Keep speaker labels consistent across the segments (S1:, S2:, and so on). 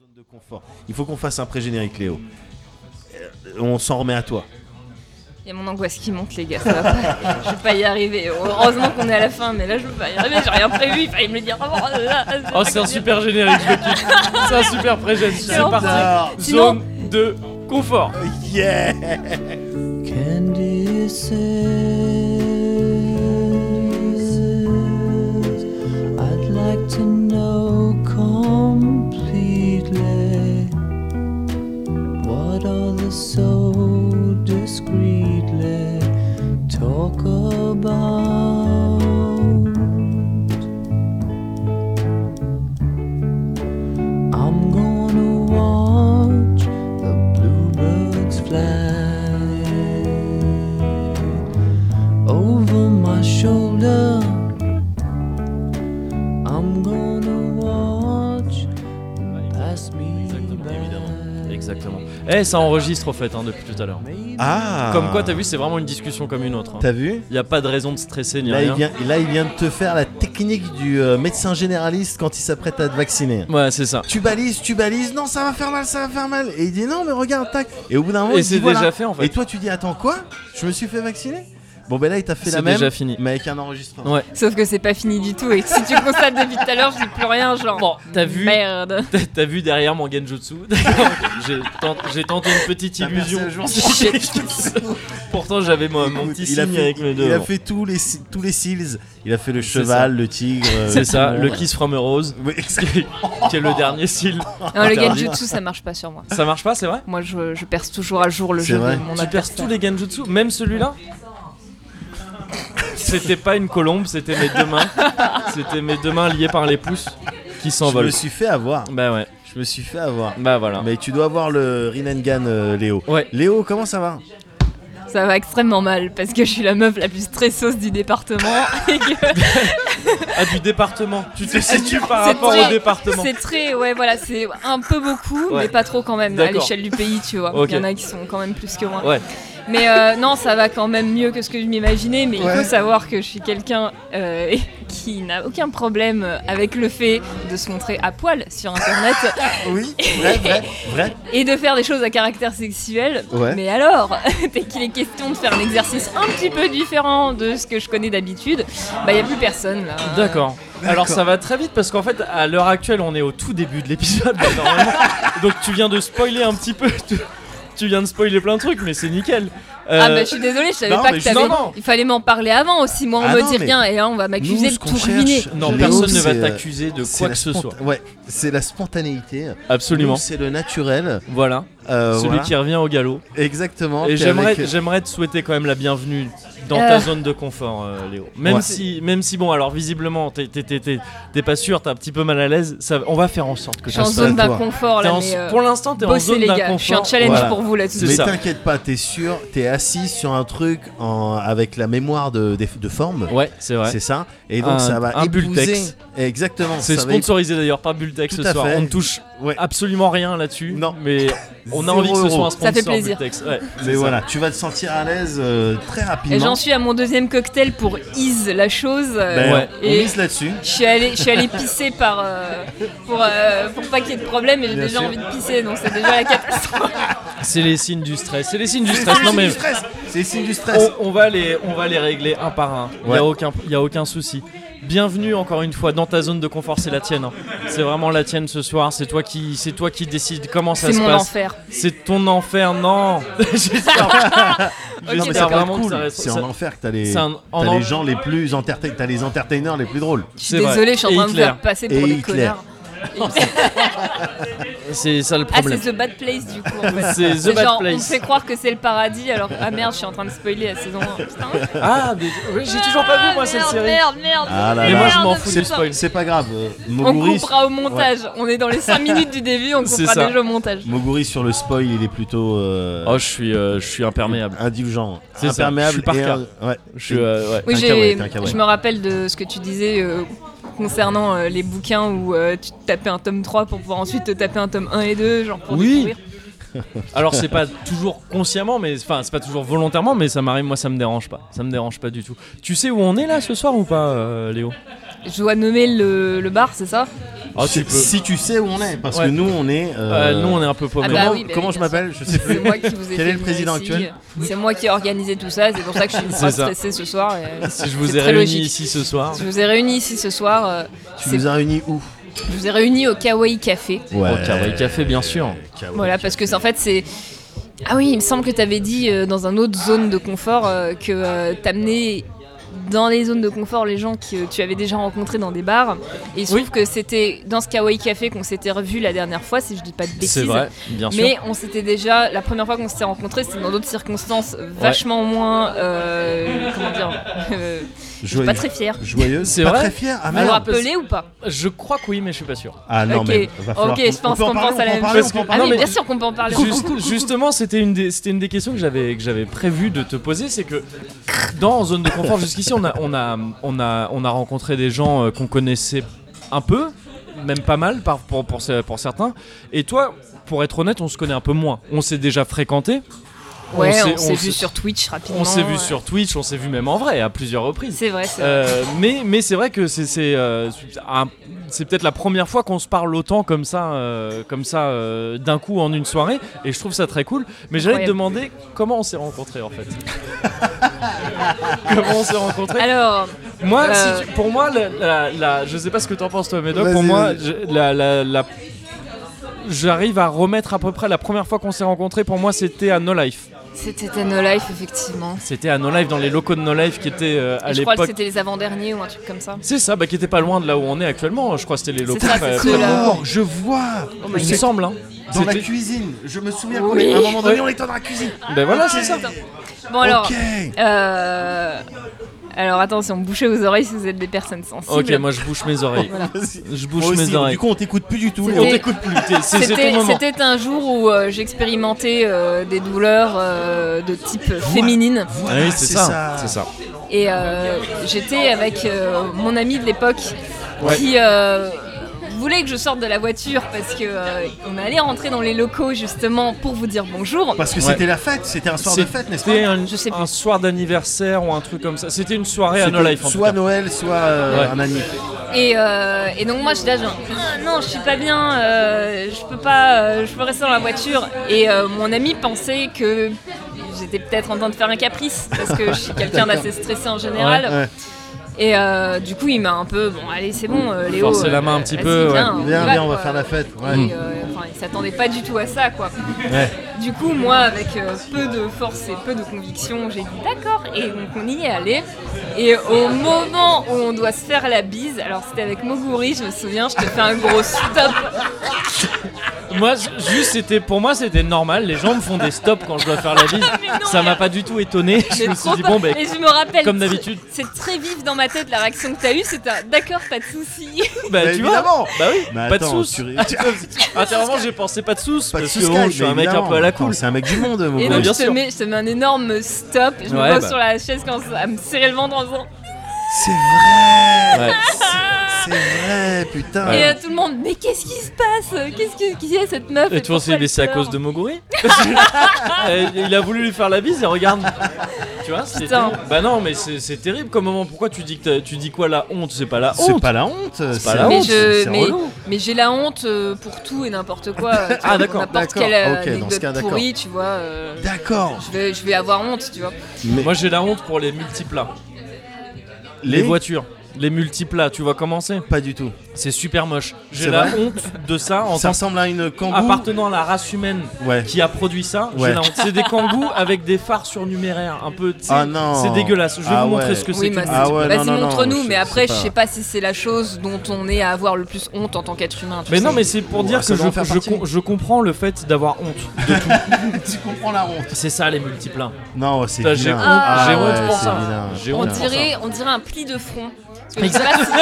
S1: zone de confort. Il faut qu'on fasse un pré-générique, Léo. Euh, On s'en remet à toi.
S2: Il y a mon angoisse qui monte, les gars, ça va pas. je vais pas y arriver. Heureusement qu'on est à la fin, mais là, je vais pas y arriver, j'ai rien prévu, il fallait me le dire avant.
S3: Oh, c'est un super générique, je kiffe. C'est un super pré-générique. C'est
S2: Non,
S3: parti.
S2: sinon-
S3: Zone de confort.
S1: Yeah
S4: Candy says, I'd like to know completely what all the so discreetly talk about. I'm gonna watch the bluebirds fly over my shoulder. I'm gonna watch them pass me
S3: Exactement, évidemment.
S4: by.
S3: Exactement. Eh, ça enregistre au fait hein, depuis tout à l'heure.
S1: Ah
S3: Comme quoi, t'as vu, c'est vraiment une discussion comme une autre.
S1: T'as vu
S3: Il Y a pas de raison de stresser ni
S1: là il,
S3: rien.
S1: vient, là, il vient de te faire la technique du euh, médecin généraliste quand il s'apprête à te vacciner.
S3: Ouais, c'est ça.
S1: Tu balises, tu balises, non, ça va faire mal, ça va faire mal. Et il dit non, mais regarde, tac. Et au bout d'un moment,
S3: Et
S1: il dit,
S3: c'est
S1: voilà.
S3: déjà fait en
S1: Et
S3: fait.
S1: toi, tu dis attends, quoi Je me suis fait vacciner Bon, ben là, il t'a fait
S3: C'est
S1: la même,
S3: déjà fini.
S1: mais avec un enregistrement.
S3: Ouais.
S2: Sauf que c'est pas fini du tout, et que si tu constates depuis tout à l'heure, j'ai plus rien, genre.
S3: Bon, t'as vu,
S2: Merde.
S3: t'as- t'as vu derrière mon Genjutsu J'ai tent- j'ai tenté une petite
S1: T'as percé
S3: illusion.
S1: un jour.
S3: Pourtant, j'avais mon, mon
S1: Écoute,
S3: petit
S1: il a
S3: signe
S1: fait-
S3: avec mes deux.
S1: Il a
S3: bon.
S1: fait tous les, tous les seals. Il a fait le
S3: C'est
S1: cheval, le tigre. euh,
S3: C'est
S1: tout
S3: ça, le
S1: monde.
S3: Kiss from a Rose,
S1: Oui, exact.
S3: qui qui est le dernier style.
S1: Ah,
S2: Non, le
S3: Interdit.
S2: Genjutsu, ça marche pas sur moi.
S3: Ça marche pas, c'est vrai
S2: Moi, je, je perce toujours à jour le
S1: C'est
S2: jeu
S1: vrai.
S2: de mon
S3: Tu perds tous les Genjutsu, même celui-là C'était pas une colombe, c'était mes deux mains. C'était mes deux mains liées par les pouces qui
S1: Je me
S3: s'envolent.
S1: suis fait avoir.
S3: Bah ouais,
S1: Je me suis fait avoir.
S3: bah voilà.
S1: Mais tu dois avoir le Rinengan, euh, Léo.
S3: Ouais.
S1: Léo, comment ça va
S2: Ça va extrêmement mal, parce que je suis la meuf la plus stressose du département, et que
S3: Ah, du département. Tu te situes par
S2: c'est
S3: rapport
S2: très-
S3: au département.
S2: c'est très, ouais, voilà, c'est un peu beaucoup,
S3: Ouais.
S2: mais pas trop quand même, à
S3: D'accord.
S2: l'échelle du pays, tu vois. Il
S3: Ok.
S2: y en a qui sont quand même plus que moi.
S3: Ouais,
S2: Mais euh, non, ça va quand même mieux que ce que je m'imaginais. Mais il faut savoir que je suis quelqu'un euh, qui n'a aucun problème avec le fait de se montrer à poil sur Internet
S1: Oui, vrai, vrai, vrai.
S2: et de faire des choses à caractère sexuel.
S1: Ouais.
S2: Mais alors, dès qu'il est question de faire un exercice un petit peu différent de ce que je connais d'habitude, bah il n'y a plus personne là.
S3: d'accord. Alors ça va très vite parce qu'en fait à l'heure actuelle on est au tout début de l'épisode bah, normalement. donc tu viens de spoiler un petit peu tu, tu viens de spoiler plein de trucs mais c'est nickel Euh,
S2: Ah bah je suis désolée, je savais
S1: non,
S2: pas
S1: mais
S2: que t'avais.
S3: non, non.
S2: Il fallait m'en parler avant aussi. Moi on
S1: Ah
S2: me
S1: non,
S2: dit
S1: mais
S2: rien et là on va m'accuser
S1: Nous,
S2: de
S1: ce
S2: tout
S1: qu'on
S2: ruiner.
S1: cherche,
S3: non
S1: Léo,
S3: personne ne va
S1: c'est, euh,
S3: t'accuser de
S1: c'est
S3: quoi
S1: la
S3: que ce
S1: sponta-
S3: soit
S1: Ouais, c'est la spontanéité.
S3: absolument
S1: Nous, C'est le naturel.
S3: voilà
S1: Euh,
S3: celui
S1: voilà.
S3: qui revient au galop
S1: Exactement.
S3: Et
S1: t'es
S3: j'aimerais,
S1: avec- euh,
S3: j'aimerais te souhaiter quand même la bienvenue dans
S2: Euh.
S3: ta zone de confort, euh, Léo. Même
S1: Ouais.
S3: si, même si bon, alors visiblement, t'es, t'es- t'es- t'es- t'es pas sûr, t'es un petit peu mal à l'aise. Ça, on va faire en sorte que
S2: Je
S3: tu
S2: suis en
S1: passe
S2: zone
S1: pas Ah, à toi.
S2: d'inconfort là. mais, euh,
S3: Pour l'instant, t'es en
S2: bossez,
S3: zone
S2: les gars, je suis un
S3: d'inconfort.
S2: challenge
S1: Voilà.
S2: pour vous là tout
S3: C'est
S2: de
S1: Mais
S2: suite.
S3: ça.
S1: t'inquiète pas, t'es sûr, t'es assis sur un truc en... avec la mémoire de, des- de forme.
S3: Ouais, c'est vrai.
S1: C'est
S3: C'est,
S1: ça. Et donc
S3: Un-
S1: ça va
S3: un
S1: épouser.
S3: Bultex.
S1: Exactement. ça va
S3: sponsorisé d'ailleurs par Bultex
S1: Tout
S3: ce
S1: à
S3: soir.
S1: fait.
S3: On ne touche
S1: Ouais.
S3: absolument rien là-dessus.
S1: Non.
S3: Mais Ah, on a
S1: Zéro
S3: envie que ce
S1: euro.
S3: soit un
S2: Ça
S3: sponsor
S2: fait plaisir.
S3: Bultex. Ouais, c'est
S1: Mais
S3: ça.
S1: voilà, tu vas te sentir à l'aise euh, très rapidement.
S2: Et j'en suis à mon deuxième cocktail pour ease la chose. euh,
S1: Ben,
S3: Ouais.
S1: On
S2: Et
S1: mise là-dessus.
S2: je suis allée, je suis allée pisser par, euh, pour, euh, pour pas qu'il y ait de problème et j'ai
S1: Bien
S2: déjà
S1: sûr.
S2: envie de pisser donc c'est déjà la catastrophe.
S3: C'est les signes du stress. C'est les signes du stress. Non mais.
S1: C'est le signe du stress.
S3: On, on va les, on va les régler un par un. Il
S1: Ouais.
S3: n'y a, aucun- y a aucun souci. Bienvenue encore une fois dans ta zone de confort, c'est la tienne. hein. C'est vraiment la tienne ce soir, c'est toi qui, c'est toi qui décides comment ça
S2: C'est
S3: se
S2: mon
S3: passe.
S2: enfer.
S3: C'est ton enfer, non J'espère
S2: Non, mais
S3: j'espère
S2: ça va
S3: vraiment
S1: Cool.
S3: que ça reste.
S1: C'est en
S3: ça-
S1: enfer que t'as les,
S3: c'est un-
S1: t'as
S3: en-
S1: les gens les plus entertainers, t'as les entertainers les plus drôles.
S2: Je suis
S3: C'est vrai.
S2: désolée, je suis en
S3: Et
S2: train de me faire
S3: Hitler.
S2: passer
S1: Et
S2: pour Ah, des
S1: Hitler.
S2: connards.
S3: C'est ça le
S2: Ah, c'est
S3: problème.
S2: The Bad Place du coup. En fait.
S3: C'est The Bad
S2: genre, On me
S3: Place.
S2: fait croire que c'est le paradis alors ah merde, je suis en train de spoiler la saison 1. Putain.
S3: Ah, mais oui, j'ai toujours pas vu moi
S2: Ah,
S3: cette
S2: merde,
S3: série.
S2: Merde, merde,
S1: Ah là
S2: merde,
S1: là. Mais moi, je
S3: m'en fous du
S2: putain.
S3: spoil.
S1: C'est pas grave. euh,
S2: On
S1: Moguri,
S2: coupera au montage. On est dans les 5 minutes du début, on
S3: C'est
S2: coupera
S3: ça.
S2: déjà au montage.
S1: Moguri sur le spoil, il est plutôt euh,
S3: Oh, je suis, euh, je suis imperméable.
S1: indulgent,
S3: C'est ça, je
S1: imperméable
S3: suis par
S1: et
S3: cœur.
S1: un- ouais.
S3: Je suis, euh, ouais.
S2: Oui,
S1: Un
S2: j'ai-
S1: cabaret, t'es un cabaret.
S2: je me rappelle de ce que tu disais euh, concernant euh, les bouquins où euh, tu te tapais un tome 3 pour pouvoir ensuite te taper un tome 1 et 2, genre pour
S3: Oui.
S2: découvrir.
S3: Alors c'est pas toujours consciemment, mais enfin c'est pas toujours volontairement, mais ça m'arrive, moi ça me dérange pas, ça me dérange pas du tout. Tu sais où on est là ce soir ou pas, euh, Léo
S2: Je dois nommer le, le bar, c'est ça
S3: Ah, tu
S1: si,
S3: peux.
S1: si tu sais où on est, parce
S3: Ouais.
S1: que nous on est. euh,
S3: Euh, nous, on est un peu paumés.
S2: Ah
S1: Comment,
S2: bah oui, bah
S1: comment
S2: oui,
S1: je
S2: bien sûr.
S1: m'appelle Je sais
S2: C'est
S1: plus.
S2: moi qui vous ai
S1: Quel
S2: fait
S1: est le président
S2: venir
S1: actuel
S2: ici. C'est moi qui ai organisé tout ça, c'est pour ça que je suis
S3: C'est
S2: pas
S3: ça.
S2: stressée ce soir. et- euh,
S3: Si je vous
S2: C'est
S3: ai
S2: très
S3: réunis
S2: logique.
S3: ici ce soir.
S2: Je vous ai réunis ici ce soir, euh,
S1: Tu
S2: C'est-
S1: nous as réunis où
S2: je vous ai réunis au Kawaii Café.
S3: Au Oh, Kawaii Café, bien sûr.
S1: Kawaii
S2: Voilà, parce que c'est- en fait, c'est. Ah oui, il me semble que tu avais dit euh, dans une autre zone de confort euh, que euh, t'amenais dans les zones de confort les gens que tu avais déjà rencontrés dans des bars. Et il se
S3: Oui.
S2: trouve que c'était dans ce Kawaii Café qu'on s'était revu la dernière fois, si je dis pas de bêtises.
S3: C'est vrai, bien sûr.
S2: Mais on s'était déjà, la première fois qu'on s'était rencontrés, c'était dans d'autres circonstances vachement moins. euh, comment dire euh,
S1: Café.
S2: je suis
S1: Joyeux.
S2: Pas très fière.
S1: Joyeux.
S3: C'est
S1: pas
S3: vrai
S1: très fier. Ah
S2: Vous vous
S1: merde.
S3: Alors-
S2: rappelez ou pas
S3: Je crois que oui, mais je suis pas sûr.
S1: Ah non
S2: Ok.
S1: mais. va falloir
S2: Ok,
S1: qu'on-
S2: je pense
S1: peut en
S2: qu'on
S1: parler,
S2: pense à la
S1: on peut en
S2: même
S1: parler,
S3: chose.
S1: on peut en
S2: Ah
S3: non,
S2: oui,
S1: parler.
S3: mais-
S2: bien sûr qu'on peut en parler.
S3: Juste- justement, c'était une des, c'était une des questions que j'avais, que j'avais prévu de te poser, c'est que dans zone de confort jusqu'ici, on a, on a, on a, on a rencontré des gens euh, qu'on connaissait un peu, même pas mal par, pour, pour, ce- pour certains. Et toi, pour être honnête, on se connaît un peu moins. On s'est déjà fréquenté.
S2: Ouais, on
S3: s'est-
S2: s'est
S3: on
S2: vu
S3: s'est-
S2: sur Twitch rapidement.
S3: On s'est vu
S2: ouais.
S3: sur Twitch, on s'est vu même en vrai à plusieurs reprises.
S2: C'est vrai, c'est vrai.
S3: Euh, mais mais c'est vrai que c'est c'est euh, un- c'est peut-être la première fois qu'on se parle autant comme ça euh, comme ça euh, d'un coup en une soirée et je trouve ça très cool. Mais j'allais te
S2: Incroyable.
S3: demander comment on s'est rencontrés en fait. comment on s'est rencontrés
S2: Alors,
S3: Moi, si
S2: euh,
S3: tu- pour moi, la, la- la- je sais pas ce que t'en penses toi, Médoc.
S1: Vas-y,
S3: Pour moi,
S1: vas-y.
S3: je- la- la- la- j'arrive à remettre à peu près la première fois qu'on s'est rencontrés. Pour moi, c'était à No Life.
S2: c'était à No Life, effectivement.
S3: C'était à No Life dans les locaux de No Life qui étaient euh, à
S2: Et je crois que
S3: l'époque
S2: c'était les avant-derniers ou un truc comme ça.
S3: C'est ça, bah, qui était pas loin de là où on est actuellement. Je crois que c'était les locaux.
S2: ça, c'est
S3: euh,
S2: ceux-là.
S3: près
S1: D'accord, je vois.
S2: Oh
S3: de-
S2: my
S3: Il me
S2: god.
S3: semble. Hein.
S1: hein. Dans la
S3: C'était-
S1: cuisine. Je me souviens qu'à
S2: Oui.
S1: un moment donné,
S3: Ouais.
S1: on était dans la cuisine.
S3: Ben
S1: Ah,
S3: voilà, c'est ça.
S2: Bon, alors.
S1: Ok.
S2: Euh... Alors, attends, si on me bouchait vos oreilles, si vous êtes des personnes sensibles.
S3: Ok, moi je bouche mes oreilles.
S2: Voilà.
S3: Je
S1: Moi
S3: bouche
S1: aussi,
S3: mes oreilles.
S1: Du coup, on t'écoute plus du tout.
S2: C'était-
S1: Léo.
S3: on t'écoute plus. t'es- c'est- C'est ton
S2: C'était
S3: moment.
S2: c'était un jour où euh, j'expérimentais euh, des douleurs euh, de type féminine.
S3: Ah oui, c'est
S1: c'est
S3: ça.
S1: ça.
S3: C'est ça.
S2: Et euh, j'étais avec euh, mon ami de l'époque
S3: Ouais.
S2: qui euh, voulait que je sorte de la voiture parce que euh, on allait rentrer dans les locaux justement pour vous dire bonjour.
S1: Parce que
S3: Ouais.
S1: c'était la fête, c'était un soir de fête, n'est-ce pas
S3: C'était un,
S2: Je sais plus.
S3: un soir d'anniversaire ou un truc comme ça. C'était une soirée à No
S1: C'était
S3: Life. en tout
S1: soit
S3: cas.
S1: Noël, soit euh,
S3: Ouais.
S1: un ami.
S2: Et, euh, et donc moi je suis là genre Ah, non je suis pas bien, euh, je peux pas, euh, je peux rester dans la voiture. Et euh, mon ami pensait que j'étais peut-être en train de faire un caprice parce que je suis quelqu'un d'assez stressé en général.
S1: Ouais.
S2: Et euh, du coup il m'a un peu bon allez c'est bon euh, Léo.
S3: Forcer la main un petit
S2: vas-y,
S3: peu,
S2: Viens,
S1: Viens,
S2: y
S1: viens, on va
S2: quoi.
S1: faire la fête. Ouais.
S3: Mm.
S2: Et, euh, enfin, il s'attendait pas du tout à ça quoi.
S1: Ouais.
S2: Du coup, moi, avec euh, peu de force et peu de conviction, j'ai dit d'accord, et donc on y est allé. Et au moment où on doit se faire la bise, alors c'était avec Moguri, je me souviens, je te fais un gros stop.
S3: Moi, je- juste, c'était pour moi, c'était normal. Les gens me font des stops quand je dois faire la bise.
S2: non,
S3: Ça m'a pas du tout étonné. Je
S2: J'ai
S3: me
S2: trop
S3: suis dit
S2: peur.
S3: bon ben.
S2: et je me rappelle,
S3: comme
S2: tr-
S3: d'habitude.
S2: c'est très vif dans ma tête la réaction que t'as eue, c'était un, d'accord, pas de souci.
S3: Bah,
S1: Mais
S3: tu vois,
S1: évidemment.
S3: bah oui,
S1: Mais
S3: pas
S1: attends,
S3: de sous.
S1: tu-
S3: À un moment, j'ai pensé pas de sous
S1: Pas de
S3: parce que
S1: sous
S3: bon,
S1: Sky,
S3: je suis un
S1: mais
S3: mec un
S1: évidemment.
S3: peu à la
S1: Attends,
S3: cool.
S1: C'est un mec du monde, mon gars.
S2: Et donc je
S3: bien
S2: te,
S3: sûr.
S2: mets, je te mets un énorme stop, je
S3: Ouais,
S2: me pose
S3: bah.
S2: sur la chaise quand ça- à me serrer le ventre en disant
S1: C'est vrai.
S3: Ouais.
S1: C'est vrai, putain.
S2: Et euh, tout le monde, mais qu'est-ce qui se passe Qu'est-ce que- qui est cette meuf
S3: Et tu penses
S2: pourquoi
S3: que
S2: elle
S3: c'est à
S2: pleure
S3: cause de Moguri Euh, Il a voulu lui faire la bise et regarde. Tu vois, c'est
S2: Putain.
S3: terrible. Bah non, mais c'est c'est terrible comme moment. Pourquoi tu dis que t'as- tu dis quoi la honte C'est pas la
S1: C'est
S3: honte.
S1: pas la honte. C'est
S3: pas la
S2: mais
S3: honte,
S2: je,
S1: Ah c'est
S2: mais,
S1: relou.
S2: mais j'ai la honte euh, pour tout et n'importe quoi. euh,
S3: Ah, d'accord,
S2: N'importe
S1: d'accord,
S2: quelle euh,
S1: ok, dans ce cas,
S2: anecdote
S1: d'accord.
S2: pourrie, tu vois. euh,
S1: D'accord.
S2: je vais, je vais avoir honte, tu vois.
S1: Mais
S3: Moi j'ai la honte pour les multiplats. Les,
S1: les
S3: voitures. Les multiplats, tu vois comment c'est
S1: pas du tout.
S3: C'est super moche. J'ai
S1: C'est
S3: la
S1: vrai
S3: honte de ça en
S1: Ça
S3: tant
S1: ressemble à une kangourou.
S3: appartenant à la race humaine
S1: Ouais.
S3: qui a produit ça. j'ai
S1: Ouais.
S3: la honte. C'est des kangous avec des phares surnuméraires, un peu. tu sais,
S1: Ah non.
S3: C'est dégueulasse. Je vais
S1: Ah
S3: vous montrer
S1: ouais.
S3: ce que c'est.
S2: Oui,
S3: que
S2: bah,
S3: le
S2: c'est-
S1: Ah ouais, non,
S2: vas-y,
S1: non, non,
S2: montre-nous.
S1: je
S2: Mais
S1: sais
S2: après, je
S1: pas.
S2: sais pas si c'est la chose dont on est à avoir le plus honte en tant qu'être humain. tu
S3: Mais
S2: sais.
S3: non, mais c'est pour
S1: Ouais,
S3: dire
S1: ça
S3: que je,
S1: doit en faire
S3: je,
S1: partie.
S3: com- je comprends le fait d'avoir honte.
S1: tu comprends la honte.
S3: C'est ça les hein. multiplats.
S1: Non, c'est
S3: Putain,
S1: vilain.
S3: J'ai honte,
S2: Ah,
S3: j'ai
S1: ouais,
S3: honte pour
S1: c'est
S3: ça.
S1: vilain.
S3: J'ai
S2: On
S3: honte pour
S2: dirait, on dirait un pli de front. Parce que je sais pas si.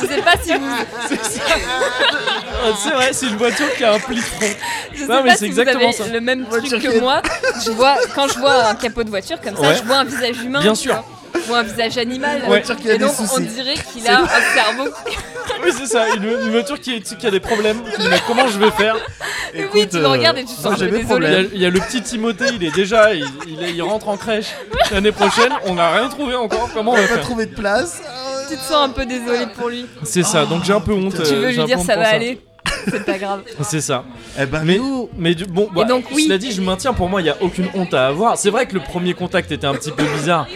S2: je sais pas si vous.
S3: ça. Ah, C'est vrai, c'est une voiture qui a un pli de front.
S2: Je sais
S3: Non, mais
S2: pas
S3: c'est
S2: si vous
S3: exactement
S2: avez
S3: ça.
S2: le même truc que moi. Je vois, quand je vois un capot de voiture comme ça,
S3: Ouais.
S2: je vois un visage humain.
S3: Bien
S2: tu
S3: sûr.
S2: vois. Je vois un visage animal.
S3: Ouais.
S1: qu'il y a
S2: Et
S1: des
S2: donc,
S1: soucis.
S2: on dirait qu'il a un cerveau.
S3: Oui, c'est ça, une, une voiture qui, est- qui a des problèmes. qui dit, Mais comment je vais faire
S2: Et oui, tu le
S1: euh,
S2: regardes et tu te
S1: moi,
S2: sens
S1: j'ai mes
S2: désolé.
S3: il y,
S1: problèmes.
S3: a, il y a le petit Timothée, il est déjà, il, il est- il rentre en crèche l'année prochaine. On n'a rien trouvé encore. Comment on va
S1: On a
S3: faire
S1: trouvé de place. Ah,
S2: tu te sens un peu désolé pour lui.
S3: C'est ça, donc j'ai un peu honte.
S2: tu
S3: euh,
S2: veux
S3: j'ai
S2: lui
S3: un peu
S2: dire
S3: honte
S2: ça
S3: pour
S2: va aller C'est pas grave.
S3: C'est ça.
S1: Eh ben,
S3: Mais,
S1: nous,
S3: mais du- bon, bah,
S2: donc, oui.
S3: cela dit, je maintiens, pour moi, il n'y a aucune honte à avoir. C'est vrai que le premier contact était un petit peu bizarre.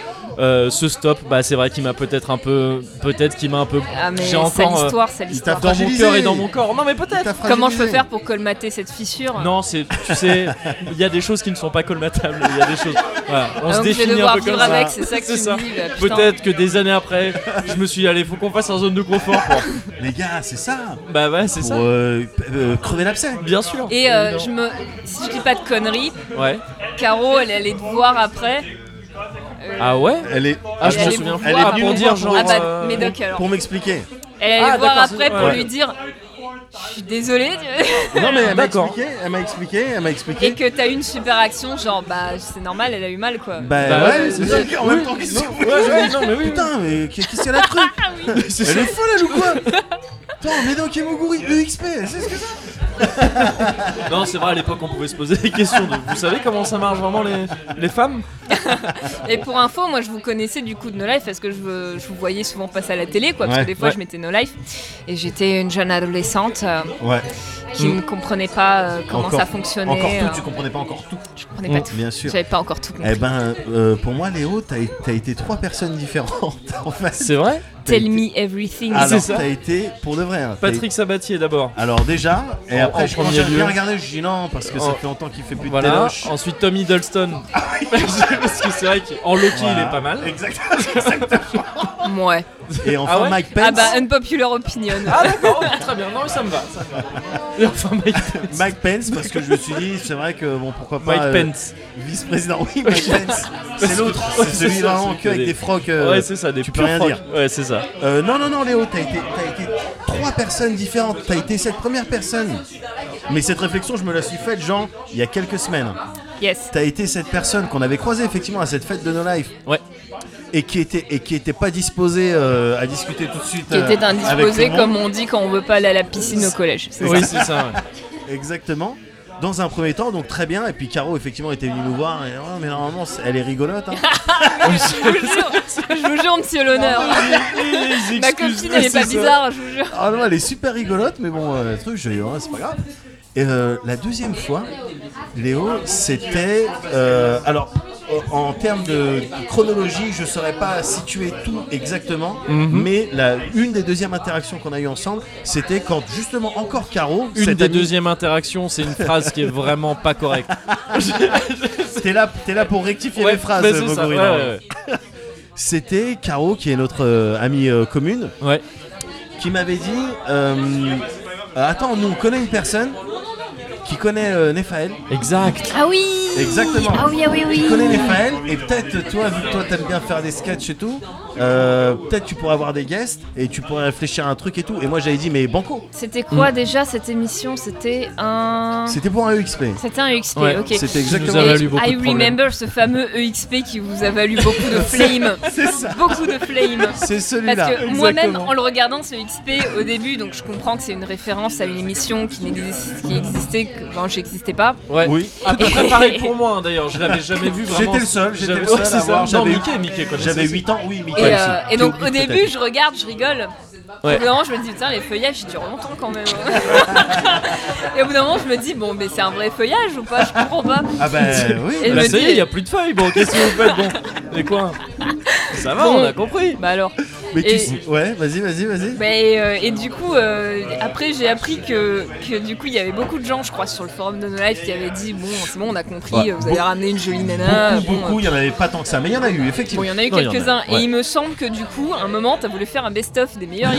S3: Euh, ce stop, bah, c'est vrai qu'il m'a peut-être un peu. Peut-être qu'il m'a un peu.
S2: Ah, mais
S3: J'ai
S2: c'est
S3: encore. euh,
S2: l'histoire, c'est l'histoire.
S1: t'a
S3: dans mon
S1: Fragilisé.
S3: cœur et dans mon corps. Non, mais peut-être.
S1: t'as
S2: Comment je peux
S1: fragilisé.
S2: faire pour colmater cette fissure
S3: Non, c'est. Tu sais, il y a des choses qui ne sont pas colmatables. Il y a des choses. Voilà, on
S2: Ah,
S3: se
S2: donc je vais
S3: définit
S2: devoir
S3: un peu comme
S2: vivre
S3: ça.
S2: avec, c'est ça que tu me dis, bah, putain.
S3: Peut-être que des années après, je me suis dit, allez, faut qu'on fasse un zone de confort. quoi.
S1: Les gars, c'est ça.
S3: Bah ouais, c'est
S1: Pour
S3: ça.
S1: euh, p- euh, crever l'abcès.
S3: Bien sûr.
S2: Et euh, je me, si je dis pas de conneries,
S3: Ouais.
S2: Caro, elle allait te voir après.
S3: Ah ouais
S1: Elle est.
S3: Ah, je
S2: Elle
S3: m'en
S2: allait
S3: souviens
S2: vous
S3: plus.
S2: voir
S3: Ah, pour
S2: après.
S3: dire genre.
S2: Ah bah,
S3: euh,
S2: Médoc alors.
S1: Pour m'expliquer.
S2: Elle allait
S3: Ah,
S2: voir
S3: d'accord,
S2: après
S3: c'est-
S2: pour
S3: ouais.
S2: lui dire Je suis désolée. tu-
S3: Non, mais
S1: Elle m'a
S3: d'accord.
S1: expliqué. Elle m'a expliqué. Elle m'a expliqué.
S2: Et que t'as eu une super action, genre bah c'est normal, elle a eu mal quoi.
S1: Bah,
S3: Bah ouais,
S1: ouais,
S3: c'est
S1: c'est ça. En même temps, qu'est-ce que
S3: Non,
S1: c'est
S3: ouais, ouais, non, mais oui.
S1: Putain, mais qu'est- qu'est-ce qu'elle a cru
S2: Ah
S3: C'est
S1: Elle
S3: ça.
S1: est folle, elle ou quoi Putain, Médoc et Moguri, EXP, E c'est ce que c'est
S3: Non, c'est vrai, à l'époque, on pouvait se poser des questions. de- vous savez comment ça marche vraiment les, les femmes
S2: Et pour info, moi je vous connaissais du coup de No Life parce que je, veux- je vous voyais souvent passer à la télé quoi, parce
S1: Ouais,
S2: que des fois
S3: ouais.
S2: je mettais No Life et j'étais une jeune adolescente euh,
S1: Ouais,
S2: qui
S3: Mm.
S2: ne comprenait pas euh, comment
S1: Encore-
S2: ça fonctionnait.
S1: encore
S2: euh,
S1: tout, Mm. tu comprenais pas encore tout.
S2: je comprenais pas tout.
S1: Bien sûr.
S2: J'avais pas encore tout
S1: Eh
S2: compris.
S1: ben, euh, pour moi, Léo, t'as as été trois personnes différentes en fait.
S3: C'est vrai
S1: t'as été-
S2: Tell me everything.
S1: Alors,
S3: ça.
S1: t'as été pour de vrai. hein, t'as
S3: Patrick Sabatier d'abord.
S1: été- Alors déjà, et
S3: En- en
S1: après, je- quand
S3: premier
S1: j'ai
S3: lieu.
S1: bien regardé, je dis non, parce que
S3: En-
S1: ça fait longtemps qu'il fait plus de
S3: Voilà.
S1: téloche.
S3: Ensuite, Tom Hiddleston. Parce que c'est vrai qu'en Loki, il est pas mal.
S1: Exactement. bah.
S2: Ouais.
S1: Et enfin,
S3: Ah ouais
S1: Mike Pence.
S2: Ah bah unpopular opinion.
S3: Ah d'accord, ok, très bien. Non, mais ça me va. Ça me va. Et enfin, Mike,
S1: Mike Pence, parce que je me suis dit, c'est vrai que bon, pourquoi pas.
S3: euh, Mike
S1: euh,
S3: Pence.
S1: Vice-président, oui, Mike Pence. C'est l'autre,
S3: Ouais,
S1: c'est celui
S3: ça,
S1: vraiment
S3: celui
S1: que avec
S3: qui a
S1: des frocs. euh,
S3: ouais, c'est ça, des
S1: tu peux
S3: purs
S1: rien
S3: frocs.
S1: dire.
S3: Ouais, c'est ça.
S1: Euh, non, non, non, Léo, t'as été, t'as été trois personnes différentes. T'as été cette première personne. Mais cette réflexion, je me la suis faite, genre, il y a quelques semaines.
S2: Yes.
S1: T'as été cette personne qu'on avait croisée effectivement à cette fête de No Life
S3: Ouais.
S1: et qui était, et qui était pas disposée euh, à discuter tout de suite.
S2: Qui était
S1: euh, avec tout
S2: indisposé
S1: le monde.
S2: comme on dit quand on veut pas aller à la piscine au collège. C'est
S3: Oui,
S2: ça.
S3: c'est ça. ouais.
S1: Exactement. Dans un premier temps, donc très bien. Et puis Caro, effectivement, était venue nous voir. Et, Ouais, mais normalement, c'est- elle est rigolote. hein.
S2: Je vous jure, je vous jure, monsieur l'honneur. Ma copine, elle est pas bizarre, je vous jure.
S1: Ah non, elle est super rigolote, mais bon, euh, le truc, je dis, ouais, c'est pas grave. Et euh, la deuxième fois, Léo, c'était. euh, alors, en- en termes de chronologie, je saurais pas situer tout exactement,
S3: Mhm.
S1: mais la, une des deuxièmes interactions qu'on a eues ensemble, c'était quand justement encore Caro,
S3: Une
S1: cette
S3: des
S1: amie-
S3: deuxièmes interactions, c'est une phrase qui est vraiment pas correcte.
S1: T'es là, t'es là pour rectifier les phrases,
S3: mais c'est ça,
S1: Moguri,
S3: ouais,
S1: non.
S3: ouais,
S1: C'était Caro, qui est notre euh, amie euh, commune,
S3: ouais. Ouais.
S1: qui m'avait dit euh, euh, Attends, nous on connaît une personne qui connaît euh, Nephaël.
S3: Exact.
S2: Ah oui
S1: Exactement.
S2: Ah oui, ah oui, oui.
S1: Qui connaît Nephaël et peut-être toi, vu que toi t'aimes bien faire des sketchs et tout, euh, peut-être tu pourrais avoir des guests et tu pourrais réfléchir à un truc et tout. Et moi j'avais dit Mais banco
S2: C'était
S1: Mm.
S2: quoi déjà cette émission C'était un.
S1: C'était pour un E EXP.
S2: C'était un EXP,
S3: Ouais,
S2: ok.
S1: C'était
S3: Qui nous a
S1: exactement.
S2: Et
S3: valu beaucoup
S2: I
S3: de problèmes.
S2: remember ce fameux EXP qui vous a valu beaucoup de flame.
S1: C'est ça.
S2: Beaucoup de flame.
S1: C'est
S2: Parce
S1: celui-là.
S2: que moi-même, en le regardant ce XP au début, donc je comprends que c'est une référence à une émission qui, n'existe- qui existait, que, genre j'existais pas.
S3: Ouais.
S1: Oui.
S3: À peu près pareil pour moi hein, d'ailleurs, je l'avais jamais vu vraiment.
S1: J'étais le seul, j'étais
S3: J'avais-
S1: le seul
S3: Ouais,
S1: à
S3: c'est
S1: avoir-
S3: ça. Non,
S1: j'avais-
S3: Mickey, Mickey connaissait
S1: J'avais
S3: ça.
S1: 8 ans, oui,
S2: Et,
S1: Michael.
S2: euh,
S1: aussi.
S2: et donc
S1: Qui
S2: au
S1: oublie
S2: début,
S1: peut-être.
S2: je regarde, je rigole.
S3: Ouais.
S2: Au bout d'un moment, je me dis, putain, les feuillages, ils durent longtemps quand même. hein. et au bout d'un moment, je me dis, bon, mais c'est un vrai feuillage ou pas Je comprends pas.
S1: Ah bah oui.
S2: Et
S3: Bah
S2: me
S3: ça y
S2: dit-
S3: est, y a plus de feuilles, bon, qu'est-ce que vous faites Bon, les coins. Ça va,
S2: Bon.
S3: on a compris.
S2: Bah alors.
S1: Mais tu
S2: Et-
S1: sais- Ouais, vas-y, vas-y, vas-y.
S2: Bah, et, euh, et du coup, euh, après j'ai appris que, que du coup il y avait beaucoup de gens, je crois, sur le forum de No Life qui avaient dit bon, c'est bon, on a compris,
S1: Ouais.
S2: euh, vous avez ramené une jolie nana.
S1: Beaucoup,
S2: Ah, bon, euh,
S1: beaucoup, il y en avait pas tant que ça, mais il y en a eu,
S2: Bon,
S1: effectivement.
S2: il y en a eu
S1: Non, il y en a,
S2: quelques-uns.
S1: ouais.
S2: Et il me semble que du coup, à un moment, t'as voulu faire un best-of des meilleurs XP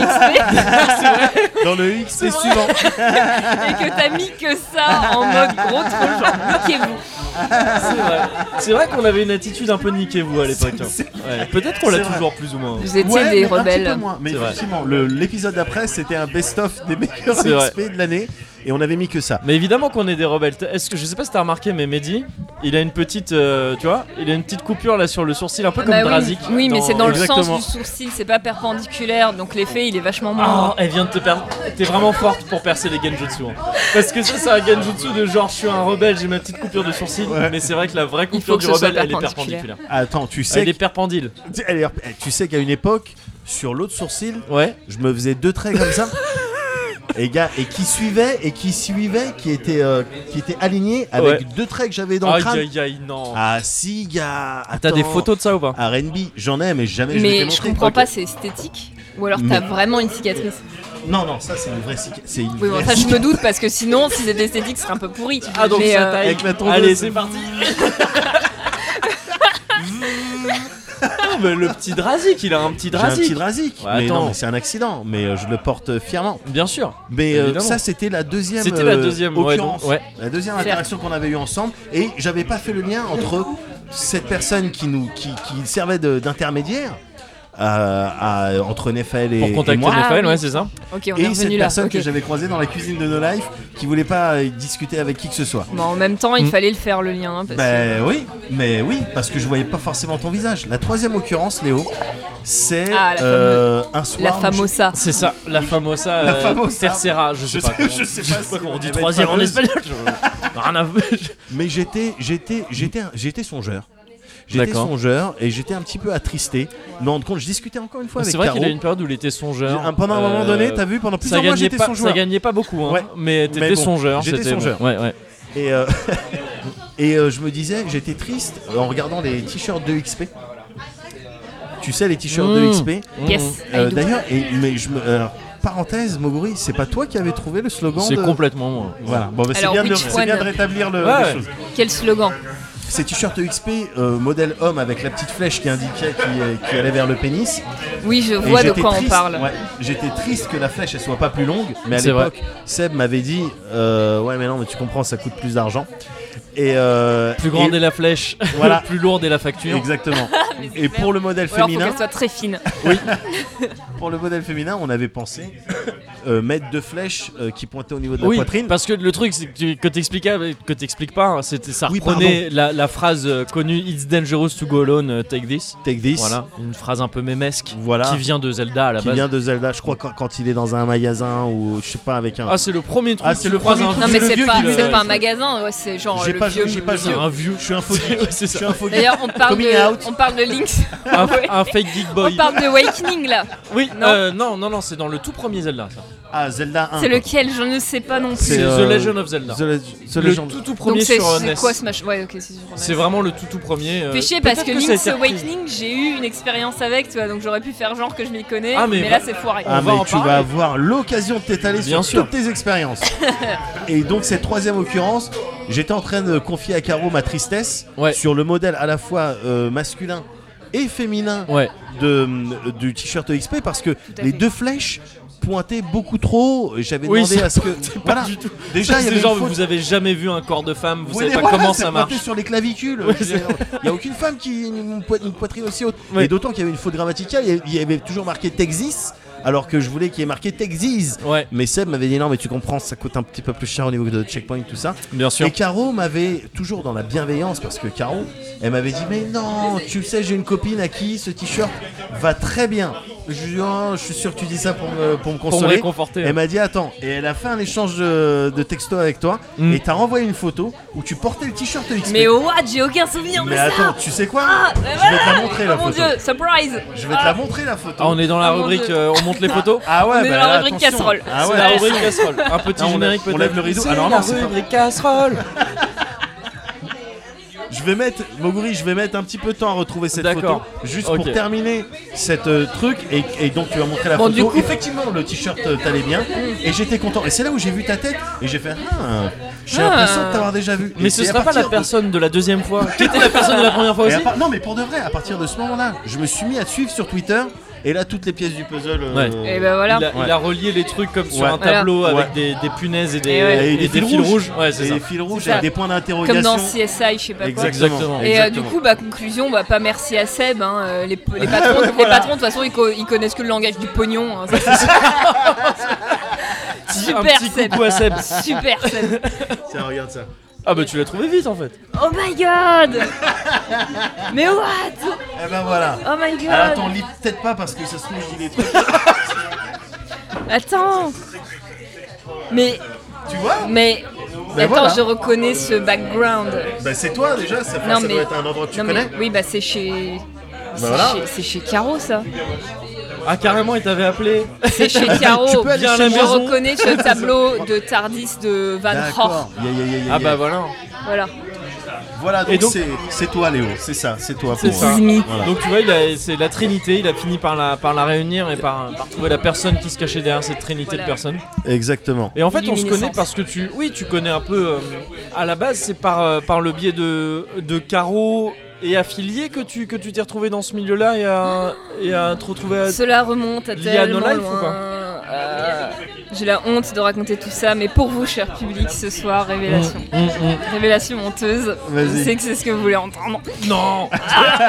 S1: Dans le XP
S2: vrai.
S1: suivant.
S2: et que t'as mis que ça en mode gros troll, genre niquez-vous.
S3: C'est vrai. C'est vrai qu'on avait une attitude un peu niquez-vous à l'époque. hein. Ouais. Peut-être qu'on l'a
S1: C'est vrai.
S3: toujours plus ou moins.
S2: Vous étiez
S1: Ouais,
S2: des
S1: mais Un petit
S2: rebelles.
S1: peu moins. Mais
S3: C'est vrai.
S1: effectivement, le- l'épisode d'après, c'était un best-of des meilleurs
S3: C'est vrai.
S1: XP de l'année. Et on avait mis que ça.
S3: Mais évidemment qu'on est des rebelles. T'as- Est-ce que je sais pas si t'as remarqué, mais Mehdi, il a une petite, euh, tu vois, il a une petite coupure là sur le sourcil, un peu comme
S2: Bah oui,
S3: Drazik.
S2: oui, mais c'est dans le
S1: Exactement.
S2: sens du sourcil, c'est pas perpendiculaire, donc l'effet il est vachement
S3: Oh,
S1: Ah,
S2: moins.
S3: elle vient de te perdre. T'es vraiment forte pour percer les genjutsu. hein. Parce que ça, c'est un genjutsu de genre, je suis un rebelle, j'ai ma petite coupure de sourcil. Mais c'est vrai que la vraie
S2: faut
S3: coupure
S2: que
S3: du
S2: ce soit
S3: rebelle, elle est
S2: perpendiculaire.
S3: perpendiculaire.
S1: Attends, eh, tu sais,
S3: Elle est perpendile.
S1: que- tu- elle est- tu sais qu'à une époque, sur l'autre sourcil,
S3: Ouais.
S1: je me faisais deux traits comme ça. Et gars, et qui suivait, et qui suivait, qui était, euh, qui était aligné avec
S3: Ouais.
S1: deux traits que j'avais dans le
S3: Aïe
S1: crâne.
S3: aïe aïe, non.
S1: Ah si, gars.
S3: T'as des
S1: attends.
S3: photos de ça ou pas
S1: R&B, j'en ai, mais jamais je les ai
S2: Mais je
S1: montrées.
S2: comprends
S1: Ok.
S2: pas, c'est esthétique Ou alors t'as
S1: Mais-
S2: vraiment une cicatrice
S1: Non, non, ça c'est une vraie cica- c'est une
S2: Oui, bon,
S1: vraie
S2: ça je me
S1: cicatrice.
S2: doute parce que sinon, si c'était esthétique, ce serait un peu pourri.
S3: Ah donc
S2: Mais,
S3: ça
S2: euh,
S3: taille.
S1: avec la tondeuse.
S3: Allez c'est parti. Non, mais le petit drasic, il a un petit
S1: J'ai un
S3: drasic.
S1: petit drasic.
S3: Ouais,
S1: mais non,
S3: attends.
S1: mais c'est un accident, mais euh, je le porte fièrement.
S3: Bien sûr.
S1: Mais euh,
S3: Évidemment.
S1: ça, c'était la deuxième.
S3: C'était la
S1: euh,
S3: deuxième, ouais,
S1: occurrence.
S3: donc, ouais.
S1: La deuxième
S2: Certes.
S1: interaction qu'on avait eue ensemble, et j'avais pas fait le lien entre cette personne qui nous, qui, qui servait de- d'intermédiaire euh, à- entre Néphaël et,
S3: Pour
S1: et
S3: contacter
S1: moi.
S2: Ah,
S3: Raphaël,
S2: oui.
S3: ouais, c'est ça.
S2: Ok, on est
S1: Et cette
S2: revenu là.
S1: personne que
S2: ok.
S1: j'avais croisée dans la cuisine de No Life, qui voulait pas euh, discuter avec qui que ce soit.
S2: Bon, en même temps, il
S3: Mm.
S2: fallait le faire le lien. hein, parce que-
S1: Ben oui, mais oui, parce que je voyais pas forcément ton visage. La troisième occurrence, Léo, c'est
S2: Ah, la
S1: euh, un soir.
S2: La
S1: où
S2: famosa.
S3: C'est ça, la famosa,
S1: La
S3: euh,
S1: famosa.
S3: tercera, je sais
S1: Je
S3: pas.
S1: sais-
S3: comment-
S1: je sais pas si
S3: comment
S1: on
S3: on dit
S1: avait
S3: troisième en
S1: fameuse.
S3: espagnol. je- Rien à
S1: je- Mais j'étais, j'étais, j'étais, un- j'étais songeur. J'étais
S3: D'accord.
S1: songeur et j'étais un petit peu attristé. Je me rends compte, je discutais encore une fois avec
S3: C'est vrai
S1: Caro.
S3: qu'il a une période où il était songeur.
S1: Un- Pendant un moment
S3: Euh,
S1: donné, t'as vu, pendant
S3: ça
S1: plusieurs mois,
S3: gagnait,
S1: j'étais
S3: pas, ça
S1: songeur.
S3: gagnait pas beaucoup, hein,
S1: Ouais.
S3: mais
S1: Mais
S3: t'étais
S1: bon,
S3: songeur.
S1: j'étais
S3: c'était bon.
S1: songeur.
S3: Ouais, ouais.
S1: Et, euh, et euh, je me disais, j'étais triste en regardant les t-shirts de XP. Tu sais, les t-shirts de
S3: Mmh.
S1: XP.
S2: Yes.
S1: Euh,
S2: I do.
S1: D'ailleurs, et- mais je me. alors, parenthèse, Moguri, c'est pas toi qui avais trouvé le slogan
S3: C'est
S1: de-
S3: complètement moi.
S1: Voilà, bon, bah, c'est
S2: Alors,
S1: bien, de le-
S2: which
S1: c'est bien
S2: one
S1: de rétablir le,
S3: Ouais.
S1: les choses.
S2: Quel slogan
S1: Ces t-shirts XP, euh, modèle homme avec la petite flèche qui indiquait qui, euh, qui allait vers le pénis.
S2: Oui, je
S1: Et
S2: vois de
S1: j'étais
S2: quoi on
S1: triste-
S2: parle.
S1: ouais, J'étais triste que la flèche elle soit pas plus longue, mais à
S3: C'est vrai.
S1: l'époque, Seb m'avait dit euh, Ouais, mais non, mais tu comprends, ça coûte plus d'argent. Et euh,
S3: Plus grande
S1: et-
S3: est la flèche,
S1: Voilà.
S3: plus lourde est la Ah, facture.
S1: Exactement.
S2: Mais c'est
S1: et
S2: clair.
S1: pour le modèle
S2: Ou alors, faut
S1: féminin,
S2: qu'elle soit très fine.
S1: pour le modèle féminin, on avait pensé euh, mettre deux flèches euh, qui pointaient au niveau de la
S3: Oui,
S1: poitrine.
S3: parce que le truc c'est que tu- que t'expliques que t'expliques pas, hein, c'était ça
S1: Oui,
S3: reprenait la, la phrase euh, connue It's dangerous to go alone, euh, take this.
S1: Take this.
S3: Voilà, une phrase un peu mémesque
S1: Voilà.
S3: qui vient de Zelda à la
S1: qui
S3: base.
S1: vient de Zelda, je crois quand, quand il est dans un magasin ou je sais pas avec un.
S3: Ah, c'est le premier truc.
S1: Ah, c'est
S3: que
S1: le
S3: tu croises
S1: premier
S3: un
S1: truc.
S2: Non,
S3: vieux
S2: mais
S1: le
S2: c'est
S1: vieux
S2: pas,
S1: qui
S2: c'est
S1: le-
S2: pas un magasin, ouais, c'est genre
S1: J'ai
S2: le
S1: pas
S2: vieux.
S1: j'ai pas
S2: le
S1: joué.
S2: vieux.
S3: un vieux.
S1: Je suis un faux
S3: C'est-
S1: geek.
S3: ouais, c'est
S1: Je
S3: ça.
S1: suis un faux geek.
S2: D'ailleurs, on parle
S1: Coming out.
S2: de, on parle de Link's,
S3: un,
S2: Ah Ouais.
S3: un fake geek boy.
S2: on parle de Awakening là.
S3: Oui,
S2: Non.
S3: non. non, non, non, c'est dans le tout premier Zelda. ça.
S1: Ah, Zelda 1.
S2: C'est lequel Je ne sais pas non
S1: C'est,
S3: C'est
S2: plus.
S1: euh,
S3: The Legend of Zelda.
S1: The Leg- The
S3: le
S1: Legend.
S3: tout tout
S2: Donc
S3: premier
S2: c'est
S3: sur euh,
S2: c'est
S3: NES.
S2: quoi ce machin Ouais, ok, c'est sur NES.
S3: C'est vraiment le tout tout premier. euh,
S2: Fait chier parce
S3: peut-être
S2: que,
S3: ça a
S2: Link's
S3: été repris.
S2: Awakening, j'ai eu une expérience avec, tu vois, donc j'aurais pu faire genre que je m'y connais,
S3: Ah,
S2: mais,
S3: mais
S2: là
S3: bah-
S2: c'est foiré.
S1: Ah,
S3: On va
S1: mais
S3: en
S1: tu
S3: parler.
S1: vas avoir l'occasion de t'étaler sur
S3: Bien sûr.
S1: toutes tes expériences. Et donc, cette troisième occurrence, j'étais en train de confier à Caro ma tristesse
S3: Ouais.
S1: sur le modèle à la fois euh, masculin et féminin
S3: Ouais.
S1: de, euh, du t-shirt XP parce que
S2: à
S1: les
S2: fait.
S1: deux flèches pointaient beaucoup trop. J'avais
S3: Oui,
S1: demandé
S3: ça
S1: à ce que.
S3: pointait pas
S1: Voilà.
S3: du tout.
S1: Déjà, il y
S3: C'est
S1: avait
S3: genre,
S1: une faute
S3: vous avez jamais vu un corps de femme,
S1: Oui,
S3: vous savez
S1: mais
S3: pas
S1: voilà,
S3: comment
S1: c'est
S3: ça
S1: pointé
S3: marche.
S1: sur les clavicules.
S3: Ouais,
S1: Je veux dire, Il n'y a aucune femme qui a une, po- une poitrine aussi haute.
S3: Ouais.
S1: Et d'autant qu'il y avait une faute grammaticale, il y avait- il y avait toujours marqué Texas, alors que je voulais qu'il y ait marqué Texas.
S3: Ouais,
S1: Mais Seb m'avait dit non, mais tu comprends, ça coûte un petit peu plus cher au niveau de checkpoint, tout ça.
S3: bien sûr.
S1: Et Caro m'avait, toujours dans la bienveillance, parce que Caro, elle m'avait dit Mais non, tu sais, j'ai une copine à qui ce t-shirt va très bien. Je lui ai dit, Oh, je suis sûr que tu dis ça pour me, pour me
S3: Pour me
S1: consoler.
S3: réconforter.
S1: Elle m'a dit attends, et elle a fait un échange de, de texto avec toi,
S3: Mm.
S1: et t'as renvoyé une photo où tu portais le t-shirt de XP.
S2: Mais oh, what, j'ai aucun souvenir
S1: Mais
S2: de
S1: attends,
S2: ça
S1: tu sais quoi
S2: Ah,
S1: Je
S2: mais
S1: vais te
S2: voilà
S1: la montrer la
S2: Oh mon
S1: photo.
S2: dieu, surprise
S1: Je vais te la montrer la photo.
S3: Ah, on est dans la
S2: Ah, mon
S3: rubrique
S2: Dieu.
S3: euh, on monte les photos.
S1: Ah ouais,
S2: on est
S1: bah
S2: dans la
S1: là,
S2: rubrique
S1: attention.
S2: casserole.
S1: Ah ouais,
S3: c'est la
S2: Ouais.
S3: rubrique casserole. Un petit
S1: Ah, on lève-
S3: générique
S1: on
S3: peut-être.
S1: lève le rideau. Ah, non, non, c'est pas-
S3: casserole.
S1: Je vais mettre, Moguri, je vais mettre un petit peu de temps à retrouver cette photo.
S3: D'accord.
S1: Juste
S3: Ok.
S1: pour terminer cette euh, truc. Et, et donc, tu vas montrer la
S2: Bon,
S1: photo.
S2: du coup-
S1: Effectivement, le t-shirt euh, t'allait bien. Et j'étais content. Et c'est là où j'ai vu ta tête. Et j'ai fait, ah, j'ai
S2: Ah.
S1: l'impression de t'avoir déjà vu.
S3: Mais
S1: Et
S3: ce
S1: c'est à
S3: sera pas
S1: partir
S3: la
S1: de-
S3: personne de la deuxième fois. Qui était la personne de la première fois
S1: Et à
S3: aussi
S1: part- Non, mais pour de vrai, à partir de ce moment-là, je me suis mis à te suivre sur Twitter. Et là, toutes les pièces du puzzle. euh,
S3: Ouais.
S2: Et ben voilà.
S3: il, a, il a relié les trucs comme sur
S1: Ouais.
S3: un tableau
S1: Voilà.
S3: avec des, des punaises et des,
S2: Et ouais.
S1: Et
S3: et
S1: des, fils,
S3: fils
S1: rouges,
S3: rouges. Ouais, c'est
S1: Et
S3: ça.
S1: des fils rouges
S2: C'est ça.
S1: avec des points
S2: Comme
S1: d'interrogation.
S2: dans CSI, je sais pas quoi.
S1: Exactement.
S2: Et
S3: Exactement.
S2: euh, du
S1: Exactement.
S2: coup, bah, conclusion, bah, pas merci à Seb. hein, euh, les, les patrons, les patrons, de toute façon, ils, co- ils connaissent que le langage du pognon. hein, ça, c'est sûr.
S3: Un
S2: Super
S3: petit
S2: Seb.
S3: coucou à Seb.
S2: Super Seb.
S1: Tiens, regarde ça.
S3: Ah bah tu l'as trouvé vite en fait.
S2: Oh my god Mais what
S1: Et ben voilà.
S2: Oh my
S1: Alors,
S2: god
S1: attends, lis peut-être pas parce que ça se trouve, je dis des trucs.
S2: Attends Mais,
S1: tu vois
S2: mais...
S1: Ben
S2: attends,
S1: voilà.
S2: je reconnais ce background.
S1: Bah, c'est toi déjà, ça,
S2: Non,
S1: ça
S2: mais-
S1: doit être un endroit que tu
S2: non,
S1: connais.
S2: mais oui, bah c'est chez... c'est
S1: voilà.
S2: chez- C'est chez Caro ça.
S3: Ah, carrément, il t'avait appelé.
S2: C'est chez Caro.
S3: Tu peux aller
S2: je
S3: chez
S2: le
S3: Maison.
S2: reconnais sur le tableau de Tardis de Van
S1: D'accord.
S2: Gogh.
S1: Ya, ya, ya, ya, ya.
S3: Ah, bah voilà.
S2: Voilà.
S1: Voilà,
S3: Et
S1: donc
S3: donc-
S1: c'est c'est toi Léo, c'est ça, c'est toi pour
S3: C'est ça.
S1: moi. Voilà.
S3: Donc tu vois, il a- c'est la Trinité, il a fini par la, par la réunir et par, par trouver la personne qui se cachait derrière cette Trinité de
S2: Voilà.
S3: personnes.
S1: euh, Exactement.
S3: Et en fait, on se connaît
S2: Luminescence.
S3: parce que tu, oui, tu connais un peu. euh, à la base, c'est par, euh, par le biais de, de Caro et affiliés que tu que tu t'es retrouvé dans ce milieu-là et à, et à te retrouver. à-
S2: Cela remonte à
S3: Lié à No
S2: tellement
S3: Life ou
S2: loin.
S3: pas
S2: Euh, J'ai la honte de raconter tout ça, mais pour vous, cher public, ce soir, révélation.
S3: Mm, mm,
S2: Révélation honteuse.
S1: Vas-y.
S2: Je sais que c'est ce que vous voulez entendre.
S3: mm. Non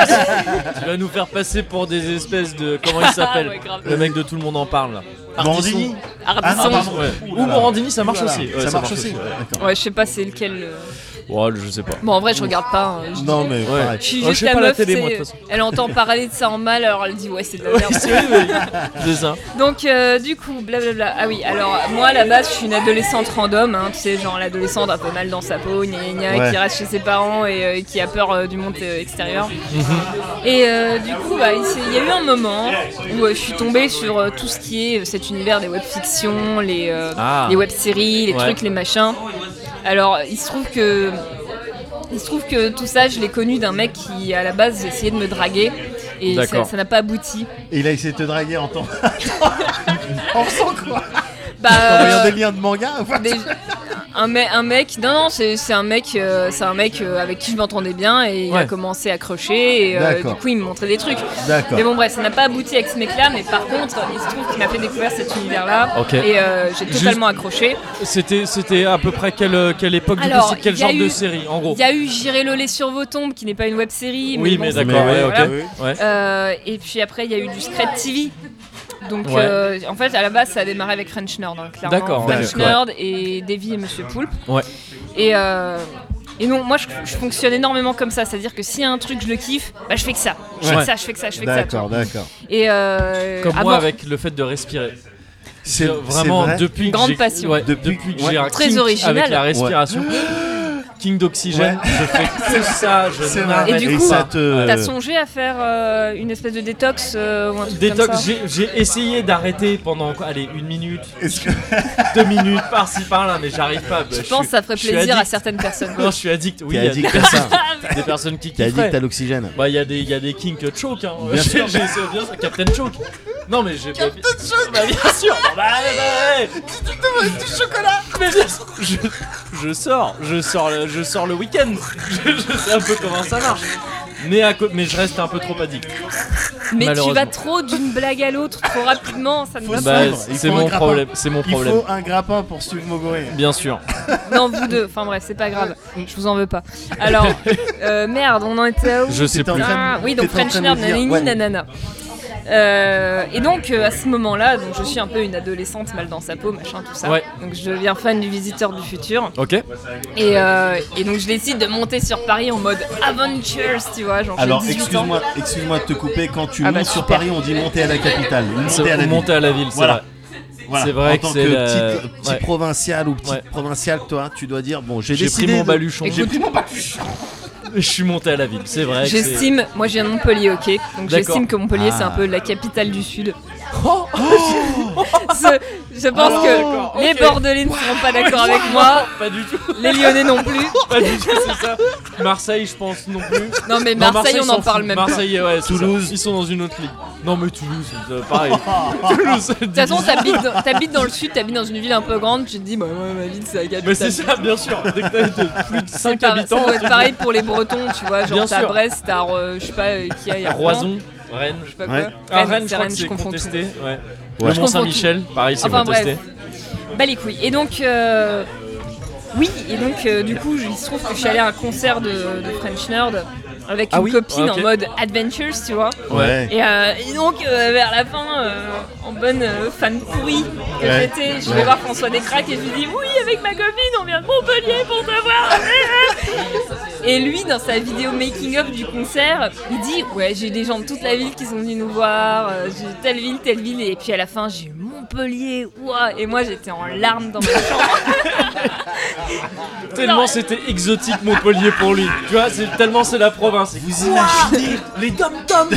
S3: Tu vas nous faire passer pour des espèces de comment il s'appelle
S2: Ah, Ouais, grave.
S3: Le mec de tout le monde en parle. là.
S1: Morandini Ah
S2: Ardisson.
S1: non, pardon.
S3: Ouais.
S1: Ouh là
S3: Ou
S1: là.
S3: Morandini, ça marche
S1: Ouh là là.
S3: aussi. Ouais,
S1: ça, marche aussi. ouais, d'accord.
S2: Ouais, je sais pas c'est lequel. euh.
S3: Ouais, je sais pas.
S2: Bon, en vrai, je regarde pas. hein, je-
S1: Non mais
S3: Ouais.
S1: pareil.
S2: Je suis
S3: Oh, je
S2: juste
S3: sais
S2: la
S3: pas la
S2: meuf,
S3: télé, moi,
S2: c'est-
S3: de toute façon.
S2: elle entend parler de ça en mal, alors elle dit ouais c'est de la merde.
S3: C'est vrai, mais- C'est ça.
S2: Donc euh, du coup, blablabla. Ah oui, alors moi à la base je suis une adolescente random, hein, tu sais, genre l'adolescente un peu mal dans sa peau, gna gna gna,
S1: Ouais.
S2: qui reste chez ses parents et euh, qui a peur euh, du monde euh, extérieur.
S3: Mhm.
S2: Et euh, du coup, bah, il s'est- il y a eu un moment où euh, je suis tombée sur euh, tout ce qui est euh, cet univers des webfictions, les, euh,
S3: Ah.
S2: les web-séries, les
S3: Ouais.
S2: trucs, les machins. Alors il se trouve que il se trouve que tout ça, je l'ai connu d'un mec qui, à la base, essayait de me draguer. Et ça-
S3: D'accord.
S2: ça n'a pas abouti.
S1: Et il a essayé de te draguer en temps. On ressent quoi
S2: Bah,
S1: T'as
S2: euh,
S1: regardé des liens de manga ou quoi
S2: des- un, me- un mec, non, non, c'est c'est un mec, euh, c'est un mec euh, avec qui je m'entendais bien et il a
S3: Ouais.
S2: commencé à crocher et euh,
S1: D'accord.
S2: du coup il me montrait des trucs.
S1: D'accord.
S2: Mais bon, bref, ça n'a pas abouti avec ce mec-là, mais par contre, il se trouve qu'il m'a fait découvrir cet univers-là
S3: Ok.
S2: et euh, j'ai
S3: Juste-
S2: totalement accroché.
S3: C'était, c'était à peu près quelle, euh, quelle époque du coup,
S2: Alors,
S3: c'est quel
S2: il y a
S3: genre de
S2: eu-
S3: série en gros
S2: Il y a eu J'irai le lait sur vos tombes qui n'est pas une web série,
S3: Oui,
S2: mais,
S3: mais
S2: bon, c'est
S3: d'accord,
S2: pas-
S3: ouais,
S2: voilà.
S3: ok. Ouais.
S2: Euh, et puis après, il y a eu du Secret TV. Donc,
S3: Ouais.
S2: euh, en fait, à la base, ça a démarré avec French Nerd, hein, clairement.
S3: D'accord,
S2: French
S3: d'accord.
S2: Nerd et Davy et Monsieur Poulpe.
S3: Ouais.
S2: Et, euh, et non, moi, je, je fonctionne énormément comme ça. C'est-à-dire que s'il y a un truc, je le kiffe, bah, je fais que ça. Je fais
S3: Ouais.
S2: que ça, je fais que ça, je fais que ça. tu vois.
S1: D'accord, d'accord.
S2: Et euh,
S3: Comme
S2: avant-
S3: moi avec le fait de respirer.
S1: C'est
S3: vraiment
S1: c'est vrai
S3: depuis
S2: Grande
S3: que j'ai-
S2: passion.
S3: ouais,
S1: Depuis-
S3: depuis, que
S1: ouais.
S3: j'ai un
S2: Très
S3: kink
S2: original.
S3: avec la respiration. King d'oxygène,
S1: Ouais.
S3: je fais que ça, je
S1: C'est vrai.
S2: Et
S3: n'arrête
S2: du coup,
S1: ça te...
S2: T'as songé à faire euh, une espèce de détox euh, ou un truc comme
S3: Détox,
S2: ça
S3: j'ai- j'ai essayé d'arrêter pendant quoi, allez une minute,
S1: Est-ce que-
S3: deux minutes, par-ci par-là, mais j'arrive pas. Bah,
S2: Je pense que ça ferait plaisir à certaines personnes.
S3: Non, je suis addict.
S1: T'es
S3: Oui, il y a
S1: addict
S3: des,
S1: à ça.
S3: des personnes qui
S1: T'es addict à
S3: kiffent.
S1: l'oxygène.
S3: Bah, il y a des, il y a des kinks choke. Hein.
S1: Bien
S3: J'ai-
S1: sûr.
S3: j'ai- c'est bien sûr, Captain choke. Non, mais j'ai. Captain choke. Bah, bien sûr. Bah, bah, ouais. Mais bien sûr, je, je sors, je sors le, je sors le week-end. Je, je sais un peu comment ça marche. Mais, à co- mais je reste un peu trop addict.
S2: Mais tu vas
S3: Malheureusement.
S2: trop d'une blague à l'autre trop rapidement, ça ne
S1: Faut
S2: va
S1: Bah,
S2: pas.
S1: suivre, il
S3: c'est
S1: faut un
S3: mon
S1: grappin.
S3: problème. C'est mon
S1: Il
S3: problème.
S1: faut un grappin pour suivre Mogoré.
S3: Bien sûr.
S2: Non, vous deux. Enfin bref, c'est pas grave. Je vous en veux pas. Alors, euh, merde, on en était où
S3: Je sais
S1: T'es en
S3: plus.
S1: train
S2: Ah,
S1: de-
S2: Oui, donc
S1: t'es en
S2: French
S1: train de
S2: Nerd,
S1: me dire,
S2: nanani,
S1: ouais.
S2: nanana. Euh, et donc euh, à ce moment-là, donc je suis un peu une adolescente mal dans sa peau, machin, tout ça.
S3: Ouais.
S2: Donc je deviens fan du Visiteur du futur.
S3: Ok.
S2: Et, euh, et donc je décide de monter sur Paris en mode Avengers, tu vois. Genre, j'ai
S1: Alors,
S2: 18 ans.
S1: excuse-moi, excuse-moi de te couper. Quand tu
S2: Ah bah,
S1: montes sur
S2: super.
S1: Paris, on dit monter à la capitale. Monter à la
S3: C'est
S1: ville.
S3: monter à la ville. C'est
S1: Voilà.
S3: vrai.
S1: Voilà.
S3: C'est vrai
S1: en
S3: que
S1: tant que,
S3: c'est la-
S1: petit, euh, petit
S3: ouais.
S1: provincial ou petit
S3: Ouais.
S1: provincial, toi, tu dois dire bon, j'ai
S3: J'ai
S1: décidé
S3: pris mon
S1: de-
S3: baluchon.
S1: J'ai pris mon baluchon.
S3: Je suis monté à la ville. C'est vrai. que c'est-
S2: J'estime, moi je viens de Montpellier, ok Donc
S3: D'accord.
S2: j'estime que Montpellier c'est un
S1: Ah.
S2: peu la capitale du Sud.
S3: Oh
S2: Ce- je pense
S3: Oh,
S2: que
S3: d'accord,
S2: les
S3: ok.
S2: Bordelais ne seront pas d'accord avec moi,
S3: Pas du tout.
S2: les Lyonnais non plus.
S3: Pas du tout. C'est ça. Marseille, je pense non plus.
S2: Non mais
S3: Non,
S2: Marseille, on
S3: s'en
S2: en parle
S3: fout.
S2: même pas. De
S3: Marseille, ouais, c'est
S1: Toulouse.
S3: ça. ils sont dans une autre ligue. Non mais Toulouse, c'est, euh, pareil. Toulouse.
S2: toute façon, t'habites dans, t'habites dans le Sud, t'habites dans une ville un peu grande, tu te dis, bah ouais, ma ville c'est la
S3: Mais
S2: capitale.
S3: c'est ça, bien sûr. Dès que t'as de plus de 5
S2: Par- ça
S3: habitants,
S2: doit être pareil pour les Bretons, tu vois. Genre
S3: Bien
S2: t'as
S3: sûr.
S2: Brest, t'as, euh, je sais pas, euh, qui a, il y a Rouen,
S3: Roison, Rennes.
S2: je sais pas
S1: Ouais.
S2: quoi.
S3: Ah, Rennes,
S2: c'est
S3: je crois que
S2: je
S3: c'est
S2: confonds tout.
S3: contesté. Ouais.
S1: Ouais.
S3: Le Mont-Saint-Michel, pareil, c'est
S2: Enfin, bref.
S3: contesté.
S2: Bah les couilles. Et donc, euh, oui, et donc euh, du coup, je- il se trouve que je suis allée à un concert de, de French Nerd avec une
S3: Ah oui
S2: copine
S3: Ah, ok.
S2: en mode adventures, tu vois.
S1: Ouais.
S2: Et, euh, et donc, euh, vers la fin, euh, en bonne euh, fan pourrie que
S1: Ouais.
S2: j'étais, je vais
S1: Ouais.
S2: voir François Descraques et je lui dis Oui, avec ma copine, on vient de Montpellier pour te voir. et lui, dans sa vidéo making-of du concert, il dit Ouais, j'ai des gens de toute la ville qui sont venus nous voir, euh, j'ai telle ville, telle ville. Et puis à la fin, j'ai eu Montpellier, ouah. Et moi, j'étais en larmes dans ma chambre.
S3: Tellement c'était exotique Montpellier pour lui. Tu vois, c'est tellement c'est la province.
S1: Vous imaginez
S3: les dom-toms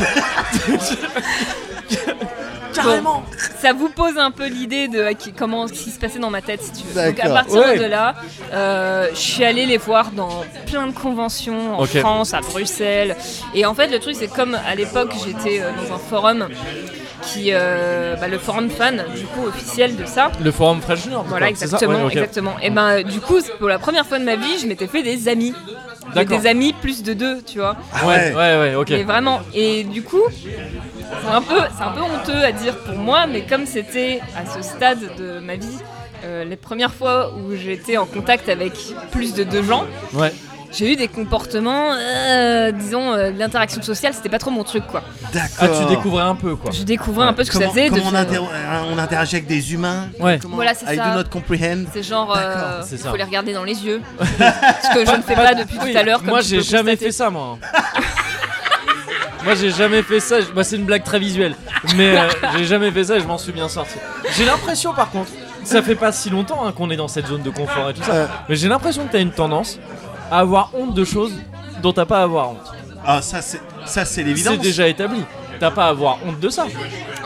S1: Carrément
S2: ça vous pose un peu l'idée de à qui- comment ce qui se passait dans ma tête si tu veux. Donc à
S1: D'accord.
S2: partir
S3: Ouais.
S2: de là, euh, je suis allée les voir dans plein de conventions en
S3: Ok.
S2: France, à Bruxelles. Et en fait le truc c'est comme à l'époque j'étais euh, dans un forum qui euh, bah, le forum fan du coup officiel de ça.
S3: Le forum French Nord.
S2: Voilà,
S3: quoi, c'est ça
S2: exactement,
S3: Ouais, ok.
S2: exactement. Et ben, euh, du coup, pour la première fois de ma vie, je m'étais fait des amis. Mais
S3: D'accord.
S2: Des amis plus de deux, tu vois.
S1: Ah
S3: Ouais,
S1: ouais.
S3: ouais, ouais, ok.
S2: Mais vraiment. Et du coup, c'est un, peu, c'est un peu honteux à dire pour moi, mais comme c'était à ce stade de ma vie, euh, les premières fois où j'étais en contact avec plus de deux gens,
S3: Ouais.
S2: j'ai eu des comportements, euh, disons, euh, de l'interaction sociale, c'était pas trop mon truc, quoi.
S1: D'accord.
S3: Ah, tu découvrais un peu quoi.
S2: Je découvrais un peu ce que
S1: Comment,
S2: ça faisait. de
S1: comment on,
S2: faire-
S1: inter- euh, on interagit avec des humains
S3: Ouais.
S1: Comment-
S2: Voilà, c'est
S1: I
S2: ça.
S1: do not comprehend.
S2: C'est genre, euh,
S3: c'est ça.
S2: faut les regarder dans les yeux. ce que je ne fais pas depuis
S3: Oui,
S2: tout à l'heure. comme
S3: Moi,
S2: tu
S3: j'ai
S2: peux
S3: jamais
S2: constater.
S3: fait ça, moi. moi, j'ai jamais fait ça. Je- Moi, c'est une blague très visuelle. Mais euh, j'ai jamais fait ça et je m'en suis bien sorti. J'ai l'impression, par contre, ça fait pas si longtemps hein, qu'on est dans cette zone de confort et tout ça.
S1: Euh.
S3: Mais j'ai l'impression que t'as une tendance à avoir honte de choses dont t'as pas à avoir honte.
S1: Ah, ça, c'est, ça, c'est l'évidence.
S3: C'est déjà établi. T'as pas à avoir honte de ça.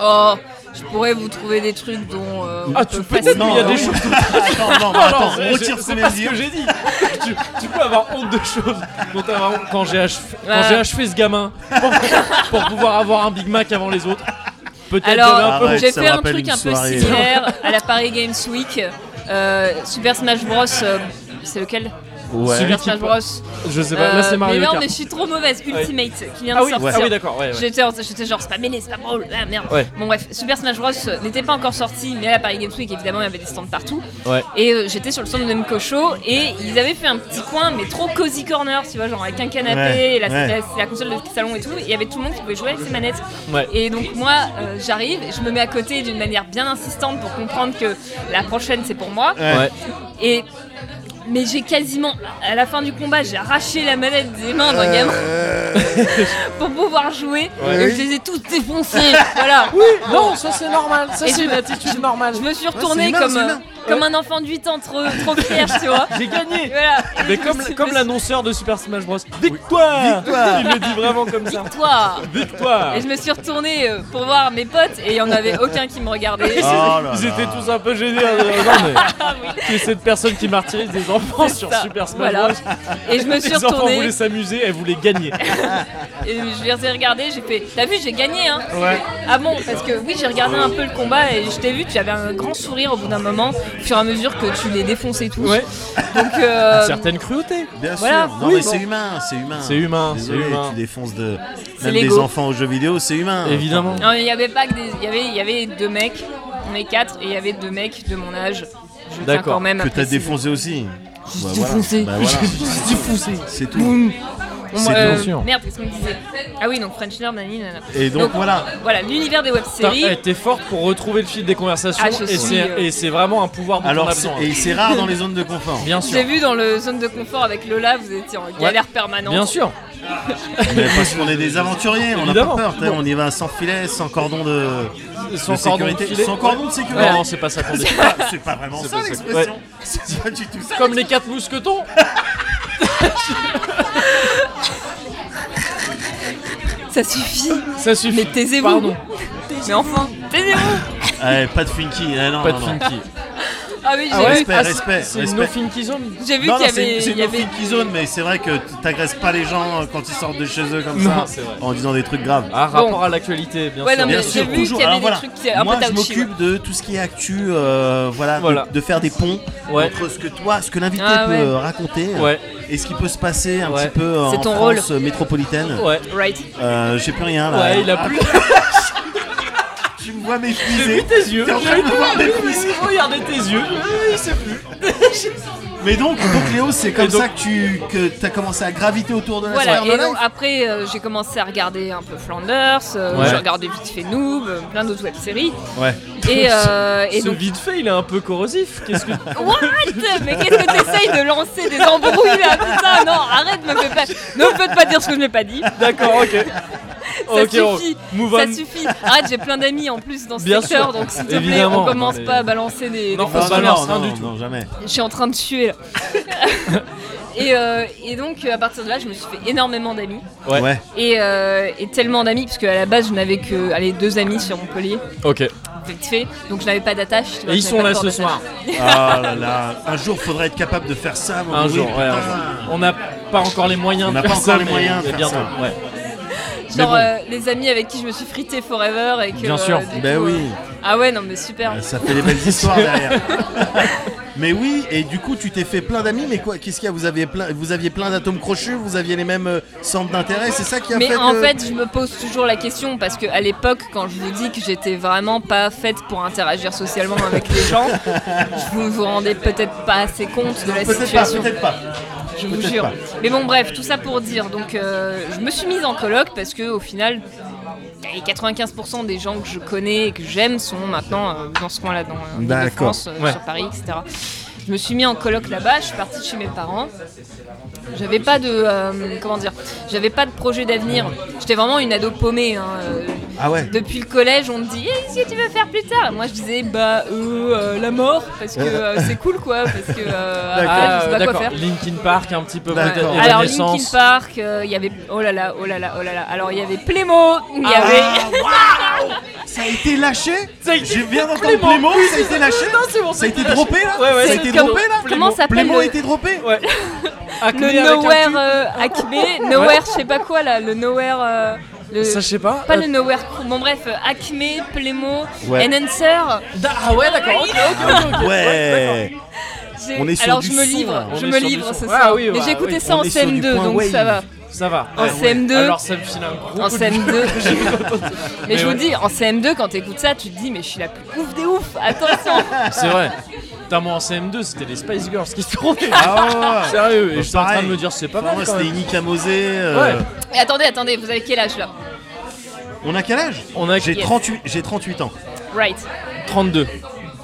S2: Oh, je pourrais vous trouver des trucs dont. euh, on
S3: Ah, tu
S2: peut
S3: peux
S2: facilement-
S3: il y a des
S1: oui.
S3: choses-
S1: non, non, mais attends,
S3: c'est-
S1: on retire
S3: c'est-
S1: ce
S3: c'est
S1: qu'on
S3: pas
S1: vient de
S3: ce
S1: dire.
S3: que j'ai dit. tu, tu peux avoir honte de choses dont t'as vraiment- quand j'ai achevé, quand
S2: Ouais.
S3: j'ai achevé ce gamin pour, pour pouvoir avoir un Big Mac avant les autres. Peut-être j'avais un
S2: Alors,
S3: peu
S1: Arrête,
S2: j'ai
S1: ça
S2: fait
S1: me
S2: un
S1: rappelle
S2: truc
S1: une
S2: un peu
S1: soirée.
S2: similaire à la Paris Games Week. Euh, Super Smash Bros. euh, c'est lequel
S3: Celui
S1: Ouais.
S2: Super
S3: qui
S2: Smash
S3: pa-
S2: Bros.
S3: Je sais pas, là c'est
S2: Euh, mais
S3: Mario
S2: non,
S3: Kart.
S2: mais je suis trop mauvaise. Ultimate qui vient
S3: Ah
S2: de
S3: oui,
S2: sortir.
S3: ah oui, d'accord, ouais, ouais.
S2: J'étais en- J'étais genre, c'est pas mêlé, c'est pas drôle, ah merde.
S3: Ouais.
S2: Bon, bref, Super Smash Bros. euh, n'était pas encore sorti, mais à la Paris Games Week, évidemment, il y avait des stands partout.
S3: Ouais.
S2: Et euh, j'étais sur le stand de Nemco Show et ils avaient fait un petit coin, mais trop cozy corner, tu vois, genre avec un canapé,
S1: Ouais,
S2: et la,
S1: ouais.
S2: la- la console de salon et tout. et Il y avait tout le monde qui pouvait jouer avec ses manettes.
S3: Ouais.
S2: Et donc, moi, euh, j'arrive, je me mets à côté d'une manière bien insistante pour comprendre que la prochaine, c'est pour moi.
S3: Ouais.
S2: Et. Mais j'ai quasiment, à la fin du combat, j'ai arraché la manette des mains d'un gamin pour pouvoir jouer.
S3: Ouais.
S2: Et je les ai tous défoncés. voilà.
S3: Non, ça c'est normal, ça
S2: Et
S3: c'est
S2: je-
S3: une attitude normale.
S2: Je me suis retournée
S1: humain,
S2: comme,
S1: c'est
S2: euh,
S1: humain.
S2: comme un enfant de 8 ans trop, trop fier, tu vois.
S3: J'ai gagné
S2: Voilà. Et
S3: Mais
S2: je
S3: comme,
S2: me suis-
S3: comme
S2: je me
S3: l'annonceur de Super Smash Bros. Victoire Il le dit vraiment comme ça.
S2: suis- Toi
S3: Victoire
S2: Et je me suis retournée euh, pour voir mes potes et il n'y en avait aucun qui me regardait.
S1: Oh là
S3: Ils
S1: là.
S3: étaient tous un peu gênés. euh, non, mais- qui est cette personne qui martyrise des enfants sur
S2: Ah Ça,
S3: Super Smash
S2: voilà.
S3: Bros.
S2: Et je me suis
S3: Les enfants voulaient
S2: retournée
S3: s'amuser, elles voulaient gagner.
S2: et je les ai regardés. J'ai fait T'as vu, j'ai gagné. Hein. Ah bon Parce que oui, j'ai regardé un peu le combat et je t'ai vu, tu avais un grand sourire au bout d'un moment, au fur et à mesure que tu les défonçais tous.
S3: Ouais.
S2: Donc, euh,
S3: Certaines cruautés.
S1: Bien
S2: Voilà,
S1: sûr. Non,
S2: oui,
S1: mais
S2: bon.
S1: c'est humain, c'est humain.
S3: C'est humain,
S1: Désolé,
S3: c'est humain.
S1: tu défonces de...
S2: C'est
S1: même des
S2: l'ego.
S1: enfants aux jeux vidéo, c'est humain.
S3: Évidemment.
S2: Non, mais il y avait pas que des. Il y avait, il y avait deux mecs, on est quatre, et il y avait deux mecs de mon âge. Je tiens
S3: D'accord.
S2: Quand même à
S1: Que t'as
S2: préciser.
S1: défoncé aussi.
S2: Juste
S1: Bah voilà.
S2: défoncé.
S1: Bah voilà. C'est tout.
S2: Bon,
S1: C'est
S2: euh,
S3: bien sûr.
S2: Merde, qu'est-ce qu'on disait Ah oui, donc French Nerd, nani, nana.
S1: Et donc,
S2: Donc-
S1: voilà.
S2: Voilà, l'univers des
S3: Putain,
S2: web-séries.
S3: eh, T'es forte pour retrouver le fil des conversations
S2: Ah, je
S3: et
S2: suis,
S3: c'est
S2: euh,
S3: et c'est vraiment un pouvoir dont on
S1: Alors,
S3: a
S1: c'est-
S3: besoin.
S1: et c'est rare dans les zones de confort.
S3: Bien
S2: J'ai
S3: sûr.
S2: vu dans le zone de confort avec Lola, vous étiez en galère permanente.
S3: Bien sûr.
S1: Mais parce qu'on est des aventuriers, on n'a
S3: Évidemment.
S1: pas peur. t'as, On y va sans filet, sans cordon de,
S3: Sans
S1: de
S3: cordon de
S1: sécurité.
S3: filet.
S1: Sans cordon de sécurité.
S3: Non, c'est pas ça qu'on dit.
S1: C'est pas- c'est pas vraiment
S3: C'est
S1: ça
S3: pas ça.
S1: l'expression.
S3: Ouais.
S1: C'est pas du tout ça.
S3: Comme les quatre mousquetons.
S2: Ça suffit.
S3: Ça suffit.
S2: Mais taisez-vous.
S3: Pardon.
S2: Mais enfin, taisez-vous.
S1: Ouais, pas de Finky. eh, non,
S3: Pas de
S1: non, non.
S3: Finky.
S2: Ah oui, j'ai
S1: ouais
S2: vu.
S1: Respect,
S3: c'est-
S1: respect,
S3: C'est une
S1: respect.
S3: no Finky zone.
S2: J'ai vu
S1: Non,
S2: qu'il
S1: non,
S2: y
S1: c'est
S2: avait.
S1: c'est
S2: il y
S1: une
S2: avait...
S1: Finky zone, mais c'est vrai que t- t'agresses pas les gens euh, quand ils sortent de chez eux comme
S3: Non,
S1: ça
S3: c'est vrai.
S1: en disant des trucs graves.
S3: Ah,
S2: Bon.
S3: rapport à l'actualité, bien
S2: Ouais,
S3: sûr.
S2: non, mais
S1: Bien
S2: j'ai
S1: sûr,
S2: vu qu'il y
S1: toujours.
S2: avait
S1: Alors
S2: des
S1: voilà,
S2: trucs qui- un peu
S1: moi je
S2: touchy,
S1: m'occupe de tout ce qui est actu, euh, voilà, de-
S3: Voilà.
S1: De, faire des ponts
S3: Ouais.
S1: entre ce que toi, ce que l'invité
S2: Ah,
S1: peut
S2: ouais.
S1: euh, raconter euh,
S3: Ouais.
S1: et ce qui peut se passer un
S3: Ouais.
S1: petit peu euh,
S2: C'est
S1: en
S2: ton
S1: France euh, métropolitaine.
S3: Ouais.
S2: Right.
S1: Euh, j'ai plus rien là.
S3: Ouais, il a plus.
S1: Tu me vois
S3: J'ai
S1: m'épuiser.
S3: vu tes yeux.
S1: T'es en
S3: J'ai
S1: train
S3: vu
S1: de voir
S3: tes
S1: des
S3: yeux.
S1: puces.
S3: Regardez tes yeux. Euh, Il sait plus.
S1: Mais donc, donc Léo, c'est comme
S3: Et donc-
S1: ça que tu que as commencé à graviter autour de la
S2: Voilà,
S1: sphère de
S2: et
S1: life.
S2: donc après euh, j'ai commencé à regarder un peu Flanders, euh,
S3: Ouais.
S2: j'ai regardé vite fait Noob, euh, plein d'autres web-séries.
S1: Ouais.
S2: Et, euh, et
S3: Ce
S2: donc.
S3: vite fait, il est un peu corrosif. Qu'est-ce que
S2: What Mais qu'est-ce que t'essayes de lancer des embrouilles là Putain, non, arrête, me fais pas. Ne me faites pas dire ce que je n'ai pas dit.
S3: D'accord, ok.
S2: Ça
S3: ok, on-
S2: suffit.
S3: Move
S2: Ça
S3: on.
S2: suffit. Arrête, j'ai plein d'amis en plus dans ce
S3: Bien
S2: secteur,
S3: sûr.
S2: donc s'il te
S3: Évidemment.
S2: plaît, on commence
S3: Non, mais-
S2: pas à balancer des. des
S3: Non, on
S1: Non,
S2: fausses
S3: se
S1: non,
S2: balances.
S1: non,
S3: balance rien
S1: non,
S3: du tout.
S1: non, jamais.
S2: Je suis en train de tuer là. et, euh, et donc, à partir de là, je me suis fait énormément d'amis.
S3: Ouais.
S1: Ouais.
S2: Et, euh, et tellement d'amis, parce qu'à la base, je n'avais que allez, deux amis sur Montpellier,
S3: Ok. Et
S2: vite fait. Donc, je n'avais pas d'attache. tu vois,
S3: ils
S2: je
S3: sont
S2: n'avais
S3: là
S2: pas
S3: ce
S2: encore
S3: soir.
S2: d'attache.
S1: Ah là là, un jour faudrait être capable de faire ça. mon
S3: Un
S1: bruit,
S3: jour. ouais,
S1: putain.
S3: un jour. On n'a pas encore les moyens
S1: On
S3: de
S1: n'a
S3: faire
S1: pas
S3: ça,
S1: encore les
S3: mais-
S1: moyens de
S3: mais
S1: faire
S3: bientôt.
S1: ça.
S3: Ouais.
S2: Genre,
S3: Mais bon.
S2: euh, les amis avec qui je me suis fritée forever. Et que,
S3: Bien sûr.
S2: du
S1: Ben
S2: coup,
S1: oui.
S2: euh, Ah ouais, non, mais super.
S1: Ça fait des belles histoires derrière. mais oui, et du coup, tu t'es fait plein d'amis, mais quoi Qu'est-ce qu'il y a Vous aviez plein, vous aviez plein d'atomes crochus, vous aviez les mêmes euh, centres d'intérêt, c'est ça qui a
S2: Mais
S1: fait
S2: en
S1: que-
S2: fait, je me pose toujours la question parce que à l'époque, quand je vous dis que j'étais vraiment pas faite pour interagir socialement avec les gens, je vous vous rendez peut-être pas assez compte de la
S1: peut-être pas,
S2: situation.
S1: peut-être pas.
S2: je vous
S1: peut-être
S2: jure.
S1: pas.
S2: Mais bon, bref, tout ça pour dire. Donc, euh, je me suis mise en coloc parce que au final, les 95% des gens que je connais et que j'aime sont maintenant euh, dans ce coin-là, dans euh, en
S1: D'accord.
S2: Île-de-France, euh,
S3: Ouais.
S2: sur Paris, etc. Je me suis mis en coloc là-bas. Je suis partie de chez mes parents. J'avais pas de euh, comment dire, j'avais pas de projet d'avenir. J'étais vraiment une ado paumée. hein, euh,
S1: Ah ouais.
S2: Depuis le collège, on me dit Eh, qu'est-ce que tu veux faire plus tard. Moi, je disais bah euh, euh, la mort parce que euh, c'est cool quoi, parce que euh, après,
S3: Ah,
S2: je sais pas quoi
S3: d'accord.
S2: faire.
S3: Linkin Park, un petit peu
S1: D'accord.
S3: peut-être. et
S2: Alors
S3: Renaissance.
S2: Linkin Park, euh, il y avait oh là là, oh là là, oh là là. Alors il y avait Plémo, il y avait
S1: Ah, waouh Ça a été lâché
S3: Ça a été-
S1: J'ai bien entendu
S3: Clément.
S1: Clément, ça a été lâché
S3: Putain, c'est bon,
S1: Ça a été
S3: lâché.
S1: droppé là
S3: Ouais, ouais,
S1: Ça a
S3: c'est
S1: été
S2: comme-
S1: droppé là
S2: Comment s'appelle
S1: Clément a
S2: le-
S1: été droppé
S3: Ouais. Acme Ah, avec
S2: le
S3: un
S2: Nowhere
S3: cul.
S2: euh, Acme, Nowhere, je sais pas quoi là, le Nowhere. euh, le-
S3: Ça, je sais pas.
S2: Pas
S3: Euh,
S2: le Nowhere Crew, bon bref, euh, Acme, Plémo,
S1: Ouais.
S2: Enhancer.
S3: da- Ah ouais, d'accord. ok, ok, ok, ok.
S1: Ah Ouais
S2: J'ai-
S1: On est sur
S2: Alors
S1: du
S2: je me
S1: son, là.
S2: livre,
S3: On
S2: je
S3: est
S2: me
S3: sur du
S2: livre
S3: son.
S2: ce
S3: Ah
S2: soir.
S3: oui, ouais,
S2: Mais j'ai écouté
S3: oui.
S2: ça
S1: On
S2: en
S1: est sur du
S2: CM2,
S1: point
S2: donc
S1: wave.
S2: ça va.
S3: Ça va.
S2: En
S3: Ouais.
S2: CM2.
S3: Alors ça me file un gros
S2: En
S3: coup de-
S2: CM2. mais je
S3: ouais.
S2: vous dis, en CM2, quand t'écoutes ça, tu te dis, mais je suis la plus ouf des oufs, attention!
S3: C'est vrai. Putain, moi en CM2, c'était les Spice Girls qui se tournaient.
S1: Ah ouais, ouais
S3: Sérieux,
S1: Bah,
S3: et je suis en train de
S1: pareil.
S3: me dire, c'est pas
S1: Pour
S3: mal.
S1: moi,
S3: quand
S1: c'était euh,
S3: même.
S1: Inique Amosé.
S3: Ouais.
S2: Et attendez, attendez, vous avez quel âge là?
S1: On a quel âge
S3: On a
S1: J'ai
S2: Yes.
S1: 38, j'ai 38 ans.
S2: Right,
S3: 32.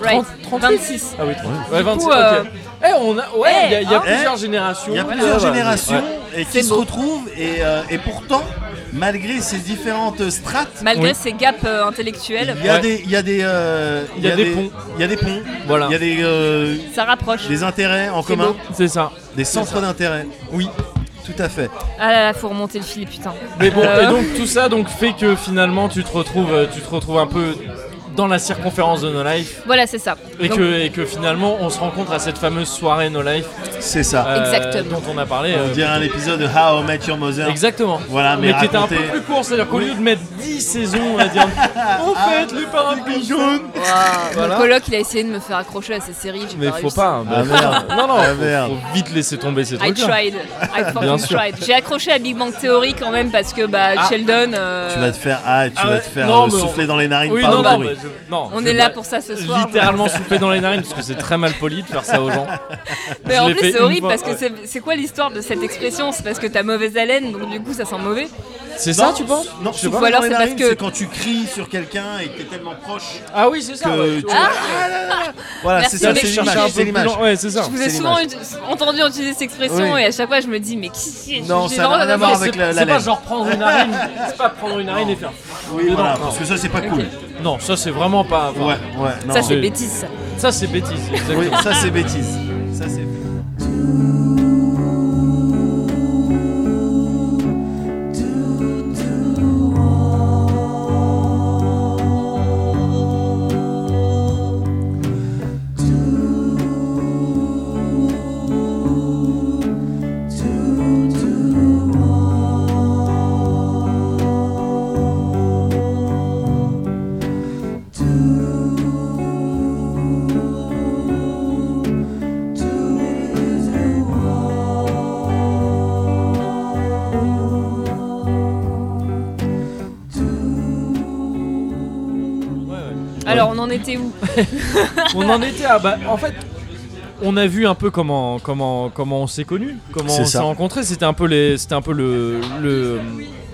S2: right,
S3: 30,
S2: 26.
S3: Ah oui, 30. Ouais, 26.
S2: coup, euh,
S3: ok. Eh, on a, ouais, il y a, il y a
S2: hein.
S3: plusieurs générations.
S1: Il y a
S3: Ouais,
S1: plusieurs
S3: ouais,
S1: générations
S3: ouais.
S1: et qui
S2: C'est
S1: se
S2: beau.
S1: retrouvent et, euh, et pourtant, malgré ces différentes strates,
S2: Malgré
S3: Oui.
S2: ces gaps euh, intellectuels,
S1: il y a
S3: Ouais.
S1: des, il y a des, euh,
S3: Il y a des ponts.
S1: il y a des ponts.
S3: Voilà.
S1: Il y a des, euh,
S2: ça rapproche.
S1: des intérêts en
S2: C'est
S1: commun,
S2: beau.
S3: C'est ça.
S1: des centres d'intérêt.
S3: Oui.
S1: Tout à fait.
S2: Ah là là, faut remonter le fil, putain.
S3: Mais bon,
S2: Euh.
S3: et donc tout ça donc fait que finalement tu te retrouves, euh, tu te retrouves un peu dans la circonférence de No Life
S2: Voilà, c'est ça.
S3: et
S2: Donc,
S3: que, et que finalement on se rencontre à cette fameuse soirée No Life
S1: C'est ça.
S3: euh,
S2: Exactement.
S3: dont on a parlé.
S1: On
S3: euh,
S1: dirait un épisode de How I Met Your Mother.
S3: Exactement.
S1: Voilà, mais
S3: qui était un peu
S1: raconté-
S3: plus court, c'est-à-dire qu'au
S1: Oui.
S3: lieu de mettre 10 saisons, on va dire en fait le parapluie jaune.
S2: Mon
S3: Voilà.
S2: coloc, il a essayé de me faire accrocher à ces séries. j'ai
S3: Mais
S2: pas
S3: faut
S2: réussi.
S3: pas. hein,
S1: Ah,
S3: faut-
S1: merde.
S3: Non, non,
S1: Ah,
S3: faut-
S1: merde.
S3: faut, vite laisser tomber ces
S2: I
S3: trucs-là.
S2: tried, I
S3: Bien
S2: fucking
S3: sûr.
S2: tried. J'ai accroché à Big Bang Theory quand même parce que bah
S3: Ah.
S2: Sheldon. euh,
S1: Tu vas te faire, ah, tu
S3: Ah
S1: vas
S3: ouais,
S1: te faire
S3: non,
S1: euh,
S3: mais on-
S1: souffler dans les narines
S3: Oui,
S1: par
S3: non,
S1: le
S3: non,
S1: bruit.
S3: bah, je- non,
S2: On
S3: je-
S2: est là pour ça ce soir.
S3: Littéralement souffler dans les narines parce que c'est très mal poli de faire ça aux gens.
S2: Mais
S3: je
S2: en
S3: l'ai fait
S2: plus c'est
S3: une
S2: horrible
S3: fois,
S2: parce que
S3: ouais.
S2: c'est- c'est quoi l'histoire de cette expression C'est parce que t'as mauvaise haleine donc du coup ça sent mauvais.
S3: C'est
S1: Non,
S3: ça, tu penses
S1: Non,
S3: je sais
S1: souffler
S3: pas.
S2: Ou alors
S1: dans les
S2: c'est parce
S1: narines,
S2: que-
S1: quand tu cries sur quelqu'un et que t'es tellement proche
S3: Ah oui, c'est ça.
S1: que
S3: ouais.
S1: tu. Ah là là là. Voilà,
S2: Merci,
S1: c'est ça,
S2: mais
S1: c'est
S2: je
S1: l'image.
S2: cherchais un
S1: C'est l'image.
S3: Ouais, c'est ça.
S2: Je vous
S1: C'est
S2: ai souvent
S1: l'image.
S2: ut- entendu utiliser cette expression
S1: Oui.
S2: et à chaque fois je me dis mais qui
S1: Non,
S2: j'ai
S1: ça n'a
S2: vraiment
S1: rien à
S2: la
S1: voir
S2: même-
S1: avec
S3: C'est-
S1: la- la
S3: C'est pas
S1: laine.
S3: genre prendre une narine, c'est pas prendre une narine et faire.
S1: Oui, voilà,
S3: non.
S1: parce que ça, c'est pas cool.
S3: Non, ça c'est vraiment pas. enfin,
S1: Ouais, ouais, non.
S2: Ça c'est
S3: Oui.
S2: bêtise. ça.
S3: Ça c'est bêtise. exactement.
S1: Oui, ça, c'est bêtise. Ça, c'est.
S3: Ouais, ouais.
S2: Alors on en était où
S3: On en était à. Bah, en fait, on a vu un peu comment, comment, comment on s'est connus, comment
S1: C'est
S3: on
S1: ça.
S3: s'est rencontrés. C'était un peu, les, c'était un peu le, le,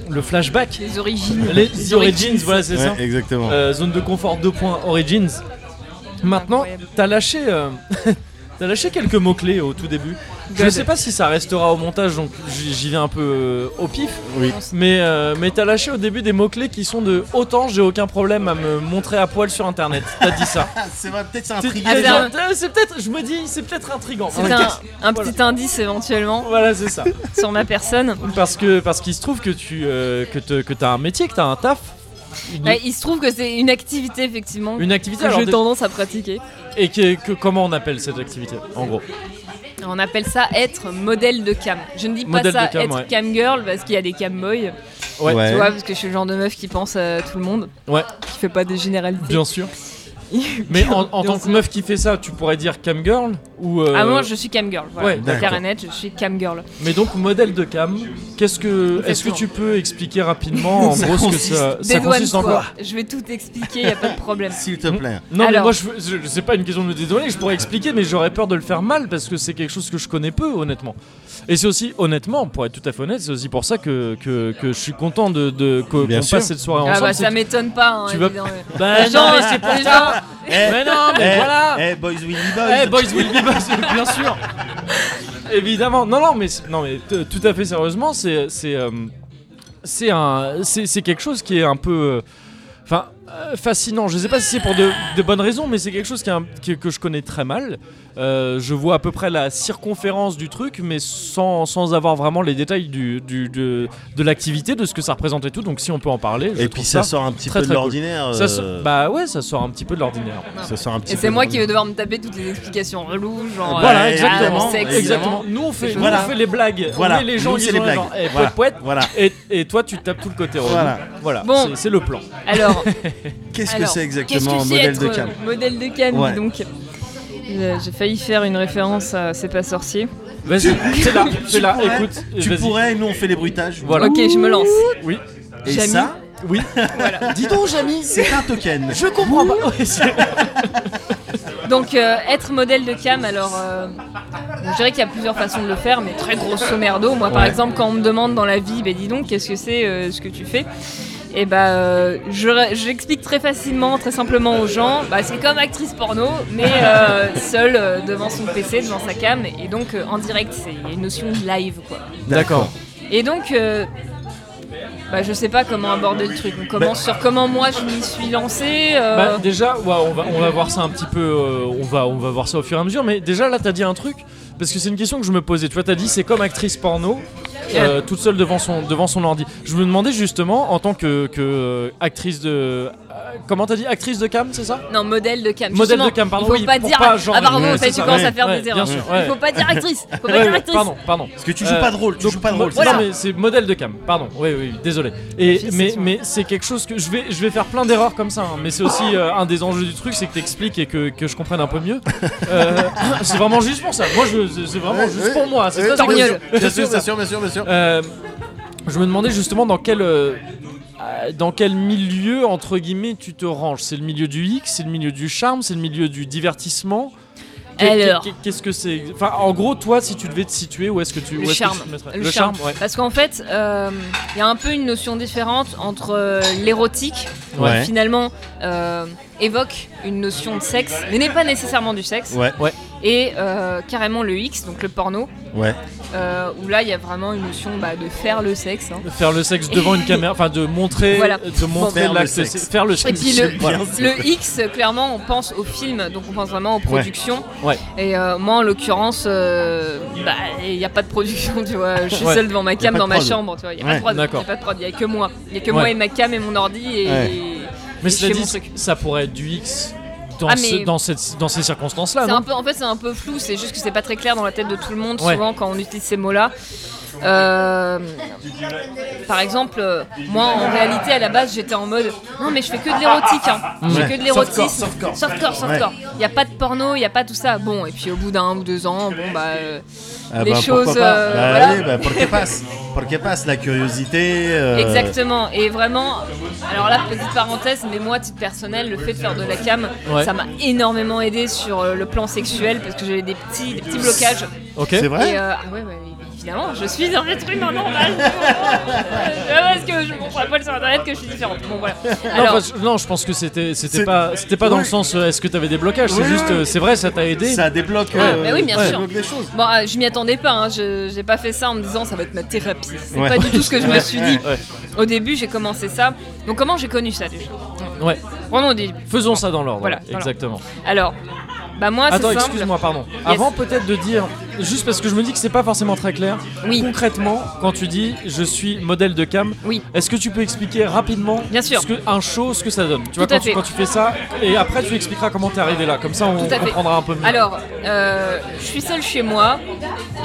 S3: le flashback.
S2: Les origines.
S3: Les, Origins, voilà, c'est ça.
S1: exactement.
S3: Euh, zone de confort 2. Origins. Maintenant,
S2: Incroyable.
S3: t'as lâché. euh, T'as lâché quelques mots-clés au tout début. Je
S2: God.
S3: sais pas si ça restera au montage, donc j'y j'y vais un peu euh, au pif.
S1: Oui.
S3: Mais, euh, mais t'as lâché au début des mots-clés qui sont de autant j'ai aucun problème à me montrer à poil sur internet. T'as dit ça.
S1: Ah, c'est vrai, peut-être c'est un
S3: T'es-
S1: privilège.
S3: t'es-
S2: Ah,
S3: t'es- C'est peut-être, je me dis, c'est peut-être intrigant.
S2: C'est un, un petit indice éventuellement
S3: Voilà, c'est ça.
S2: sur ma personne.
S3: Parce que parce qu'il se trouve que tu euh, que te- que t'as un métier, que t'as un taf, une,
S2: Ouais, Eh, il se trouve que c'est une activité effectivement
S3: une activité.
S2: que
S3: alors
S2: j'ai
S3: de-
S2: tendance à pratiquer.
S3: et que, que- comment on appelle cette activité En gros,
S2: On appelle ça être modèle de cam. Je ne dis pas
S3: Modèle
S2: ça
S3: de cam,
S2: être
S3: ouais.
S2: cam girl parce qu'il y a des cam boys.
S3: Ouais.
S2: Tu vois, parce que je suis le genre de meuf qui pense à tout le monde,
S3: ouais,
S2: qui fait pas des généralités.
S3: bien sûr. Mais en, en
S2: Bien
S3: tant que
S2: Ah, sûr.
S3: meuf qui fait ça, tu pourrais dire cam girl ou euh,
S2: Ah moi je suis cam girl. Voilà.
S3: Ouais,
S1: d'accord.
S2: Claire et nette, je suis cam girl.
S3: mais donc modèle de cam. Qu'est-ce que est-ce que
S2: Exactement.
S3: tu peux expliquer rapidement en
S1: Ça
S3: gros ce que
S1: consiste-
S3: ça, ça consiste
S2: Dédouane-toi.
S3: en quoi
S2: Je vais tout expliquer, y a pas de problème.
S1: S'il te plaît.
S3: Non mais
S2: Alors.
S3: moi je, veux- je- c'est pas une question de me dédouaner, je pourrais expliquer mais j'aurais peur de le faire mal parce que c'est quelque chose que je connais peu honnêtement. Et c'est aussi honnêtement, pour être tout à fait honnête, c'est aussi pour ça que, que, que je suis content de, de qu'on
S1: Bien
S3: qu'on
S1: sûr.
S3: passe cette soirée
S2: Ah
S3: ensemble.
S2: bah
S3: c'est
S2: ça m'étonne pas. Hein,
S3: Tu vas-
S2: évidemment.
S3: Bah
S2: Les gens,
S3: non, mais c'est pour
S2: les
S3: ça.
S2: gens-
S1: Eh,
S3: Mais non, mais
S1: eh,
S3: voilà.
S1: Eh, boys will be boys.
S3: Eh boys will be boys, bien sûr. Évidemment. Non non mais c'est- non mais t- tout à fait sérieusement, c'est c'est euh, c'est un c'est c'est quelque chose qui est un peu euh, enfin euh, fascinant. Je sais pas si c'est pour de, de bonnes raisons, mais c'est quelque chose qui est un- qui- que je connais très mal. Euh, je vois à peu près la circonférence du truc, mais sans, sans avoir vraiment les détails du, du- de, de l'activité, de ce que ça représente et tout. Donc si on peut en parler, je
S1: Et puis
S3: trouve
S1: ça
S3: ça,
S1: sort un petit
S3: très,
S1: peu de
S3: très cool.
S1: l'ordinaire.
S3: ça so-
S1: euh,
S3: bah ouais, ça sort un petit peu de l'ordinaire.
S1: ça sort un petit
S2: Et
S1: peu
S2: c'est
S1: de
S2: moi qui
S1: l'ordinaire.
S2: vais devoir me taper toutes les explications reloues, genre
S1: Voilà,
S2: euh, ah,
S1: exactement,
S2: le sexe,
S3: Exactement. Nous on fait, nous,
S1: Voilà.
S3: on fait les blagues.
S1: Voilà.
S3: On met les gens
S1: Nous,
S3: qui
S1: c'est
S3: sont
S1: les
S3: là,
S1: blagues.
S3: genre, eh,
S1: Voilà.
S3: pouet, pouet.
S1: Voilà.
S3: Et, et toi tu tapes tout le côté relou.
S1: Voilà.
S3: Voilà,
S2: Bon.
S3: c'est- c'est le plan.
S2: Alors,
S1: Qu'est-ce que
S2: alors,
S1: c'est exactement
S2: qu'est-ce
S1: un
S2: que c'est
S1: modèle
S2: être,
S1: de
S2: euh,
S1: cam
S2: Modèle de cam,
S1: Ouais.
S2: donc. Euh, J'ai failli faire une référence à C'est pas sorcier.
S3: Vas-y, c'est là,
S1: Tu
S3: c'est là.
S1: pourrais-
S3: Écoute,
S1: Tu
S3: vas-y.
S1: pourrais, nous on fait les bruitages.
S3: Voilà.
S2: Ok, je me lance.
S3: Oui.
S1: Et
S2: Jamy.
S1: ça,
S3: Oui.
S1: dis donc, Jamy, c'est un token.
S3: Je comprends pas. Ah, bah, Ouais, c'est-
S2: Donc, euh, être modèle de cam, alors. euh, bon, je dirais qu'il y a plusieurs façons de le faire, mais très grosso merdo. Moi, par
S1: Ouais.
S2: exemple, quand on me demande dans la vie, ben dis donc, qu'est-ce que c'est euh, ce que tu fais et bah, euh, je- j'explique très facilement, très simplement aux gens, bah, c'est comme actrice porno, mais euh, seule euh, devant son PC, devant sa cam, et donc euh, en direct, c'est il y a une notion de live quoi.
S3: D'accord.
S2: Et donc, euh, bah, je sais pas comment aborder le truc. On commence sur comment moi je m'y suis lancée. euh,
S3: Bah, déjà, ouais, on, va, on va voir ça un petit peu. euh, on, va, on va voir ça au fur et à mesure. Mais déjà, là, t'as dit un truc. Parce que c'est une question que je me posais. Tu vois, t'as dit c'est comme actrice porno, euh, toute seule devant son, devant son ordi. Je me demandais justement, en tant que, que euh, actrice de. euh, comment t'as dit Actrice de cam, c'est ça
S2: Non, modèle de cam.
S3: Modèle
S2: Justement,
S3: de cam, pardon,
S2: Il faut
S3: oui,
S2: pas
S3: pour
S2: dire.
S3: pas genre-
S2: ah, pardon,
S1: Ouais,
S2: ça,
S1: c'est
S2: tu
S1: ça,
S2: commences
S1: ouais,
S2: à faire
S3: ouais,
S2: des erreurs.
S3: bien sûr, ouais.
S2: Il faut pas dire actrice. Faut pas
S3: Ouais,
S2: dire
S3: ouais,
S2: actrice.
S3: Pardon, pardon.
S1: Parce que tu joues
S3: Euh,
S1: pas de rôle, tu
S3: donc,
S1: joues pas de rôle.
S3: mo-
S1: c'est
S2: voilà.
S3: Non
S1: ça
S3: mais c'est modèle de cam, pardon. Oui oui, oui, désolé. Et
S2: Fils,
S3: mais
S2: c'est
S3: mais c'est quelque chose que je vais je vais faire plein d'erreurs comme ça. hein. Mais c'est aussi euh, un des enjeux du truc, c'est que t'expliques et que, que je comprenne un peu mieux. Euh, c'est vraiment juste pour ça. Moi je c'est- c'est vraiment
S1: Ouais,
S3: juste
S1: ouais.
S3: pour moi. C'est
S1: Ouais,
S3: ça, c'est
S2: Torgnole.
S3: comme ça.
S1: eh, Bien sûr,
S3: C'est ça.
S1: bien sûr, bien sûr, bien sûr.
S3: Euh, je me demandais justement dans quel euh, euh, dans quel milieu entre guillemets tu te ranges. C'est le milieu du X, c'est le milieu du charme, c'est le milieu du divertissement. Qu'est-
S2: Alors.
S3: qu'est- Qu'est-ce que c'est Enfin, en gros, toi, si tu devais te situer, où est-ce que tu
S2: Le
S3: où est-ce que
S2: charme.
S3: tu te mettrais
S2: Le
S3: Le
S2: charme.
S3: charme, ouais.
S2: Parce qu'en fait, euh, il y a un peu une notion différente entre euh, l'érotique,
S1: Ouais.
S2: qui finalement euh, évoque une notion de sexe, mais n'est pas nécessairement du sexe,
S1: Ouais,
S2: et euh, carrément le X, donc le porno,
S1: ouais.
S2: euh, où là il y a vraiment une notion bah, de faire le sexe. hein.
S3: De faire le sexe devant une caméra, enfin de montrer,
S2: Voilà.
S3: de montrer
S1: Faire le
S3: l'acte,
S1: sexe.
S3: c'est- faire le
S2: Et
S3: sexe.
S2: puis le,
S1: bien,
S2: le X, clairement, on pense au film, donc on pense vraiment aux productions.
S3: Ouais.
S2: Et euh, moi, en l'occurrence, euh, bah, il n'y a pas de production, tu vois. Je suis
S3: Ouais.
S2: seule devant
S1: Y
S2: ma
S1: a
S2: cam
S1: pas
S2: dans
S1: de
S2: ma
S1: prod.
S2: chambre, tu vois. Il n'y a,
S1: Ouais.
S2: pas de prod,
S3: D'accord.
S2: y a pas de prod, il n'y a que moi. Il n'y a que
S3: Ouais.
S2: moi et ma cam et mon ordi. Et,
S1: Ouais.
S3: Mais
S2: et je fais
S3: cela
S2: mon
S3: dit,
S2: truc.
S3: ça pourrait être du X dans,
S2: Ah,
S3: ce-
S2: mais-
S3: dans, cette, dans ces circonstances-là,
S2: C'est
S3: non
S2: un peu, en fait, c'est un peu flou, c'est juste que c'est pas très clair dans la tête de tout le monde,
S3: Ouais.
S2: souvent, quand on utilise ces mots-là. Euh, par exemple, euh, moi en réalité à la base j'étais en mode non mais je fais que de l'érotique, hein. je fais
S1: Ouais.
S2: que de l'érotisme,
S1: Softcore, softcore.
S2: softcore, softcore. Il n'y a pas de porno, il n'y a pas tout ça. Bon et puis au bout d'un ou deux ans, bon bah euh,
S1: Ah
S2: les
S1: bah, pourquoi
S2: choses.
S1: pas
S2: euh,
S1: Bah
S2: voilà.
S1: oui, bah, pour que passe, pour que passe la curiosité. euh,
S2: Exactement, et vraiment, alors là, petite parenthèse, mais moi, à titre personnel, le fait de faire de la cam,
S3: Ouais.
S2: ça m'a énormément aidé sur euh, le plan sexuel parce que j'avais des petits, des petits blocages.
S3: Ok.
S1: C'est vrai
S2: Et euh, ah ouais, ouais, évidemment, je suis un être humain normal. Euh, parce que je montre à poil sur internet que je suis différente. Bon, voilà.
S3: Non,
S2: Alors,
S3: parce- non, je pense que c'était c'était
S1: C'est-
S3: pas c'était pas dans
S1: Oui.
S3: le sens euh, est-ce que t'avais des blocages, c'est
S1: Oui,
S3: juste
S1: oui.
S3: euh, c'est vrai ça t'a aidé.
S1: Ça débloque.
S2: Ah,
S1: euh,
S2: bah oui, bien
S1: ça
S2: sûr.
S1: débloque des choses.
S2: Bon, euh, je m'y attendais pas, hein. je j'ai pas fait ça en me disant ça va être ma thérapie. C'est
S1: Ouais.
S2: pas du tout ce que je me suis dit.
S3: Ouais.
S2: Au début, j'ai commencé ça. Donc, comment j'ai connu ça déjà
S3: Ouais.
S2: Prenons au début.
S3: Faisons ça dans l'ordre.
S2: Voilà,
S3: ouais,
S2: voilà.
S3: Exactement.
S2: Alors, bah moi,
S3: Attends,
S2: c'est simple.
S3: excuse-moi, pardon. Avant peut-être de dire juste parce que je me dis que c'est pas forcément très clair.
S2: Oui.
S3: Concrètement, quand tu dis je suis modèle de cam,
S2: Oui.
S3: est-ce que tu peux expliquer rapidement
S2: Bien sûr.
S3: ce que un show ce que ça donne Tu vois
S2: Tout à
S3: quand tu,
S2: fait.
S3: quand tu fais ça et après tu expliqueras comment t'es arrivé là. Comme ça on
S2: Tout à fait.
S3: comprendra un peu mieux.
S2: Alors, euh, je suis seule chez moi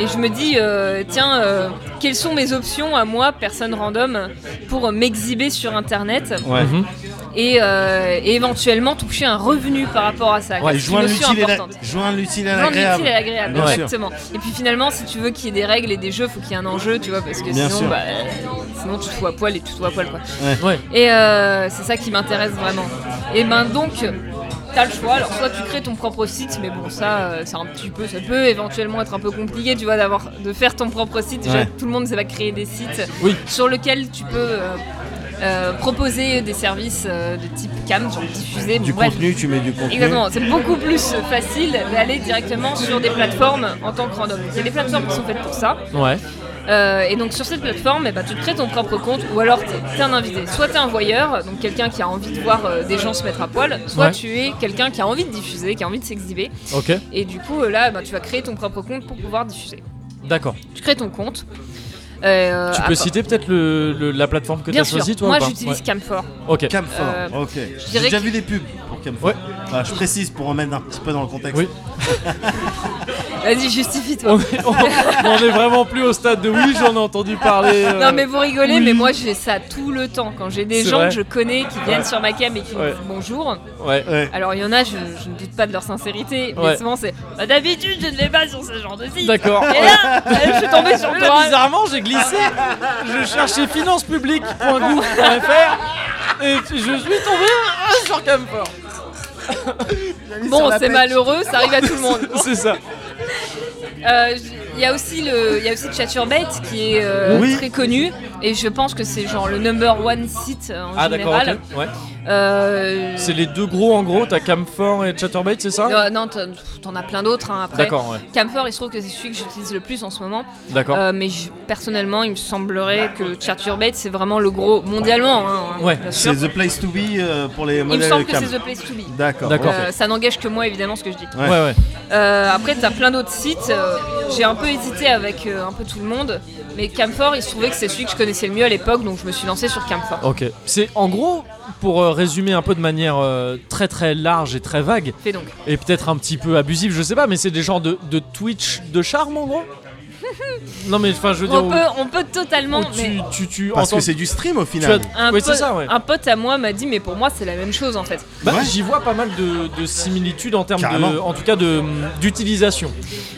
S2: et je me dis, euh, tiens, euh, quelles sont mes options à moi, personne random, pour m'exhiber sur Internet
S1: Ouais.
S3: Mhm.
S2: et, euh, et éventuellement toucher un revenu par rapport à ça.
S3: Ouais,
S2: C'est une
S1: Joindre
S2: notion
S1: l'utile et la-
S2: importante.
S1: joindre l'utile à
S2: Joindre
S1: l'agréable.
S2: l'utile et l'agréable,
S1: Bien sûr.
S2: exactement. Et puis finalement, si tu veux qu'il y ait des règles et des jeux, faut qu'il y ait un enjeu, tu vois, parce que
S1: Bien sûr.
S2: sinon, bah, euh, sinon tu te fous à poil et tu te fous à poil, quoi.
S3: Ouais.
S2: Et euh, c'est ça qui m'intéresse vraiment. Et ben donc, t'as le choix. Alors soit tu crées ton propre site, mais bon ça, euh, c'est un petit peu, ça peut éventuellement être un peu compliqué, tu vois, d'avoir de faire ton propre site. Déjà,
S1: Ouais.
S2: Tout le monde ne sait pas créer des sites
S3: Oui.
S2: sur lequel tu peux euh, euh, proposer des services euh, de type cam, genre diffuser,
S1: Du
S2: bon, bref.
S1: contenu, tu mets du contenu.
S2: Exactement, c'est beaucoup plus facile d'aller directement sur des plateformes en tant que random. Il y a des plateformes qui sont faites pour ça.
S3: Ouais.
S2: Euh, et donc sur cette plateforme, eh ben, tu te crées ton propre compte ou alors t'es t'es un invité. Soit t'es un voyeur, donc quelqu'un qui a envie de voir euh, des gens se mettre à poil, soit
S3: Ouais.
S2: tu es quelqu'un qui a envie de diffuser, qui a envie de s'exhiber.
S3: Ok.
S2: Et du coup, euh, là, eh ben, tu vas créer ton propre compte pour pouvoir diffuser.
S3: D'accord.
S2: Tu crées ton compte. Euh,
S3: Tu
S2: à
S3: peux
S2: part-
S3: citer peut-être le, le- la plateforme que tu
S2: Bien
S3: as
S2: sûr,
S3: choisie, toi
S2: moi
S3: ou pas
S2: j'utilise Camfor.
S3: Ouais. Ok.
S1: Camphor,
S2: Euh,
S1: ok. J'ai
S2: dirais
S1: déjà
S2: que-
S1: vu des pubs pour Camphor.
S3: Ouais.
S1: Ah, je précise pour remettre un petit peu dans le contexte.
S3: Oui.
S2: Vas-y, justifie-toi.
S3: on, est, on- on est vraiment plus au stade de oui, j'en ai entendu parler. euh,
S2: Non mais vous rigolez,
S3: oui.
S2: mais moi j'ai ça tout le temps. Quand j'ai des
S3: C'est
S2: gens
S3: vrai.
S2: que je connais qui viennent sur ma cam et qui me
S3: Ouais.
S2: disent bonjour,
S3: Ouais.
S1: Ouais.
S2: alors il y en a, je, je ne doute pas de leur sincérité, mais
S3: Ouais.
S2: souvent c'est Bah, d'habitude je ne vais pas sur ce genre de site.
S3: D'accord.
S2: Et là, euh, je suis tombée sur
S3: Là,
S2: toi.
S3: bizarrement, j'ai glissé. Je cherchais financepubliques.gouv.fr et je suis tombé euh, sur Camfort.
S2: Bon, c'est malheureux, ça arrive à tout le monde.
S3: C'est ça.
S2: Euh, j- Il y a aussi le, il y a aussi Chaturbate qui est euh,
S1: Oui.
S2: très connu et je pense que c'est genre le number one site euh, en
S3: Ah d'accord.
S2: général.
S3: ok. Ouais.
S2: Euh,
S3: C'est les deux gros en gros. T'as Camfort et Chatterbait, c'est ça
S2: non, non, t'en t'en as plein d'autres hein, après.
S3: D'accord. Ouais.
S2: Camphor, il se trouve que c'est celui que j'utilise le plus en ce moment.
S3: D'accord.
S2: Euh, mais je- personnellement, il me semblerait que Chaturbate, c'est vraiment le gros mondialement. hein,
S3: Ouais.
S2: bien sûr.
S1: C'est The Place to Be euh, pour les
S2: Il me
S1: modèles
S2: semble que
S1: Cam.
S2: c'est The Place to Be.
S1: D'accord.
S3: D'accord.
S2: Euh, ça n'engage que moi, évidemment, ce que je dis.
S3: ouais. Ouais.
S2: Euh, après, t'as plein d'autres sites. euh, J'ai un peu hésité avec euh, un peu tout le monde, mais Camphor, il se trouvait que c'est celui que je connaissais le mieux à l'époque, donc je me suis lancée sur Camphor.
S3: Ok. C'est en gros. Pour euh, résumer un peu de manière euh, très très large et très vague,
S2: Fais donc.
S3: et peut-être un petit peu abusive, je sais pas, mais c'est des genres de, de Twitch de charme en gros Non mais enfin je veux dire,
S2: On
S3: où-
S2: peut, on peut totalement.
S3: où
S2: mais
S3: Oh, tu, tu, tu, en
S1: Parce
S3: tant
S1: que c'est du stream au
S3: tu as-
S1: final.
S2: un,
S3: ouais,
S2: pote,
S3: c'est ça, ouais.
S2: un pote à moi m'a dit, mais pour moi, c'est la même chose en fait.
S3: Bah,
S1: Ouais.
S3: J'y vois pas mal de, de similitudes en termes de,
S1: Carrément.
S3: en tout cas de d'utilisation.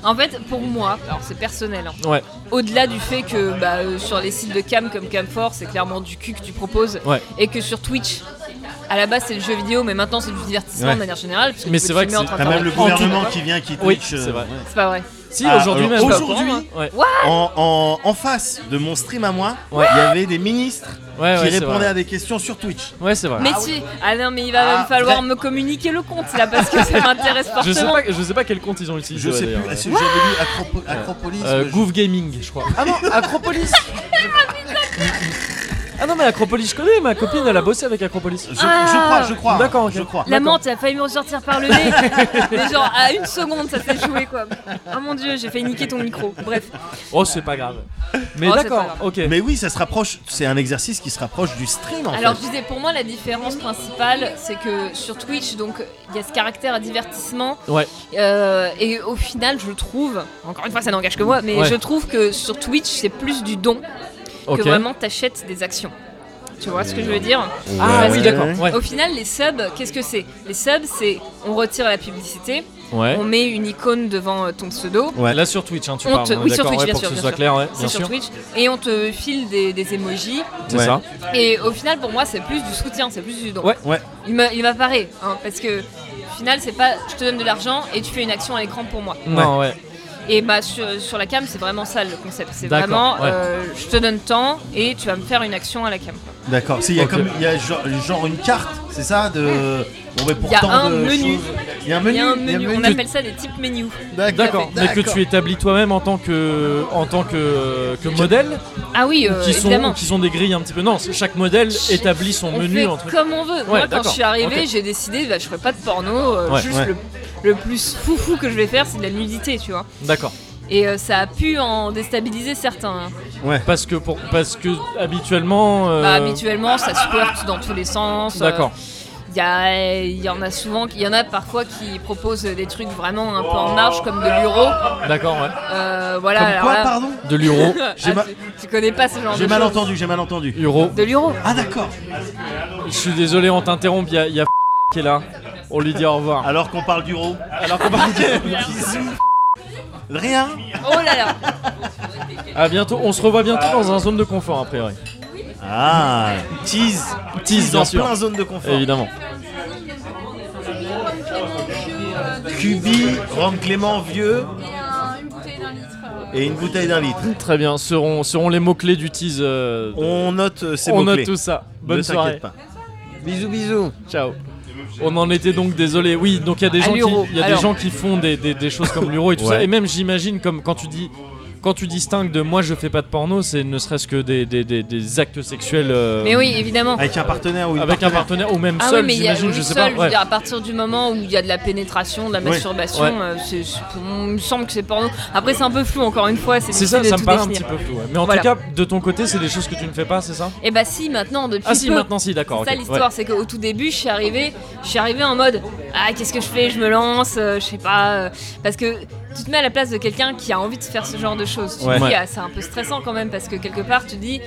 S2: En fait, pour moi, alors c'est personnel, hein,
S3: Ouais,
S2: au-delà du fait que bah, euh, sur les sites de cam comme Camphor, c'est clairement du cul que tu proposes,
S3: Ouais.
S2: et que sur Twitch, à la base, c'est le jeu vidéo, mais maintenant, c'est du divertissement
S1: Ouais.
S2: de manière générale. parce que
S3: Mais
S2: tu
S3: c'est
S2: peux
S3: vrai
S2: te
S3: que
S2: filmer
S3: c'est-
S2: en train
S1: T'as même
S2: de
S1: le
S2: parler.
S3: En tout-
S1: gouvernement qui vient, qui
S3: Oui,
S1: Twitch.
S3: c'est
S1: euh,
S3: vrai.
S1: ouais.
S2: C'est pas vrai.
S3: si
S1: Ah,
S3: aujourd'hui
S1: alors,
S3: même.
S1: aujourd'hui,
S2: hein.
S3: ouais,
S1: en, en- en face de mon stream à moi, il
S3: Ouais. Ah
S1: y avait des ministres
S3: ouais,
S1: qui
S3: ouais, c'est
S1: répondaient
S3: vrai.
S1: à des questions sur Twitch.
S3: Ouais, c'est vrai.
S2: Mais si, ah non, mais il va
S1: Ah,
S2: même falloir
S1: vrai.
S2: me communiquer le compte là parce que ça m'intéresse
S3: Je sais
S2: fortement.
S3: pas, je sais pas quel compte ils ont utilisé.
S1: Je sais
S3: d'ailleurs,
S1: plus,
S3: ouais.
S1: est-ce que j'avais lu Acropo- Acropolis
S3: Euh,
S1: je-
S3: Goof Gaming, je crois.
S1: Ah non, Acropolis
S3: Ah non mais Acropolis, je connais. Ma copine, elle a bossé avec Acropolis.
S1: je, je
S2: Ah.
S1: crois, je crois.
S3: D'accord, ok.
S1: je crois.
S2: La menthe, elle a failli me ressortir par le nez. mais genre, à une seconde, ça s'est joué quoi. Oh mon dieu, j'ai fait niquer ton micro. Bref,
S3: Oh, c'est pas grave.
S2: Oh,
S3: Mais
S2: c'est pas
S3: d'accord,
S2: grave.
S3: ok.
S1: Mais oui, ça se rapproche. C'est un exercice qui se rapproche du stream en
S2: alors je
S1: fait.
S2: disais, pour moi, la différence principale, c'est que sur Twitch, donc, il y a ce caractère à divertissement.
S3: Ouais.
S2: Euh, et au final, je trouve, encore une fois, ça n'engage que moi, mais
S3: Ouais.
S2: je trouve que sur Twitch, c'est plus du don
S3: Ok.
S2: que vraiment t'achètes des actions. Tu vois ce que je veux dire
S3: Ah oui, d'accord.
S1: Ouais.
S3: Ouais.
S2: Au final, les subs, qu'est-ce que c'est Les subs, c'est on retire la publicité,
S3: Ouais.
S2: on met une icône devant euh, ton pseudo.
S1: Ouais.
S3: Là sur Twitch, hein, tu
S2: On
S3: parles.
S2: te-
S3: on est
S2: oui, sur
S3: d'accord,
S2: Twitch,
S3: ouais,
S2: bien
S3: pour
S2: sûr,
S3: que
S2: bien
S3: ce soit
S2: sûr.
S3: clair, ouais, bien
S2: C'est sur
S3: sûr.
S2: Twitch. Et on te file des, des emojis.
S3: C'est
S1: Ouais.
S3: ça.
S2: Et au final, pour moi, c'est plus du soutien, c'est plus du don.
S3: Ouais.
S1: Ouais.
S2: Il m'a- il m'apparaît. hein, parce que au final, c'est pas je te donne de l'argent et tu fais une action à l'écran pour moi.
S3: Non, ouais.
S2: Et bah sur, sur la cam, c'est vraiment ça le concept. C'est
S3: D'accord,
S2: vraiment
S3: ouais.
S2: euh, je te donne temps et tu vas me faire une action à la cam. quoi.
S1: D'accord. C'est- Il y a,
S3: Ok.
S1: comme, il y a genre, genre une carte, c'est ça de... On met pour
S2: Hmm. Il y a
S1: tant
S2: un
S1: de
S2: menu.
S1: choses. Il y a un
S2: Il
S1: menu.
S2: y a un
S1: il y a un
S2: menu, on
S1: menu.
S2: appelle ça des types menus.
S3: D'accord. Mais que tu établis toi-même en tant que en tant que, que modèle,
S2: Ah oui,
S3: ou
S2: euh,
S3: qui sont
S2: évidemment.
S3: qui sont des grilles un petit peu. Non, c'est- chaque modèle établit son
S2: on
S3: menu
S2: fait
S3: entre.
S2: comme on veut.
S3: Ouais,
S2: Moi, quand je
S3: d'accord,
S2: suis arrivée,
S3: ok.
S2: j'ai décidé, bah, je ferai pas de porno. euh,
S3: Ouais,
S2: juste
S1: ouais.
S2: Le, le plus foufou que je vais faire, c'est de la nudité, tu vois.
S3: D'accord.
S2: Et euh, ça a pu en déstabiliser certains. hein.
S3: Parce que pour parce que habituellement. euh,
S2: Bah, habituellement, ça se porte dans tous les sens. euh,
S3: D'accord.
S2: Il y, a- il y en a souvent, il y en a parfois qui proposent des trucs vraiment un peu en marge, comme de l'euro.
S3: D'accord. Ouais.
S2: Euh, voilà.
S1: Comme
S2: alors
S1: quoi,
S2: là-
S1: pardon
S3: De l'euro.
S1: J'ai
S2: Ah,
S1: ma-
S2: tu, tu connais pas ce genre de
S1: J'ai mal
S2: choses.
S1: entendu, j'ai mal entendu.
S3: Euro.
S2: De l'euro.
S1: Ah d'accord.
S3: Je suis désolé, on t'interrompt. Il y a, il y a qui est là. On lui dit au revoir.
S1: Alors qu'on parle d'euro. Alors qu'on parle d'euro. Rien.
S2: Oh là là.
S3: Euh. À bientôt. On se revoit bientôt dans un zone de confort a priori.
S1: Ah. Tease.
S3: Tease,
S1: Tease
S3: bien
S1: en
S3: sûr.
S1: plein zone de confort.
S3: Évidemment.
S1: Cubi, Rome Clément Vieux
S5: Et un- une bouteille d'un litre. euh,
S1: et une bouteille d'un litre.
S3: Très bien. Seront seront les mots clés du tease. euh,
S1: On note euh, ces
S3: on
S1: mots-clés.
S3: note tout ça. Bonne
S1: ne
S3: soirée.
S1: t'inquiète pas. Bisous bisous.
S3: Ciao. On en était donc désolé. Oui, donc il y a des
S2: À
S3: gens
S2: l'euro.
S3: qui, il y a des
S2: Alors.
S3: gens qui font des, des- des choses comme l'euro et tout
S1: Ouais.
S3: ça. Et même j'imagine comme quand tu dis quand tu distingues de moi je fais pas de porno, c'est ne serait-ce que des, des- des- des actes sexuels euh,
S2: Mais oui, évidemment.
S1: Avec un partenaire ou une
S3: avec un partenaire ou même
S2: Ah
S3: seul.
S2: oui, mais il y a
S3: j'imagine,
S2: oui,
S3: je sais
S2: seul, je
S3: pas.
S2: veux
S3: ouais.
S2: dire, à partir du moment où il y a de la pénétration, de la
S1: Ouais.
S2: masturbation,
S3: Ouais.
S2: euh, c'est- c'est- pour- il me semble que c'est porno. Après, c'est un peu flou, encore une fois, c'est
S3: C'est
S2: difficile
S3: ça,
S2: de
S3: ça
S2: tout
S3: me paraît un
S2: définir.
S3: petit peu flou. ouais. Mais en
S2: Voilà.
S3: tout cas, de ton côté, c'est des choses que tu ne fais pas, c'est ça
S2: Et bah si, maintenant, depuis
S3: Ah si,
S2: peu,
S3: maintenant si, d'accord.
S2: C'est ça
S3: ok, ouais.
S2: l'histoire, c'est qu'au tout début, je suis arrivée, je suis arrivée en mode ah qu'est-ce que je fais, je me lance, euh, je sais pas, euh, parce que tu te mets à la place de quelqu'un qui a envie de faire ce genre de choses. Tu te
S3: Ouais.
S2: dis,
S3: Ouais.
S2: ah, c'est un peu stressant quand même parce que quelque part tu te dis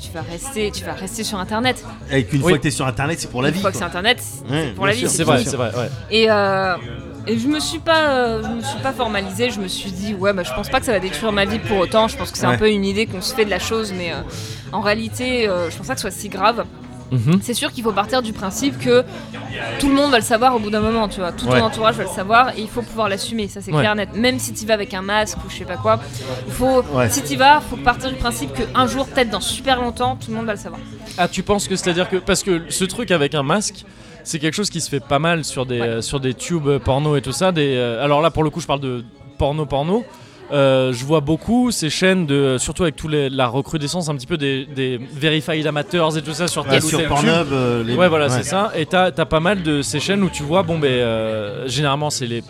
S2: tu vas rester, tu vas rester sur internet.
S1: Et qu'une
S3: Oui.
S1: fois que t'es sur internet, c'est pour la
S2: Une
S1: vie.
S2: fois que c'est
S1: quoi.
S2: internet,
S3: Mm.
S2: c'est
S1: Ouais,
S2: pour la
S1: bien
S2: vie.
S1: sûr,
S3: C'est
S2: c'est
S3: vrai,
S1: sûr.
S2: fini.
S3: c'est vrai. ouais.
S2: Et euh, et je me suis pas, euh, je me suis pas formalisée. Je me suis dit ouais, bah, je pense pas que ça va détruire ma vie pour autant. Je pense que c'est
S1: Ouais.
S2: un peu une idée qu'on se fait de la chose, mais euh, en réalité, euh, je pense pas que ce soit si grave.
S3: Mhm.
S2: C'est sûr qu'il faut partir du principe que tout le monde va le savoir au bout d'un moment, tu vois. Tout
S1: Ouais.
S2: ton entourage va le savoir et il faut pouvoir l'assumer, ça c'est
S3: Ouais.
S2: clair net. Même si tu vas avec un masque ou je sais pas quoi, il faut,
S1: Ouais.
S2: si tu vas, faut partir du principe qu'un jour, peut-être dans super longtemps, tout le monde va le savoir.
S3: Ah, tu penses que c'est-à-dire que parce que ce truc avec un masque, c'est quelque chose qui se fait pas mal sur des
S2: Ouais.
S3: euh, sur des tubes euh, porno et tout ça. Des euh, alors là pour le coup, je parle de porno porno. Euh, je vois beaucoup ces chaînes de surtout avec tout les- la recrudescence un petit peu des, des verified amateurs et tout ça sur
S1: Ouais,
S3: tel ou
S1: sur
S3: tel tube.
S1: Pornhub, euh, les-
S3: Ouais, voilà, c'est ça. Et t'as t'as pas mal de ces chaînes où tu vois, bon, ben, euh, généralement, c'est les.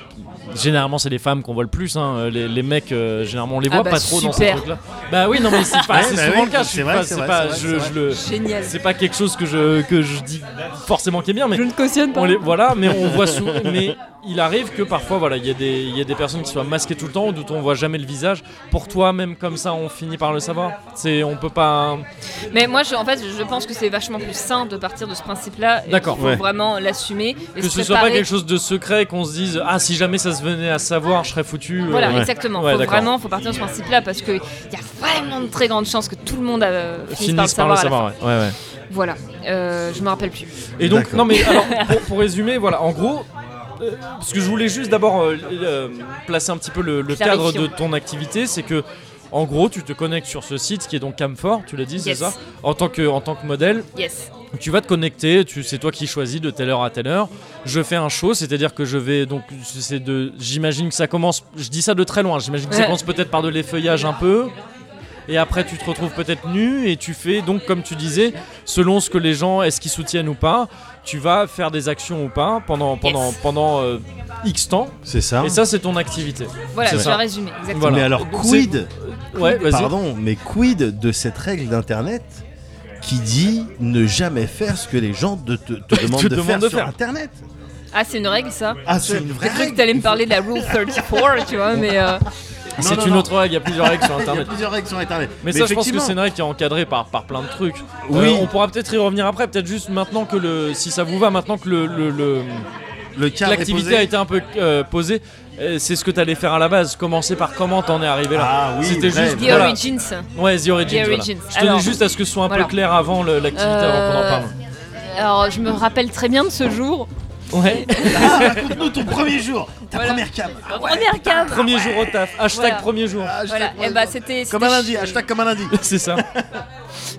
S3: Généralement, c'est les femmes qu'on voit le plus. hein. Euh, Les, les mecs, euh, généralement, on les
S2: Ah
S3: voit
S2: bah,
S3: pas trop dans ces
S2: super.
S3: trucs-là. Bah oui, non, mais c'est pas-
S1: Ouais,
S3: c'est
S1: bah
S3: souvent
S1: oui,
S3: le cas. je
S1: c'est
S3: suis
S1: vrai,
S3: pas-
S1: c'est
S3: C'est
S1: vrai,
S3: pas,
S1: c'est
S3: je-
S1: vrai,
S3: je le-
S2: Génial.
S3: c'est pas quelque chose que je, que je dis forcément qui est bien, mais
S2: Je ne cautionne pas.
S3: on les, voilà, mais on voit sous, mais il arrive que parfois, voilà, il y, a des- il y a des personnes qui soient masquées tout le temps ou dont on voit jamais le visage. Pour toi, même comme ça, on finit par le savoir. C'est, on peut pas.
S2: Mais moi, je- en fait, je pense que c'est vachement plus sain de partir de ce principe-là. et
S3: D'accord.
S2: qu'il faut
S1: Ouais.
S2: vraiment l'assumer. et
S3: que
S2: se
S3: ce soit pas
S2: préparer.
S3: quelque chose de secret qu'on se dise ah si jamais ça se venait à savoir je serais foutu euh,
S2: Voilà,
S3: ouais.
S2: exactement.
S3: Ouais,
S2: faut
S3: d'accord.
S2: vraiment, faut partir de ce principe-là parce qu'il y a vraiment de très grandes chances que tout le monde euh, finisse par le
S3: finissent par
S2: savoir. à
S3: le
S2: la
S3: savoir ouais. Ouais, ouais.
S2: fin. Voilà, Euh, je me rappelle plus.
S3: et donc
S1: D'accord.
S3: non mais alors pour, pour résumer voilà en gros euh, ce que je voulais juste d'abord euh, euh, placer un petit peu le, le cadre de
S2: Clarifions.
S3: ton activité c'est que en gros tu te connectes sur ce site qui est donc Camfort tu l'as dit c'est
S2: Yes.
S3: ça en tant que en tant que modèle
S2: Yes.
S3: Tu vas te connecter, tu, c'est toi qui choisis de telle heure à telle heure. Je fais un show, c'est-à-dire que je vais donc c'est de, j'imagine que ça commence, je dis ça de très loin, j'imagine que ça
S2: Ouais.
S3: commence peut-être par de l'effeuillage un peu. Et après tu te retrouves peut-être nu et tu fais donc comme tu disais, selon ce que les gens est-ce qu'ils soutiennent ou pas, tu vas faire des actions ou pas pendant pendant
S2: Yes.
S3: pendant euh, X temps.
S1: C'est ça.
S3: Et ça c'est ton activité.
S2: Voilà,
S3: C'est
S2: tu
S3: ça.
S2: as résumé, exactement.
S3: Voilà.
S1: Mais alors
S3: Donc,
S1: quid
S3: Ouais, vas-y.
S1: Pardon, mais quid de cette règle d'internet qui dit ne jamais faire ce que les gens de- te, te demandent
S3: Te
S1: de,
S3: demandent
S1: faire
S3: de
S1: sur
S3: faire.
S1: internet
S2: Ah, c'est une règle ça
S1: Ah, c'est une vraie
S2: J'ai cru que
S1: règle.
S2: t'allais me parler de la rule 34, tu vois, mais. euh,
S3: C'est
S1: non,
S3: une
S1: non.
S3: autre règle, il y a plusieurs règles sur
S1: Il y a
S3: internet.
S1: plusieurs règles sur internet.
S3: Mais, ça, je pense que
S1: effectivement,
S3: c'est une règle qui est encadrée par, par plein de trucs.
S1: Oui.
S3: Euh, on pourra peut-être y revenir après, peut-être juste maintenant que le. Si ça vous va, maintenant que le. le, le-
S1: Le cadre est
S3: L'activité
S1: posé
S3: a été un peu euh, posée. Euh, C'est ce que t'allais faire à la base. Commencer par comment t'en es arrivé là.
S1: Ah oui,
S3: C'était
S1: vrai,
S3: juste.
S2: The
S3: voilà.
S2: Origins.
S3: Ouais, The Origins.
S2: The
S3: voilà.
S2: Origins.
S3: Je tenais
S2: Alors,
S3: juste à ce que ce soit un
S2: voilà.
S3: peu clair avant le- l'activité,
S2: Euh,
S3: avant
S2: Alors, je me rappelle très bien de ce jour.
S3: qu'on en parle. Ouais.
S1: Raconte-nous ton premier jour, ta
S2: Voilà.
S1: première cam. Ah ouais.
S2: Première cam.
S3: premier jour au taf. Hashtag
S2: Voilà.
S3: premier jour.
S1: Hashtag
S2: Voilà,
S1: premier
S2: et bah
S1: jour.
S2: c'était
S1: Comme un
S2: c'était
S1: lundi, hein.
S2: chez-
S1: hashtag comme un lundi.
S3: C'est ça.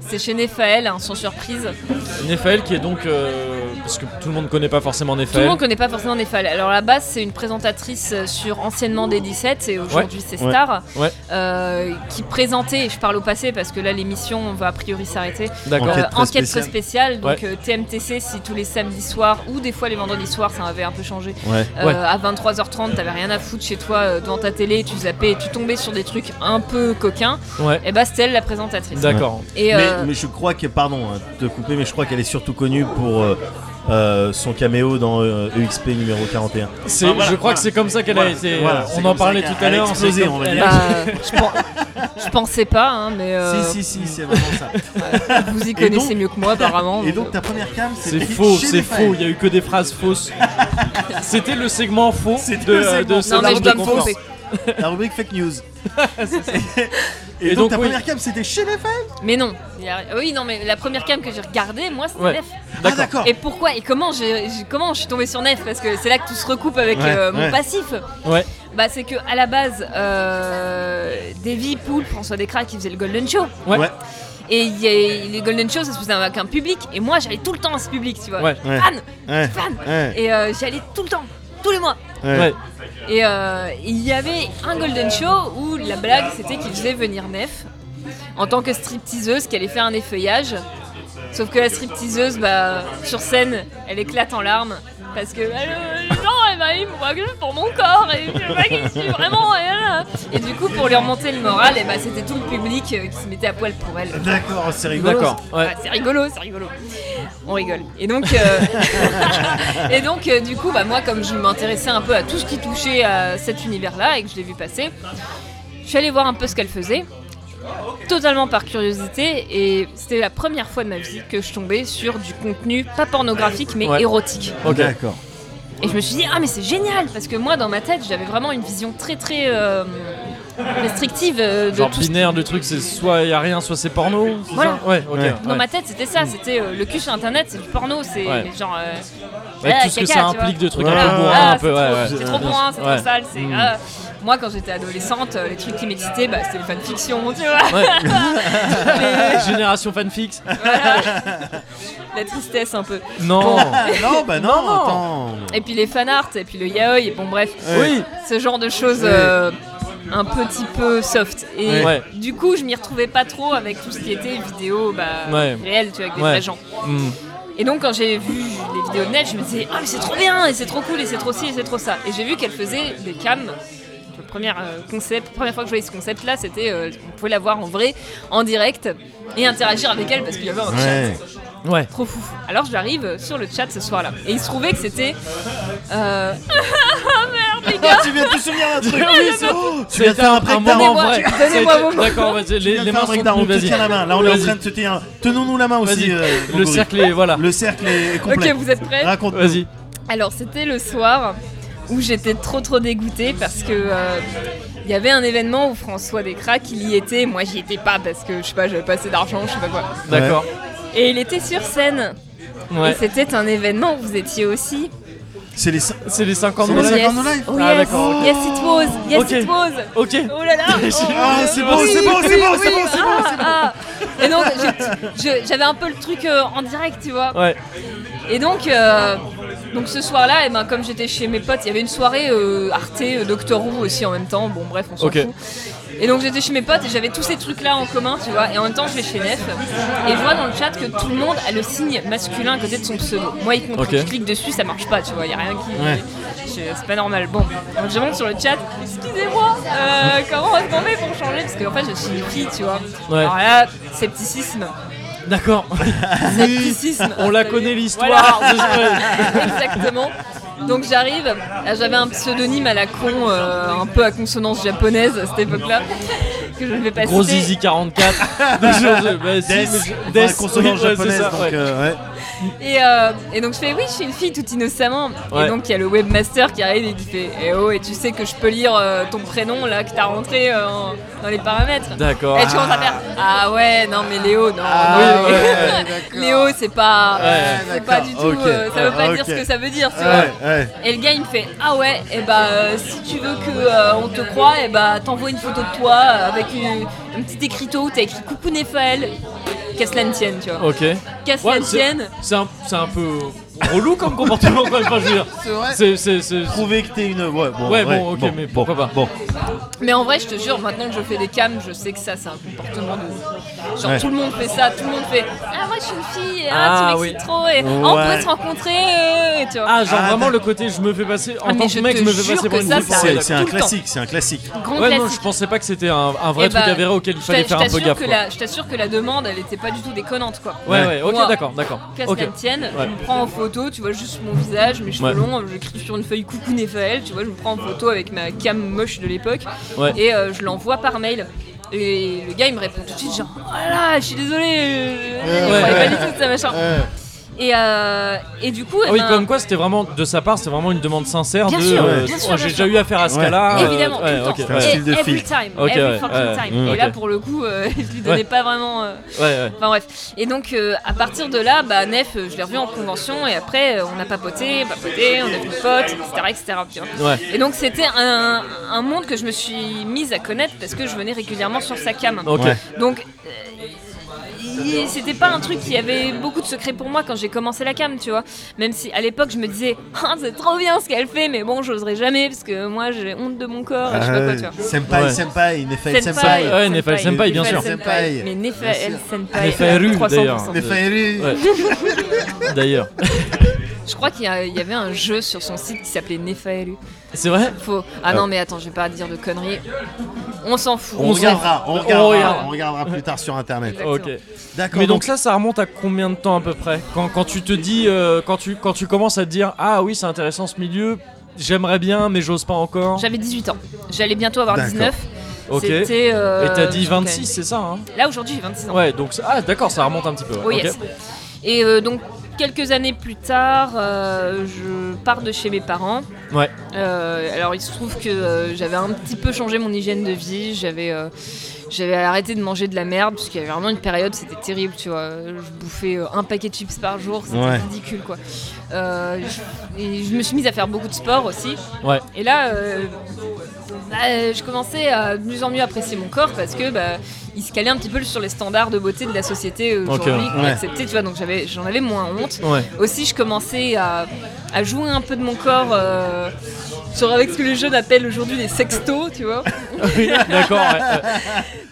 S2: C'est chez Nephaël, hein, sans surprise.
S3: Nephaël qui est donc. euh, parce que tout le monde connaît pas forcément
S2: Tout le
S3: Nephaël.
S2: monde connaît pas forcément Nephaël. Alors à la base, c'est une présentatrice euh, sur anciennement des 17 et aujourd'hui c'est
S3: Ouais.
S2: Star
S3: Ouais.
S2: euh, qui présentait, je parle au passé parce que là l'émission va a priori s'arrêter,
S3: D'accord.
S1: Enquête
S2: Euh,
S1: très
S2: enquête très
S1: spéciale.
S2: spéciale, donc euh, TMTC si tous les samedis soirs ou des fois les vendredis soirs, ça avait un peu changé.
S1: Ouais.
S2: Euh,
S3: Ouais.
S2: À 23h30, t'avais rien à foutre chez toi euh, devant ta télé, tu zappais, tu tombais sur des trucs un peu coquins.
S3: Ouais.
S2: Et bah c'était elle la présentatrice.
S3: D'accord.
S2: Et euh,
S1: Mais, mais je crois que, pardon hein, de te couper, mais je crois qu'elle est surtout connue pour euh, euh, son caméo dans euh, EXP numéro 41.
S3: C'est-
S1: Ah, voilà,
S3: je crois
S1: voilà.
S3: que c'est comme ça qu'elle
S1: Voilà,
S3: a été. euh,
S1: voilà, c'est
S3: on en
S1: comme ça
S3: parlait
S1: qu'elle
S3: tout à
S1: a
S3: l'heure.
S1: explosé,
S3: c'est comme-
S1: on va dire.
S3: elle a-
S2: bah, je, pen- je pensais pas, hein, mais euh,
S1: Si, si, si, c'est vraiment ça.
S2: vous y
S1: Et donc-
S2: connaissez mieux que moi apparemment.
S1: Et
S2: donc,
S1: donc ta première cam,
S3: C'est
S1: c'était
S3: faux,
S1: chez
S3: c'est
S1: les fans.
S3: faux. Il y a eu que des phrases fausses. C'était le segment faux
S1: C'était
S3: de,
S1: le segment
S3: de
S1: faux.
S3: ce
S2: Non mais
S1: la
S2: je
S3: live de
S2: dois me
S1: rubrique
S3: conférence.
S2: tromper.
S1: La rubrique fake news. Et,
S3: Et
S1: donc,
S3: donc,
S1: ta
S3: oui.
S1: première cam, c'était chez les fans
S2: Mais non. il a- Oui non mais la première cam que j'ai regardée moi c'était
S3: Ouais.
S2: Nef.
S1: Ah d'accord.
S2: Et pourquoi et comment j'ai j'ai- comment je suis tombée sur Nef parce que c'est là que tout se recoupe avec
S1: Ouais,
S2: euh, mon
S1: ouais.
S2: passif.
S3: Ouais.
S2: Bah c'est que à la base euh, Davy Poul, François Descraques qui faisait le Golden Show
S3: Ouais.
S1: Ouais.
S2: et il y a- les Golden Show ça se faisait avec un public et moi j'allais tout le temps à ce public tu vois.
S3: Ouais.
S1: Ouais.
S2: Fan
S1: Ouais.
S2: fan
S1: Ouais.
S2: et euh, j'y allais tout le temps tous les mois.
S3: Ouais.
S2: Et euh, il y avait un Golden Show où la blague c'était qu'il faisait venir Nef en tant que stripteaseuse qui allait faire un effeuillage. Sauf que la stripteaseuse, bah, sur scène, elle éclate en larmes parce que euh, les gens, eh ben, ils me voient juste pour mon corps et je sais pas qui je suis vraiment. Et, voilà. Et du coup, pour lui remonter le moral, eh ben, c'était tout le public euh, qui se mettait à poil pour elle.
S1: D'accord, c'est rigolo.
S3: D'accord. Ouais.
S2: Ah, c'est rigolo, c'est rigolo. On rigole. Et donc, euh, et donc euh, du coup, bah, moi, comme je m'intéressais un peu à tout ce qui touchait à cet univers-là et que je l'ai vu passer, je suis allée voir un peu ce qu'elle faisait, totalement par curiosité. Et c'était la première fois de ma vie que je tombais sur du contenu, pas pornographique, mais
S3: Ouais.
S2: érotique.
S3: Ok.
S1: D'accord.
S2: Et je me suis dit, ah mais c'est génial, parce que moi dans ma tête j'avais vraiment une vision très très euh, restrictive euh, de
S3: Genre
S2: tout ce qui-
S3: binaire du truc, c'est soit il y a rien, soit c'est porno. c'est
S2: Voilà.
S3: ça Ouais. Ok.
S1: Ouais.
S2: Dans
S3: ouais.
S2: ma tête c'était ça, c'était euh, le cul sur internet, c'est du porno, c'est
S3: Ouais.
S2: genre... euh,
S3: Avec
S2: ah,
S3: tout ce que
S2: caca,
S3: ça
S2: tu vois.
S3: implique de trucs
S1: Voilà.
S3: un peu bourrin,
S2: Ah,
S3: un peu.
S2: c'est
S3: ouais,
S2: trop-
S3: ouais.
S2: C'est trop bourrin, c'est
S3: Ouais.
S2: trop sale, c'est.
S3: Mm.
S2: ah. Moi, quand j'étais adolescente, euh, les trucs qui m'excitaient, bah, c'était les fanfictions, tu vois.
S3: Ouais. Génération fanfics.
S2: La tristesse un peu.
S3: Non.
S1: non, bah non,
S3: Non, non.
S1: attends.
S2: Et puis les fanarts, et puis le yaoi, et bon, bref.
S3: Oui.
S2: Ce genre de choses euh, un petit peu soft. Et
S3: Ouais.
S2: du coup, je m'y retrouvais pas trop avec tout ce qui était vidéo bah,
S3: Ouais.
S2: réelle, tu vois, avec des
S3: Ouais.
S2: vrais gens.
S3: Hmm.
S2: Et donc quand j'ai vu les vidéos de Nef, je me disais ah mais c'est trop bien et c'est trop cool et c'est trop ci et c'est trop ça. Et j'ai vu qu'elle faisait des cams. Le premier euh, concept, première fois que je voyais ce concept là, c'était euh, on pouvait la voir en vrai, en direct et interagir avec elle parce qu'il y avait un
S1: Ouais.
S2: chat.
S3: Ouais.
S2: Trop fou. Alors j'arrive sur le chat ce soir-là. Et il se trouvait que c'était. euh,
S1: Ah, tu viens de te souvenir d'un truc Oh, Tu viens de
S3: C'était
S1: faire un break d'armes.
S3: moment
S2: Donnez-moi,
S3: vrai.
S2: donnez-moi
S3: C'était-
S2: vos mains.
S3: D'accord, vas-y,
S1: Tu
S3: les,
S1: viens de faire
S3: les
S1: un
S3: mains sont
S1: break d'armes, on
S3: tenues,
S1: te
S3: vas-y.
S1: tient la main. Là, on est en
S3: Vas-y.
S1: train de se tenir. Tenons-nous la main aussi.
S3: Vas-y.
S1: euh,
S3: Le
S1: Grégory.
S3: cercle est voilà.
S1: Le cercle est
S2: Ok,
S1: complet.
S2: vous êtes prêts
S1: Raconte.
S3: Vas-y.
S2: Alors c'était le soir où j'étais trop trop dégoûtée parce que euh, il y avait un événement où François Descraques il y était, moi j'y étais pas parce que je sais pas j'avais pas assez d'argent, je sais pas quoi.
S3: D'accord.
S2: Et il était sur scène. Et
S3: Ouais.
S2: c'était un événement où vous étiez aussi.
S1: C'est les cin-
S3: C'est les 50
S1: C'est les
S3: dollars.
S1: cinq- Grand Live
S2: Oh,
S3: Ah,
S2: yes.
S3: d'accord.
S2: yes it was. Yes
S3: Ok.
S2: it was.
S3: Ok.
S2: Oh là là.
S1: Ah, c'est bon, c'est bon, c'est bon, c'est bon, c'est bon, c'est bon.
S2: Ah, Et donc j'ai- je- j'avais un peu le truc euh, en direct, tu vois.
S3: Ouais.
S2: Et donc, euh, donc ce soir-là, eh ben, comme j'étais chez mes potes, il y avait une soirée euh, Arte, euh, Doctor Who aussi en même temps. Bon, bref, on s'en
S3: Ok.
S2: fout. Et donc j'étais chez mes potes et j'avais tous ces trucs-là en commun, tu vois. Et en même temps, je vais chez Nef et je vois dans le chat que tout le monde a le signe masculin à côté de son pseudo. Moi, il comprend
S3: Ok.
S2: je clique dessus, ça marche pas, tu vois. Il y a rien qui. Je- C'est pas normal. Bon, donc je demande sur le chat, excusez-moi, euh, comment est-ce qu'on fait pour changer Parce qu'en fait, je suis une fille, tu vois.
S3: Ouais.
S2: Alors là, scepticisme.
S3: D'accord.
S2: Scepticisme.
S3: On la
S2: installé.
S3: connaît l'histoire. de-
S2: Exactement. Donc j'arrive, Ah, j'avais un pseudonyme à la con, euh, un peu à consonance japonaise à cette époque-là, que je ne vais pas
S3: Gros
S2: citer.
S3: Zizi 44. Des choses- bah, si, mais je-
S1: Enfin,
S3: Death,
S1: consonance
S3: oui, ouais, c'est
S1: japonaise.
S3: ça,
S1: donc,
S3: ouais.
S1: euh, ouais.
S2: Et, euh, et donc je fais oui, je suis une fille tout innocemment.
S3: Ouais.
S2: Et donc il y a le webmaster qui arrive et qui fait eh oh, et tu sais que je peux lire euh, ton prénom là que t'as rentré euh, en- dans les paramètres.
S3: D'accord.
S2: Et tu commences à faire Ah ouais, non mais Léo, non.
S1: Ah
S2: non,
S1: oui,
S2: mais-
S1: ouais, d'accord.
S2: Léo, c'est pas,
S3: Ouais,
S2: c'est
S1: d'accord,
S2: pas du tout,
S1: ok.
S2: euh, ça veut
S1: Ah,
S2: pas
S1: ok.
S2: dire ce que ça veut dire, tu vois.
S1: Ouais, ouais.
S2: Et le gars il me fait ah ouais et bah euh, si tu veux que euh, on te croie et bah t'envoies une photo de toi euh, avec une, un petit écriteau où t'as écrit coucou Néphal qu'à cela ne tienne tu vois
S3: Ok.
S2: qu'à cela
S3: Ouais,
S2: ne
S3: c'est
S2: tienne
S3: c'est un, c'est un peu relou comme comportement, quoi, enfin, je veux dire.
S1: C'est vrai.
S3: C'est- c'est- c'est-
S1: Prouver que t'es une. Ouais, bon,
S3: Ouais, bon, ok, mais
S1: bon,
S3: pourquoi pas.
S1: Bon,
S2: mais en vrai je te jure maintenant que je fais des cams je sais que ça c'est un comportement de genre
S1: Ouais.
S2: tout le monde fait ça tout le monde fait ah moi je suis une fille et,
S3: Ah,
S2: ah, tu m'excites
S3: oui.
S2: trop et ah, on
S1: Ouais.
S2: pourrait se rencontrer euh, et tu vois
S3: Ah, genre
S1: Ah,
S3: vraiment
S1: d'accord.
S3: le côté je me fais passer en
S2: Ah, mais
S3: tant que
S2: je
S3: mec,
S2: te
S3: je me fais
S2: jure
S3: passer
S2: que
S3: pour une
S2: ça,
S3: fille.
S2: ça
S1: c'est
S2: arrive
S1: c'est un
S2: tout le temps.
S1: classique, c'est un classique.
S2: grand
S3: Ouais, non,
S2: classique
S3: je pensais pas que c'était un, un vrai
S2: Eh
S3: truc
S2: bah,
S3: avéré auquel il
S2: je
S3: fallait
S2: t'a-
S3: faire
S2: je
S3: un peu
S2: t'assure
S3: gaffe.
S2: que
S3: quoi.
S2: la- je t'assure que la demande elle était pas du tout déconnante quoi
S3: Ouais, ouais, ok,
S2: Moi,
S3: d'accord, d'accord.
S2: Qu'à
S3: Ok.
S2: cela me tienne,
S3: Ouais.
S2: je me prends en photo, tu vois juste mon visage, mes cheveux
S3: Ouais.
S2: longs, j'écris sur une feuille coucou Néfaël, tu vois, je me prends en photo avec ma cam moche de l'époque
S3: Ouais.
S2: et euh, je l'envoie par mail. Et le gars il me répond tout de suite genre oh là je suis désolé, euh, je
S3: Ouais,
S2: croyais
S3: ouais.
S2: pas du tout ça machin. Et, euh, et du coup, eh
S3: Ah oui,
S2: ben,
S3: comme quoi, c'était vraiment de sa part, c'est vraiment une demande sincère
S2: Bien
S3: de.
S2: sûr,
S3: euh,
S2: bien sûr,
S3: oh,
S2: bien
S3: J'ai
S2: sûr.
S3: déjà eu affaire à ce
S1: Ouais.
S3: cas-là. euh,
S2: évidemment, tout
S3: ouais,
S2: le temps.
S3: ok,
S1: un
S2: Et
S1: style
S3: ouais,
S1: de
S2: every
S1: fille.
S2: time,
S3: Ok,
S2: every
S3: ouais,
S2: fucking
S3: ouais.
S2: time.
S3: Mm,
S2: et là
S3: ok.
S2: pour le coup, euh, je lui donnais
S3: Ouais.
S2: pas vraiment. euh,
S3: ouais, ouais.
S2: Enfin bref. Et donc euh, à partir de là, bah, Nef, euh, je l'ai revu en convention et après euh, on a papoté, papoté, on a vu potes, etc. etc. tu vois.
S3: Ouais.
S2: Et donc c'était un, un monde que je me suis mise à connaître parce que je venais régulièrement sur sa cam.
S3: Ok.
S1: Ouais.
S2: Donc euh, il- c'était pas un truc qui avait beaucoup de secrets pour moi quand j'ai commencé la cam, tu vois. Même si à l'époque je me disais Ah, c'est trop bien ce qu'elle fait, mais bon j'oserais jamais parce que moi j'ai honte de mon corps, et Ah, je sais pas quoi, tu vois.
S1: Euh, Senpai,
S3: Ouais.
S1: senpai, Nefel
S2: Senpai,
S1: senpai.
S3: Ouais, Nefel Senpai, bien
S2: Nefel
S1: sûr.
S2: Senpai.
S1: Senpai.
S2: Mais
S1: Bien
S2: Nefel Senpai.
S3: Nefel Ru,
S2: 300%.
S3: d'ailleurs.
S1: Nefel
S3: Ouais. D'ailleurs.
S2: Je crois qu'il y, a- il y avait un jeu sur son site qui s'appelait Nefaelu.
S3: C'est vrai
S2: Faut... Ah non, mais attends, je vais pas dire de conneries. On s'en fout.
S1: On
S3: On
S1: regardera,
S3: s'en-
S1: on
S3: on
S1: regardera,
S3: regarde.
S1: on regardera plus tard sur internet.
S2: Exactement.
S3: Ok.
S1: D'accord.
S3: Mais donc là, ça remonte à combien de temps à peu près quand, quand tu te dis, euh, quand, tu, quand tu commences à te dire, ah oui, c'est intéressant ce milieu, j'aimerais bien, mais j'ose pas encore.
S2: J'avais 18 ans. J'allais bientôt avoir
S1: D'accord.
S2: 19.
S3: Ok.
S2: C'était, euh,
S3: Et t'as dit
S2: j'étais-
S3: 26, c'est ça hein
S2: Là, aujourd'hui, j'ai 26 ans.
S3: Ouais, donc ça- ah d'accord, ça remonte un petit peu. ouais.
S2: Oui,
S3: Ok.
S2: yes. Et euh, donc, quelques années plus tard, euh, je pars de chez mes parents.
S3: Ouais.
S2: Euh, alors, il se trouve que euh, j'avais un petit peu changé mon hygiène de vie. J'avais euh, j'avais arrêté de manger de la merde, parce qu'il y avait vraiment une période, c'était terrible, tu vois. Je bouffais euh, un paquet de chips par jour, c'était
S1: Ouais.
S2: ridicule, quoi. Euh, je, et je me suis mise à faire beaucoup de sport aussi.
S3: Ouais.
S2: Et là, euh, bah, euh, je commençais à de mieux en mieux apprécier mon corps parce que bah, il se calait un petit peu sur les standards de beauté de la société euh, aujourd'hui
S3: Ok,
S2: qu'on
S1: ouais.
S2: acceptait, tu vois. Donc j'avais, j'en avais moins honte.
S3: Ouais.
S2: Aussi, je commençais à, à jouer un peu de mon corps euh, sur avec ce que les jeunes appellent aujourd'hui les sextos, tu vois.
S3: Oui, d'accord. ouais,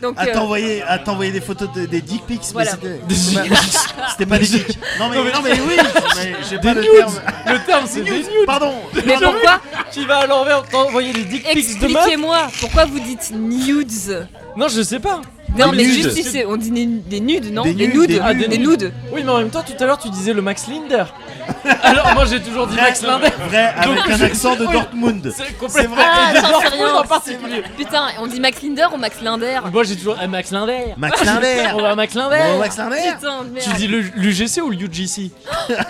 S2: Donc
S1: À
S2: euh,
S1: t'envoyer, à t'envoyer des photos de- des dick pics,
S2: Voilà.
S1: mais
S3: Des
S1: c'était-
S3: dick
S1: c'était pas- c'était pas des dick. Non mais,
S3: mais-
S1: non, mais oui, mais j'ai pas le
S3: ouais.
S1: terme.
S3: Le terme, c'est des nudes.
S1: Pardon.
S2: mais pourquoi
S3: Tu vas à l'envers, t'envoyer des dick pics de meufs
S2: Expliquez-moi pourquoi vous dites nudes
S3: Non, je sais pas.
S2: Non,
S1: Des
S2: mais
S1: nudes.
S2: juste si c'est, on dit des- des nudes, non
S1: Des
S2: Des
S1: nudes,
S2: nudes, ah,
S1: des
S2: des
S1: nudes.
S2: nudes.
S3: Oui, mais en même temps, tout à l'heure, tu disais le Max Linder. Alors moi, j'ai toujours dit Max Linder.
S1: Vrai, avec
S3: Donc,
S1: un
S3: je-
S1: accent de
S3: oui.
S1: Dortmund.
S3: C'est complètement.
S1: vrai.
S2: Ah,
S3: Et de
S2: j'en sais
S3: Dortmund
S2: rien.
S3: en particulier.
S2: Putain, on dit Max Linder ou Max Linder
S3: Moi, j'ai toujours eh, Max Linder.
S1: Max Linder.
S3: On va à Max
S1: Bon,
S3: Linder.
S1: Max Linder.
S2: Putain, de merde.
S3: Tu dis le- l'UGC ou l'UGC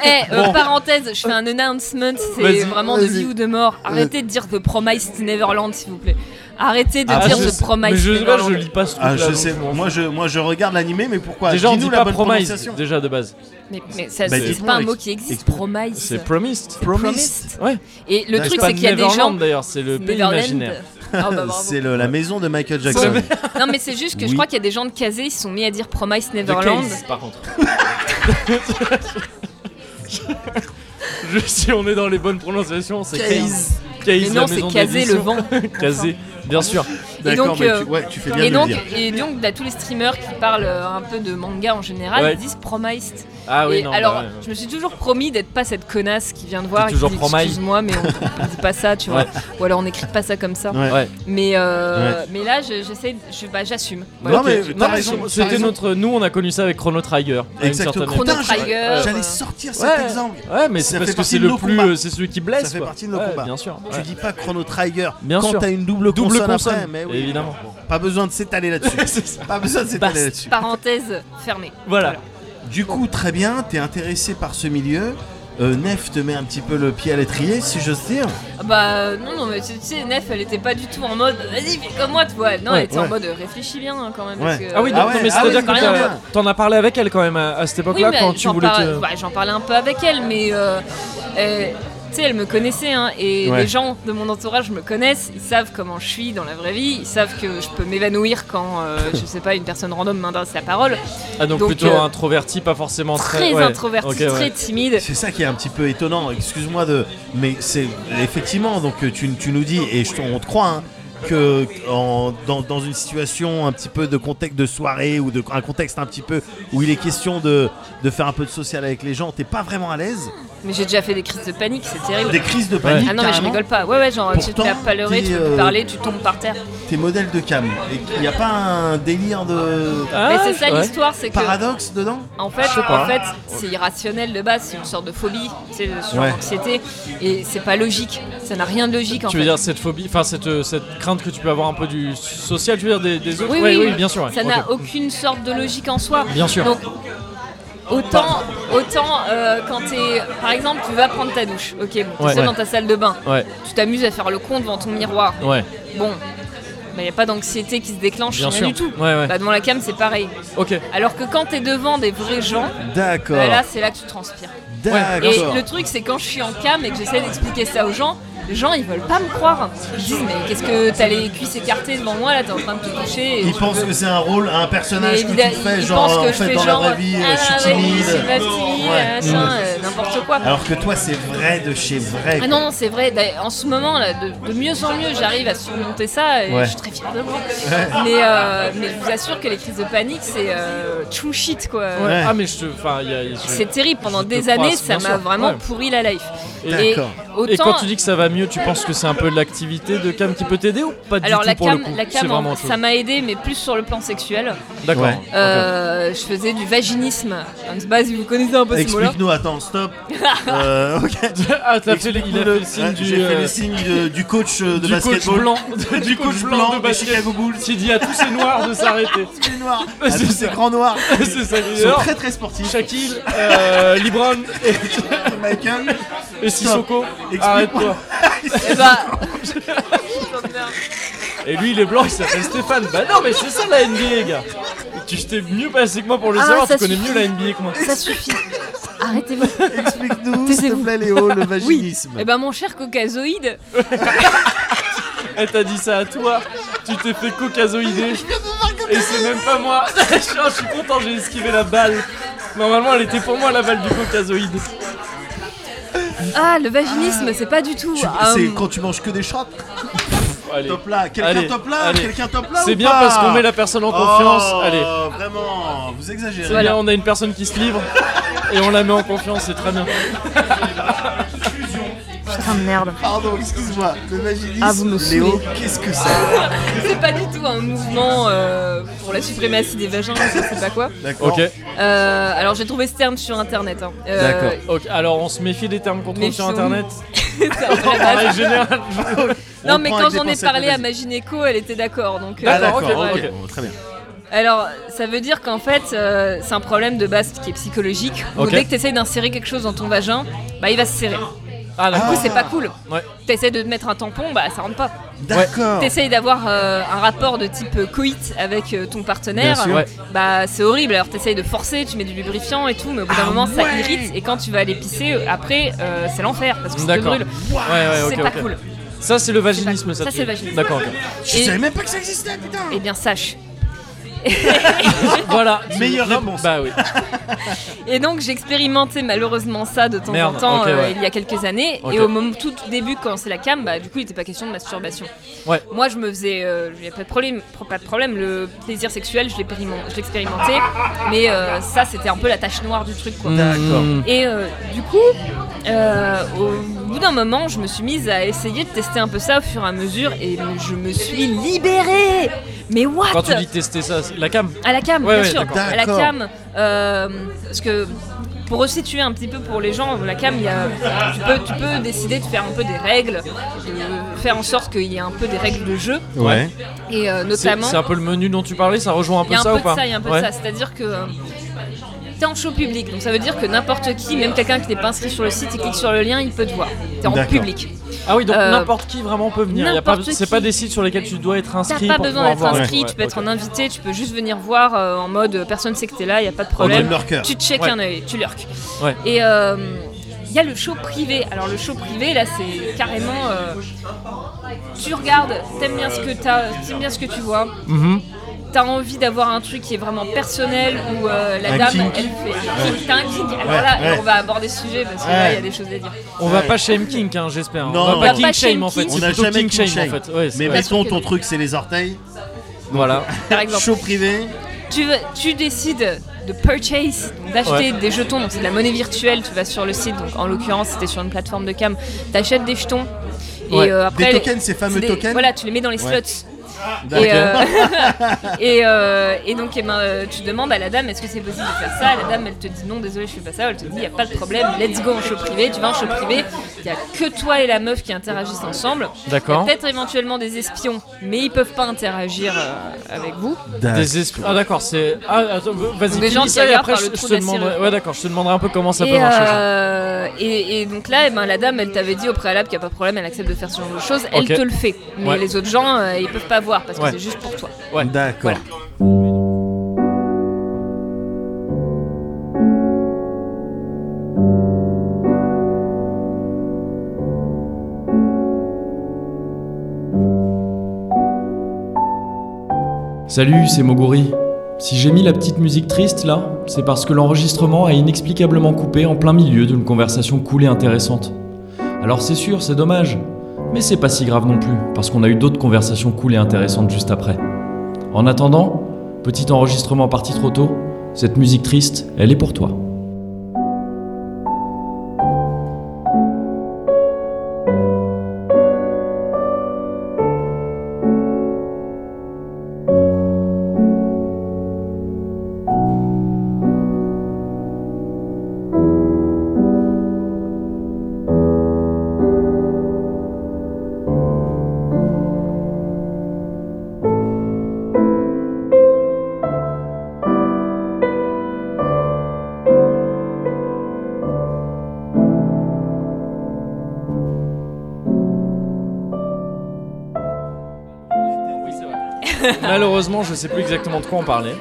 S2: Eh, euh,
S3: Bon.
S2: parenthèse, je fais un announcement,
S3: Vas-y, Euh.
S2: c'est vraiment de
S1: vas-y.
S2: vie ou de mort. Arrêtez de dire The Promised Neverland, s'il vous plaît. Arrêtez de
S1: Ah,
S2: dire
S1: je
S2: The
S1: sais-
S3: Mais
S2: Promised
S3: je sais pas,
S2: Neverland.
S3: je lis pas ce truc
S1: Ah, je sais. Moi, je, moi, je regarde l'animé, mais pourquoi
S3: Déjà, on
S1: Dis-nous
S3: dit
S1: la
S3: pas
S1: bonne
S3: promise,
S1: prononciation.
S3: déjà de base.
S2: mais, mais ça,
S1: Bah,
S2: c'est
S1: dites-moi,
S2: pas un
S1: ex-
S2: mot qui existe,
S1: ex-
S2: Promised.
S3: C'est promised.
S1: Promised.
S3: Ouais.
S2: Et le
S1: C'est
S2: truc,
S3: pas
S2: c'est qu'il y a des gens.
S3: Neverland, d'ailleurs, c'est le pays
S2: Neverland.
S3: imaginaire.
S2: Ah, bah, bravo.
S1: C'est le- la maison de Michael Jackson.
S2: Non, mais c'est juste que
S1: Oui.
S2: je crois qu'il y a des gens de Kazé, ils se sont mis à dire Promised
S3: The
S2: Neverland.
S3: Case, par contre. Je, si on est dans les bonnes prononciations, c'est Case. Case,
S2: Mais
S3: la
S2: non, c'est
S3: maison
S2: Kazé, le
S3: d'édition.
S2: vent.
S3: Casé, bien sûr.
S1: D'accord,
S2: donc,
S1: mais
S2: euh,
S1: tu, ouais, tu fais bien
S2: Et
S1: de le
S2: donc,
S1: dire.
S2: et donc bah, tous les streamers qui parlent euh, un peu de manga en général,
S3: Ouais.
S2: ils disent Promised.
S3: Ah oui,
S2: Et
S3: non.
S2: alors,
S3: bah ouais.
S2: je me suis toujours promis d'être pas cette connasse qui vient de voir
S3: T'es
S2: et qui
S3: toujours
S2: dit
S3: promaille.
S2: excuse-moi, mais on, on dit pas ça, tu vois.
S3: Ouais.
S2: Ou alors on n'écrit pas ça comme ça.
S1: Ouais.
S3: Ouais.
S2: Mais euh,
S1: Ouais.
S2: mais là, je- j'essaie, je, bah, j'assume.
S1: Non,
S3: Ok.
S1: mais t'as
S3: mais
S1: raison, t'as
S3: C'était
S1: raison.
S3: notre, nous, on a connu ça avec Chrono Trigger. à une
S1: Exactement.
S3: certaine époque.
S1: Putain,
S2: Chrono Trigger.
S1: J'allais
S2: euh,
S1: sortir cet
S3: Ouais.
S1: exemple.
S3: Ouais, mais
S1: Ça
S3: c'est
S1: fait
S3: parce que
S1: partie
S3: c'est
S1: de
S3: le
S1: nos
S3: plus,
S1: combats.
S3: euh, c'est celui qui blesse.
S1: Ça fait
S3: quoi.
S1: partie de nos
S3: Ouais,
S1: combats.
S3: Bien sûr.
S1: Tu
S3: ouais.
S1: dis pas Chrono Trigger
S3: Bien
S1: quand
S3: sûr.
S1: t'as une double consonne,
S3: Double consonne,
S1: après, mais oui.
S3: évidemment.
S1: Bon, pas besoin de s'étaler là-dessus.
S3: C'est ça.
S1: pas besoin de s'étaler
S3: Basse.
S1: là-dessus.
S2: Parenthèse fermée.
S3: Voilà.
S1: Du coup, très bien, t'es intéressé par ce milieu. Euh, Nef te met un petit peu le pied à l'étrier, si j'ose dire.
S2: Ah Bah euh, non, non, mais tu tu sais, Nef, elle était pas du tout en mode vas-y, fais comme moi, tu vois. Non,
S3: Ouais,
S2: elle était en
S1: ouais.
S2: mode réfléchis bien hein, quand même.
S1: Ouais.
S2: parce que-
S3: Ah oui, donc,
S1: Ah ouais, ah
S3: non, mais
S1: oui,
S3: c'est-à-dire
S1: c'est
S3: que
S1: pas
S3: t'as-
S1: bien.
S3: t'en as parlé avec elle quand même à, à cette
S2: Oui,
S3: époque-là
S2: mais
S3: quand tu
S2: j'en
S3: voulais
S2: parle-
S3: te.
S2: bah, j'en parlais un peu avec elle, mais euh, euh, tu sais, elle me connaissait, hein, et
S1: Ouais.
S2: les gens de mon entourage me connaissent, ils savent comment je suis dans la vraie vie, ils savent que je peux m'évanouir quand, euh, je sais pas, une personne random m'adresse la parole.
S3: Ah donc,
S2: donc,
S3: plutôt
S2: euh,
S3: introverti, pas forcément très.
S2: Très
S3: ouais.
S2: introvertie,
S3: Ok, ouais.
S2: très timide.
S1: C'est ça qui est un petit peu étonnant, excuse-moi de. Mais c'est. Effectivement, donc euh, tu, tu nous dis, et je, te- on te croit, hein, que en- dans, dans une situation un petit peu de contexte de soirée ou de, un contexte un petit peu où il est question de, de faire un peu de social avec les gens, t'es pas vraiment à l'aise.
S2: Mais j'ai déjà fait des crises de panique, c'est terrible.
S1: Des crises de panique.
S2: Ah non, mais je
S1: carrément.
S2: rigole pas. Ouais, ouais, genre, tu te
S1: Pourtant,
S2: tapes pas l'oreille,
S1: t'es,
S2: tu peux
S1: euh,
S2: parler, tu tombes par terre.
S1: T'es modèle de cam. Et il n'y a pas un délire de.
S3: Ah,
S2: Mais c'est ça
S3: ouais.
S2: l'histoire, c'est que.
S1: Paradoxe dedans
S2: En fait,
S3: pas.
S2: en fait c'est irrationnel de base, c'est une sorte de phobie, c'est une sorte
S1: Ouais.
S2: d'anxiété, et c'est pas logique, ça n'a rien de logique en fait.
S3: Tu veux dire cette phobie, enfin cette, euh, cette crainte que tu peux avoir un peu du social, tu veux dire des, des autres
S2: oui,
S3: Ouais,
S2: oui,
S3: bien sûr. ouais.
S2: Ça
S3: Ok.
S2: n'a aucune sorte de logique en soi.
S3: Bien sûr.
S2: Donc, autant, autant euh, quand t'es. Par exemple, tu vas prendre ta douche, ok, bon, t'es
S3: Ouais.
S2: seul
S3: Ouais.
S2: dans ta salle de bain,
S3: Ouais,
S2: tu t'amuses à faire le con devant ton miroir.
S3: ouais,
S2: Bon, il n'y a pas d'anxiété qui se déclenche,
S3: bien
S2: rien
S3: sûr.
S2: du tout.
S3: Ouais, ouais.
S2: Bah, devant la cam, c'est pareil.
S3: ok.
S2: Alors que quand t'es devant des vrais gens,
S1: D'accord.
S2: bah là, c'est là que tu transpires. Et
S1: Ah, D'accord.
S2: le truc, c'est quand je suis en cam et que j'essaie d'expliquer ça aux gens, les gens ils veulent pas me croire. Ils disent, mais qu'est-ce que t'as les cuisses écartées devant moi là, t'es en train de te toucher. et
S1: Ils
S2: tu
S1: pensent
S2: veux-
S1: que c'est un rôle, un personnage
S2: mais
S1: que
S2: évidemment,
S1: tu fais,
S2: ils
S1: genre
S2: pensent que
S1: en
S2: je fais
S1: fait dans
S2: genre,
S1: la vraie vie, euh,
S2: ah,
S1: je suis
S2: ouais,
S1: timide.
S2: je suis meuf timide,
S1: Ouais.
S2: machin, euh, n'importe quoi.
S1: Alors que toi, c'est vrai de chez vrai.
S2: Ah non, non, c'est vrai, d'ailleurs, en ce moment, là, de, de mieux en mieux, j'arrive à surmonter ça et
S1: Ouais.
S2: je suis très fière de moi. Mais, euh, mais je vous assure que les crises de panique, c'est euh, true shit quoi.
S1: Ouais.
S3: Ah mais je te, enfin, il y a- je-
S2: C'est terrible, pendant
S3: Je te
S2: des
S3: crois,
S2: années,
S3: bien
S2: ça
S3: sûr.
S2: m'a vraiment
S3: Ouais.
S2: pourri la life. Et
S1: D'accord.
S2: autant,
S3: Et quand tu dis que ça va mieux, tu penses que c'est un peu l'activité de Cam qui peut t'aider ou pas du
S2: Alors
S3: tout
S2: la
S3: pour
S2: cam,
S3: le coup
S2: la
S3: C'est
S2: cam
S3: vraiment
S2: en-
S3: autre chose.
S2: ça m'a aidé, mais plus sur le plan sexuel.
S3: D'accord.
S1: Ouais.
S3: ok.
S2: Euh, je faisais du vaginisme. Je sais pas si vous connaissez un peu ce mot-là.
S1: Explique-nous, attends, stop. Euh, ok.
S3: ah, t'as fait, le- il a fait
S1: Explique-nous
S3: le signe
S1: Ouais,
S3: du,
S1: J'ai fait
S3: euh,
S1: le signe de- du coach euh, de
S3: du coach
S1: basketball.
S3: blanc,
S1: Du coach blanc de Chicago Bulls.
S3: qui dit à tous ces noirs de s'arrêter.
S1: Tous les noirs,
S3: Ouais,
S1: à
S3: c'est
S1: tous ces
S3: ça.
S1: grands noirs.
S3: c'est ça.
S1: Ils sont très très sportifs.
S3: Shaquille, euh, Libron
S1: Michael.
S3: et, et Sissoko, arrête-toi.
S2: Eh bah,
S3: Et lui, il est blanc, il s'appelle Stéphane. Bah non, mais c'est ça la NBA, gars. Tu t'es mieux passé que moi pour le
S2: Ah,
S3: savoir, tu
S2: ça
S3: connais
S2: suffit.
S3: mieux la NBA que moi.
S2: ça suffit. Arrêtez-vous.
S1: Explique-nous, s'il te
S2: Taisez-vous.
S1: plaît, Léo, le vaginisme.
S2: Eh bah, mon cher caucasoïde,
S3: Elle t'a Eh, dit ça à toi, tu t'es fait cocazoïder. Et c'est même pas moi. Je suis- je suis content, j'ai esquivé la balle. Normalement, elle était pour moi la balle du cocazoïde.
S2: ah, le vaginisme, c'est pas du tout.
S1: Tu-
S2: Ah,
S1: C'est
S2: hum.
S1: quand tu manges que des chrottes.
S3: Allez.
S1: Top là,
S3: Allez,
S1: quelqu'un top là,
S3: allez.
S1: quelqu'un top là.
S3: C'est
S1: ou
S3: bien
S1: pas
S3: parce qu'on met la personne en confiance.
S1: Oh,
S3: Allez.
S1: Vraiment, vous exagérez.
S3: C'est Eh bien, on a une personne qui se livre et on la met en confiance, c'est très bien.
S2: Putain de merde.
S1: Pardon, excuse-moi. Le vaginisme.
S2: Ah, vous me
S1: Léo,
S2: saoulez.
S1: qu'est-ce que c'est
S2: C'est pas du tout un mouvement euh, pour la suprématie des vagins, je sais pas quoi.
S1: D'accord.
S3: Ok,
S2: Euh, alors j'ai trouvé ce terme sur internet. hein. Euh,
S1: D'accord.
S3: ok. Alors on se méfie des termes qu'on trouve sur
S2: Méfions-nous.
S3: internet.
S2: c'est un vrai
S3: En
S2: base.
S3: règle générale.
S2: non,
S1: On
S2: mais
S1: prend
S2: quand
S1: avec
S2: j'en
S1: des
S2: ai
S1: pincettes,
S2: parlé
S1: mais
S2: à
S1: vas-y.
S2: ma gynéco, elle était d'accord. Donc,
S1: Ah,
S2: euh,
S3: D'accord,
S1: D'accord,
S3: ok,
S1: ok,
S3: ouais.
S1: bon, très bien.
S2: Alors, ça veut dire qu'en fait, euh, c'est un problème de base qui est psychologique. Donc,
S3: Ok.
S2: dès que tu essayes d'insérer quelque chose dans ton vagin, bah, il va se serrer.
S3: Ah
S2: Du
S3: d'accord.
S2: coup, c'est pas cool.
S3: Ouais.
S2: Tu essaies de te mettre un tampon, bah, ça rentre pas.
S1: D'accord.
S2: Tu essayes d'avoir euh, un rapport de type euh, coït avec euh, ton partenaire,
S1: Bien sûr.
S3: Ouais.
S2: bah, c'est horrible. Alors, tu essayes de forcer, tu mets du lubrifiant et tout, mais au bout d'un moment, ça
S1: Ah ouais.
S2: irrite. Et quand tu vas aller pisser, euh, après, euh, c'est l'enfer parce que ça te
S3: D'accord.
S2: brûle.
S3: Ouais, ouais, ok,
S2: c'est pas
S3: ok.
S2: cool.
S3: Ça c'est le vaginisme,
S2: Ça,
S3: ça. tu
S2: c'est le
S3: dis.
S2: vaginisme.
S3: D'accord. ok.
S1: Je
S2: Et-
S1: savais même pas que ça existait, putain.
S2: Eh bien, sache.
S3: Voilà.
S1: Meilleure
S3: Non,
S1: réponse.
S3: Bah oui.
S2: Et donc j'ai expérimenté malheureusement ça de temps
S3: Merde,
S2: en temps
S3: ok,
S2: euh,
S3: ouais.
S2: il y a quelques années.
S3: Ok.
S2: Et au moment, tout début quand c'est la cam, bah, du coup il n'était pas question de masturbation.
S3: Ouais.
S2: Moi je me faisais, euh, il n'y a pas de problème, pro- pas de problème. Le plaisir sexuel je l'ai périmen- je l'expérimentais, mais euh, ça c'était un peu la tache noire du truc quoi.
S1: D'accord.
S3: Mm.
S2: Et euh, du coup, euh, au bout d'un moment, je me suis mise à essayer de tester un peu ça au fur et à mesure, et je me suis libérée. Mais what
S3: Quand tu dis tester ça, c'est- la cam.
S2: à la cam,
S3: Ouais,
S2: bien
S3: ouais,
S2: sûr.
S3: d'accord.
S2: À la
S1: D'accord.
S2: cam, euh, parce que pour resituer un petit peu pour les gens, la cam, il y a- tu, peux, tu peux décider de faire un peu des règles, de faire en sorte qu'il y ait un peu des règles de jeu,
S1: Ouais.
S2: et euh,
S3: C'est
S2: notamment.
S3: c'est un peu le menu dont tu parlais, ça rejoint un
S2: Il y
S3: peu
S2: a un
S3: ça
S2: peu
S3: ou
S2: de
S3: pas
S2: ça, il y a un peu
S3: Ouais.
S2: de ça. C'est-à-dire que euh, T'es en show public, donc ça veut dire que n'importe qui, même quelqu'un qui n'est pas inscrit sur le site, il clique sur le lien, il peut te voir. T'es en
S1: D'accord.
S2: public.
S3: Ah oui, donc
S2: Euh,
S3: n'importe qui vraiment peut venir. Y a pas-
S2: n'importe
S3: C'est
S2: qui.
S3: pas des sites sur lesquels tu dois être
S2: T'as
S3: inscrit.
S2: pas
S3: pour
S2: besoin
S3: pouvoir
S2: d'être
S3: voir.
S2: inscrit, tu peux
S3: Ouais,
S2: être
S3: ok.
S2: un invité, tu peux juste venir voir euh, en mode euh, personne sait que t'es là, y a pas de problème.
S1: mode lurker.
S2: Tu check
S3: Ouais.
S2: un œil, tu lurques.
S3: Ouais.
S2: Et il y a le show privé. Alors le show privé là c'est carrément euh, tu regardes, t'aimes bien ce que t'as, t'aimes bien ce que tu vois.
S3: Mhm.
S2: T'as envie d'avoir un truc qui est vraiment personnel où euh, la
S1: Un
S2: dame
S1: kink.
S2: elle fait un kink, t'as un kink. Alors
S1: Ouais,
S2: là
S1: ouais.
S2: on va aborder ce sujet parce que là
S1: Ouais.
S2: il y a des choses à dire.
S3: On va
S1: Ouais.
S3: pas shame kink, hein, j'espère.
S1: Non,
S3: on
S1: on
S3: va
S1: va
S3: pas
S2: pas
S3: kink shame
S2: shame
S3: en fait.
S2: kink.
S1: On
S3: c'est
S1: n'a
S3: plutôt
S1: jamais
S3: kink
S1: king
S3: shame en fait. Ouais, c'est
S1: mais
S3: vrai.
S1: mettons
S2: que-
S1: ton truc, c'est les orteils.
S3: voilà.
S2: Par exemple.
S1: Show privé.
S2: tu, veux- tu décides de purchase, donc d'acheter des jetons, donc c'est de la monnaie virtuelle, tu vas sur le site, donc en l'occurrence c'était sur une plateforme de cam, t'achètes des jetons.
S3: Ouais.
S2: Et euh, après,
S1: Des
S2: les-
S1: tokens, ces fameux
S2: c'est des-
S1: tokens
S2: Voilà, tu les mets dans les
S1: Ouais.
S2: slots. Et,
S1: D'accord.
S2: euh, et, euh, et donc, eh ben, euh, tu demandes à la dame est-ce que c'est possible de faire ça La dame, elle te dit non, désolé, je fais pas ça. Elle te dit il n'y a pas de problème, let's go en show privé. Tu vas en show privé, il n'y a que toi et la meuf qui interagissent ensemble.
S3: D'accord.
S2: Il y a Peut-être éventuellement des espions, mais ils peuvent pas interagir euh, avec vous.
S1: D'accord.
S3: Des esprits. Ah d'accord, c'est. Ah attends, vas-y.
S2: Des gens
S3: finis
S2: qui
S3: ça et
S2: regardent
S3: après
S2: par
S3: je,
S2: le trou de
S3: je te
S2: la
S3: demanderai.
S2: serrure.
S3: Ouais d'accord, je te demanderai un peu comment ça
S2: et,
S3: peut marcher. ça.
S2: euh, et, et donc là, eh ben, la dame, elle t'avait dit au préalable qu'il n'y a pas de problème, elle accepte de faire ce genre de choses, elle
S3: Ok.
S2: te le fait. Mais
S3: Ouais.
S2: les autres gens, euh, ils peuvent pas voir parce que
S3: Ouais.
S2: c'est juste pour toi.
S1: D'accord.
S6: Salut, c'est Moguri. Si j'ai mis la petite musique triste là, c'est parce que l'enregistrement a inexplicablement coupé en plein milieu d'une conversation cool et intéressante. Alors c'est sûr, c'est dommage, mais c'est pas si grave non plus, parce qu'on a eu d'autres conversations cool et intéressantes juste après. En attendant, petit enregistrement parti trop tôt, cette musique triste, elle est pour toi.
S3: Malheureusement, je sais plus exactement de quoi on parlait.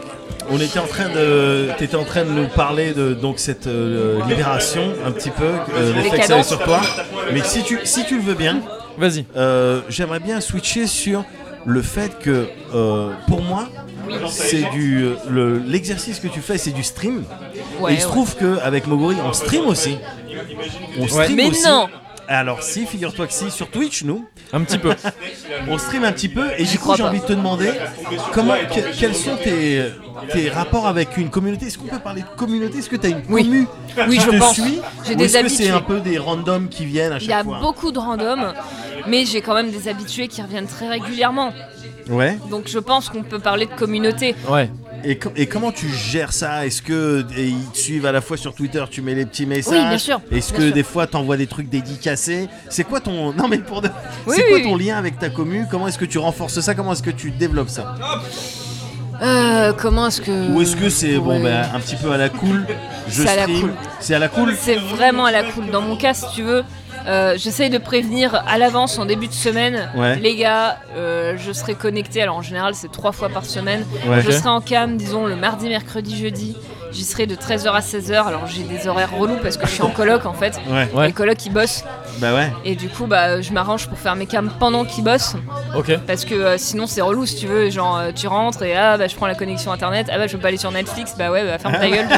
S1: On était en train de, t'étais en train de nous parler de donc cette euh, libération un petit peu, euh, l'effet que ça avait sur toi. Mais si tu, si tu le veux bien,
S3: Vas-y.
S1: euh, j'aimerais bien switcher sur le fait que euh, pour moi, c'est du euh, le- l'exercice que tu fais, c'est du stream.
S2: Ouais,
S1: Et il se
S2: ouais.
S1: trouve qu'avec Mogori, on stream aussi. On stream
S2: Mais
S1: aussi.
S2: non.
S1: Alors si, figure-toi que si, sur Twitch, nous,
S3: Un petit peu.
S1: on stream un petit peu et du coup
S2: crois
S1: j'ai
S2: pas.
S1: envie de te demander comment, que- quels sont tes, tes rapports avec une communauté Est-ce qu'on peut parler de communauté Est-ce que tu as une
S2: Oui.
S1: commu
S2: Oui,
S1: qui
S2: je
S1: te
S2: pense.
S1: suit
S2: J'ai
S1: Ou
S2: des
S1: Est-ce que c'est
S2: habitués.
S1: un peu des randoms qui viennent à
S2: Il y a
S1: chaque fois
S2: beaucoup de randoms, mais j'ai quand même des habitués qui reviennent très régulièrement.
S1: Ouais.
S2: Donc je pense qu'on peut parler de communauté.
S3: Ouais.
S1: Et, com- et comment tu gères ça Est-ce que et ils te suivent à la fois sur Twitter, tu mets les petits messages
S2: Oui, bien sûr,
S1: Est-ce
S2: bien
S1: que
S2: sûr.
S1: des fois t'envoies des trucs dédicacés C'est quoi ton Non mais pour de...
S2: Oui,
S1: C'est quoi
S2: oui,
S1: ton
S2: oui.
S1: lien avec ta commu Comment est-ce que tu renforces ça Comment est-ce que tu développes ça
S2: Euh, comment est-ce que...
S1: Ou est-ce que c'est bon
S2: Ouais.
S1: ben un petit peu à la cool Je
S2: C'est à la
S1: stream.
S2: cool.
S1: C'est à la cool.
S2: C'est vraiment à la cool. Dans mon cas, si tu veux, euh, j'essaye de prévenir à l'avance en début de semaine.
S1: Ouais.
S2: Les gars, euh, je serai connecté. Alors en général, c'est trois fois par semaine.
S1: Ouais.
S2: Je serai en cam, disons, le mardi, mercredi, jeudi. J'y serai de 13h à 16h. Alors j'ai des horaires relous parce que je suis en coloc en fait.
S1: Ouais.
S3: Ouais.
S2: Les colocs ils bossent.
S1: Bah ouais.
S2: Et du coup, bah, je m'arrange pour faire mes cams pendant qu'ils bossent.
S3: Ok.
S2: Parce que euh, sinon, c'est relou si tu veux. Genre, euh, tu rentres et ah, bah, je prends la connexion internet. Ah, bah, je peux pas aller sur Netflix. Bah, ouais, bah, ferme
S1: Ah
S2: ta gueule.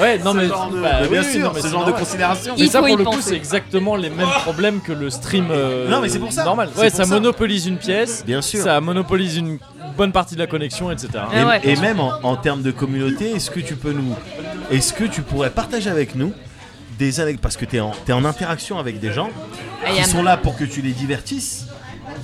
S3: Ouais. Non mais.
S1: Genre de-
S3: bah,
S1: bah,
S3: oui,
S1: bien
S3: oui,
S1: sûr,
S3: non, mais
S1: ce
S3: c'est
S1: genre de
S3: normal.
S1: considération.
S3: Mais
S2: Il
S3: ça
S2: faut
S3: pour
S2: y
S3: le coup,
S2: penser.
S3: c'est exactement les mêmes problèmes que le stream. euh,
S1: Non, mais c'est pour ça.
S3: Normal.
S1: C'est
S3: Ouais,
S1: pour
S3: ça,
S1: ça.
S3: monopolise une pièce.
S1: Bien sûr.
S3: Ça monopolise une bonne partie de la connexion, etc.
S1: Et,
S2: Ah ouais.
S1: et même en, en termes de communauté, est-ce que tu peux nous, est-ce que tu pourrais partager avec nous des anecdotes parce que t'es en, t'es en interaction avec des gens
S2: I
S1: qui
S2: am. Mhm.
S1: sont là pour que tu les divertisses.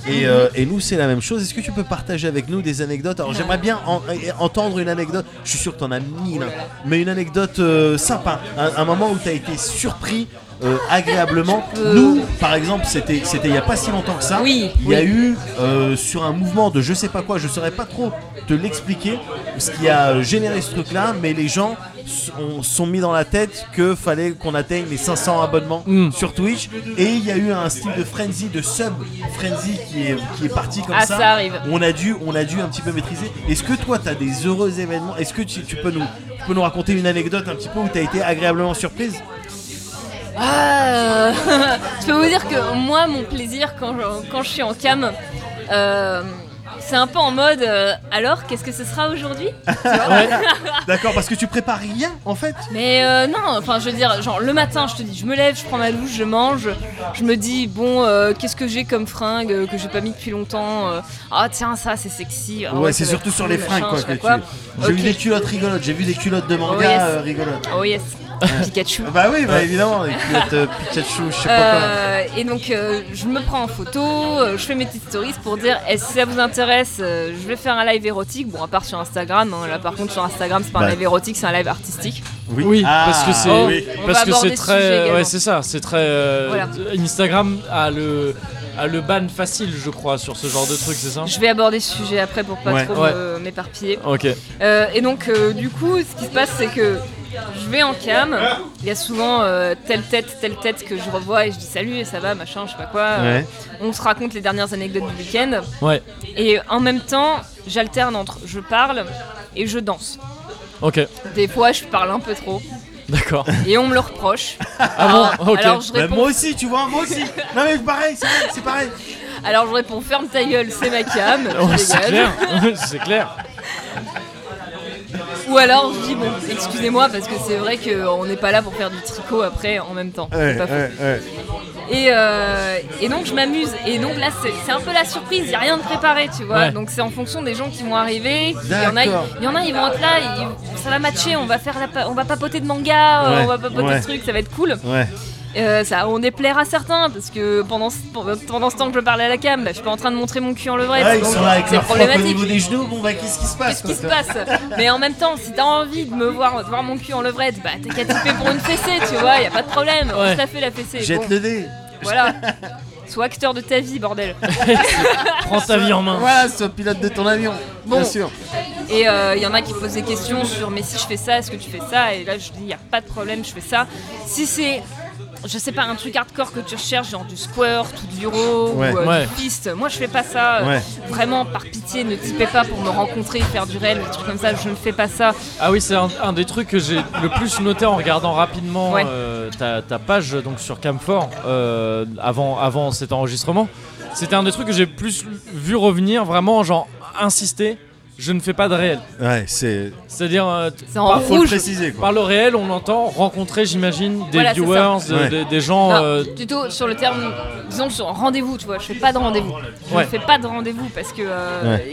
S1: Et, euh, et nous, c'est la même chose. Est-ce que tu peux partager avec nous des anecdotes Alors, j'aimerais bien en- euh, entendre une anecdote. Je suis sûr que t'en as mille, hein. mais une anecdote euh, sympa. Un, un moment où t'as été surpris euh, agréablement.
S2: peux-
S1: Nous, par exemple, c'était c'était il n'y a pas si longtemps que ça.
S2: Oui,
S1: Il y a
S2: oui.
S1: eu euh, sur un mouvement de je sais pas quoi, je saurais pas trop te l'expliquer ce qui a euh, généré ce truc-là, mais les gens s- ont- sont mis dans la tête que fallait qu'on atteigne les 500 abonnements
S6: Mm.
S1: sur Twitch. Et il y a eu un style de frenzy, de sub frenzy qui est, qui est parti comme
S2: Ah,
S1: ça.
S2: ça arrive.
S1: On a dû, on a dû un petit peu maîtriser. Est-ce que toi, tu as des heureux événements Est-ce que tu, tu peux nous, tu peux nous raconter une anecdote un petit peu où tu as été agréablement surprise
S2: Ah, je peux vous dire que moi, mon plaisir quand je, quand je suis en cam, euh, c'est un peu en mode euh, alors qu'est-ce que ce sera aujourd'hui
S1: D'accord, parce que tu prépares rien en fait.
S2: Mais euh, non, enfin je veux dire, genre le matin, je te dis, je me lève, je prends ma douche, je mange, je me dis bon, euh, qu'est-ce que j'ai comme fringue euh, que j'ai pas mis depuis longtemps euh, Ah tiens, ça c'est sexy. Ah
S1: ouais, c'est
S2: ça va
S1: surtout
S2: être
S1: sur
S2: cool,
S1: les fringues
S2: machin,
S1: quoi.
S2: je sais
S1: que
S2: pas
S1: tu- J'ai vu
S2: Ok.
S1: des culottes rigolotes, j'ai vu des culottes de manga
S2: Oh, yes.
S1: euh, rigolotes.
S2: Oh yes, Pikachu.
S1: Bah oui, bah évidemment, des culottes euh, Pikachu, je sais pas quoi.
S2: Euh, et donc euh, je me prends en photo, euh, je fais mes petites stories pour dire eh, si ça vous intéresse, euh, je vais faire un live érotique. Bon, à part sur Instagram, hein. là par contre sur Instagram c'est pas
S1: Bah.
S2: un live érotique, c'est un live artistique.
S1: Oui,
S3: Ah, parce que c'est
S2: Oh, on
S3: parce
S2: va
S3: que
S2: aborder
S3: c'est
S2: ce sujet
S3: très
S2: également.
S3: ouais, c'est ça, c'est très euh,
S2: Voilà.
S3: Instagram a le a le ban facile, je crois, sur ce genre de truc, c'est ça
S2: Je vais aborder ce sujet après pour pas
S1: Ouais.
S2: trop
S3: Ouais.
S2: me- m'éparpiller.
S3: OK.
S2: Euh, et donc, euh, du coup, ce qui se passe, c'est que je vais en cam. Il y a souvent euh, telle tête, telle tête que je revois et je dis salut et ça va, machin, je sais pas quoi. Euh,
S1: Ouais.
S2: on se raconte les dernières anecdotes du week-end.
S3: Ouais.
S2: Et en même temps, j'alterne entre je parle et je danse.
S3: OK.
S2: Des fois, je parle un peu trop
S3: D'accord.
S2: et on me le reproche.
S3: Ah bon, OK.
S2: Alors, je
S1: Bah,
S2: réponds,
S1: moi aussi, tu vois, moi aussi. Non mais pareil, c'est pareil, c'est pareil.
S2: alors je réponds ferme ta gueule, c'est ma cam. tu
S3: Ouais, c'est
S2: dégages.
S3: clair. c'est clair.
S2: Ou alors je dis bon, excusez-moi parce que c'est vrai qu'on n'est pas là pour faire du tricot après en même temps. C'est pas faux. Et, euh, et donc je m'amuse. Et donc là, c'est c'est un peu la surprise, il n'y a rien de préparé, tu vois.
S3: Ouais.
S2: Donc c'est en fonction des gens qui vont arriver. Il y, en a,
S1: D'accord.
S2: il y en a, ils vont être là, ils- ça va matcher, on va, faire la pa- on va papoter de manga, euh,
S1: Ouais,
S2: on va papoter
S1: ouais.
S2: de trucs, ça va être cool.
S1: Ouais.
S2: Euh, ça va en déplaire à certains, parce que pendant, ce- pendant ce temps que je parlais à la cam, bah, je suis pas en train de montrer mon cul en levrette.
S1: Ouais, ils
S2: donc
S1: sont là avec
S2: c'est
S1: leur froc au
S2: problématique.
S1: niveau des genoux. Bon bah qu'est-ce qui se passe
S2: Qu'est-ce qui se
S1: quoi,
S2: passe Mais en même temps, si t'as envie de me voir, de voir mon cul en levrette, bah t'as qu'à taper pour une fessée, tu vois, y a pas de problème,
S3: Ouais.
S2: on se la fait la fessée. Bon.
S1: Jette le dé.
S2: Voilà. Sois acteur de ta vie, bordel.
S3: Prends ta vie en main.
S1: Voilà, sois pilote de ton avion.
S2: Bon.
S1: Bien sûr.
S2: Et euh, il y en a qui posent des questions sur mais si je fais ça, est-ce que tu fais ça Et là, je dis, il n'y a pas de problème, je fais ça. Si c'est, je sais pas, un truc hardcore que tu recherches, genre du squirt ou du euro
S1: Ouais.
S2: ou euh,
S3: Ouais.
S2: du fist, moi je fais pas ça. euh,
S1: Ouais.
S2: Vraiment, par pitié, ne typez pas pour me rencontrer, faire du réel, des trucs comme ça, je ne fais pas ça.
S3: Ah oui, c'est un, un des trucs que j'ai le plus noté en regardant rapidement
S2: Ouais.
S3: euh, ta, ta page donc sur Camfort euh, avant, avant cet enregistrement. C'était un des trucs que j'ai plus vu revenir, vraiment, genre insister. Je ne fais pas de réel.
S1: Ouais, c'est.
S3: C'est-à-dire, euh,
S2: C'est en
S3: Par-
S1: Faut le
S2: Ah, rouge.
S1: préciser quoi.
S3: par le réel, on entend rencontrer, j'imagine, des
S2: Voilà, c'est
S3: viewers, de-
S1: Ouais.
S3: des, des gens.
S2: Non,
S3: euh,
S2: plutôt sur le terme, disons sur rendez-vous, tu vois, je fais pas de rendez-vous. Je
S3: Ouais.
S2: ne fais pas de rendez-vous parce que euh,
S1: Ouais.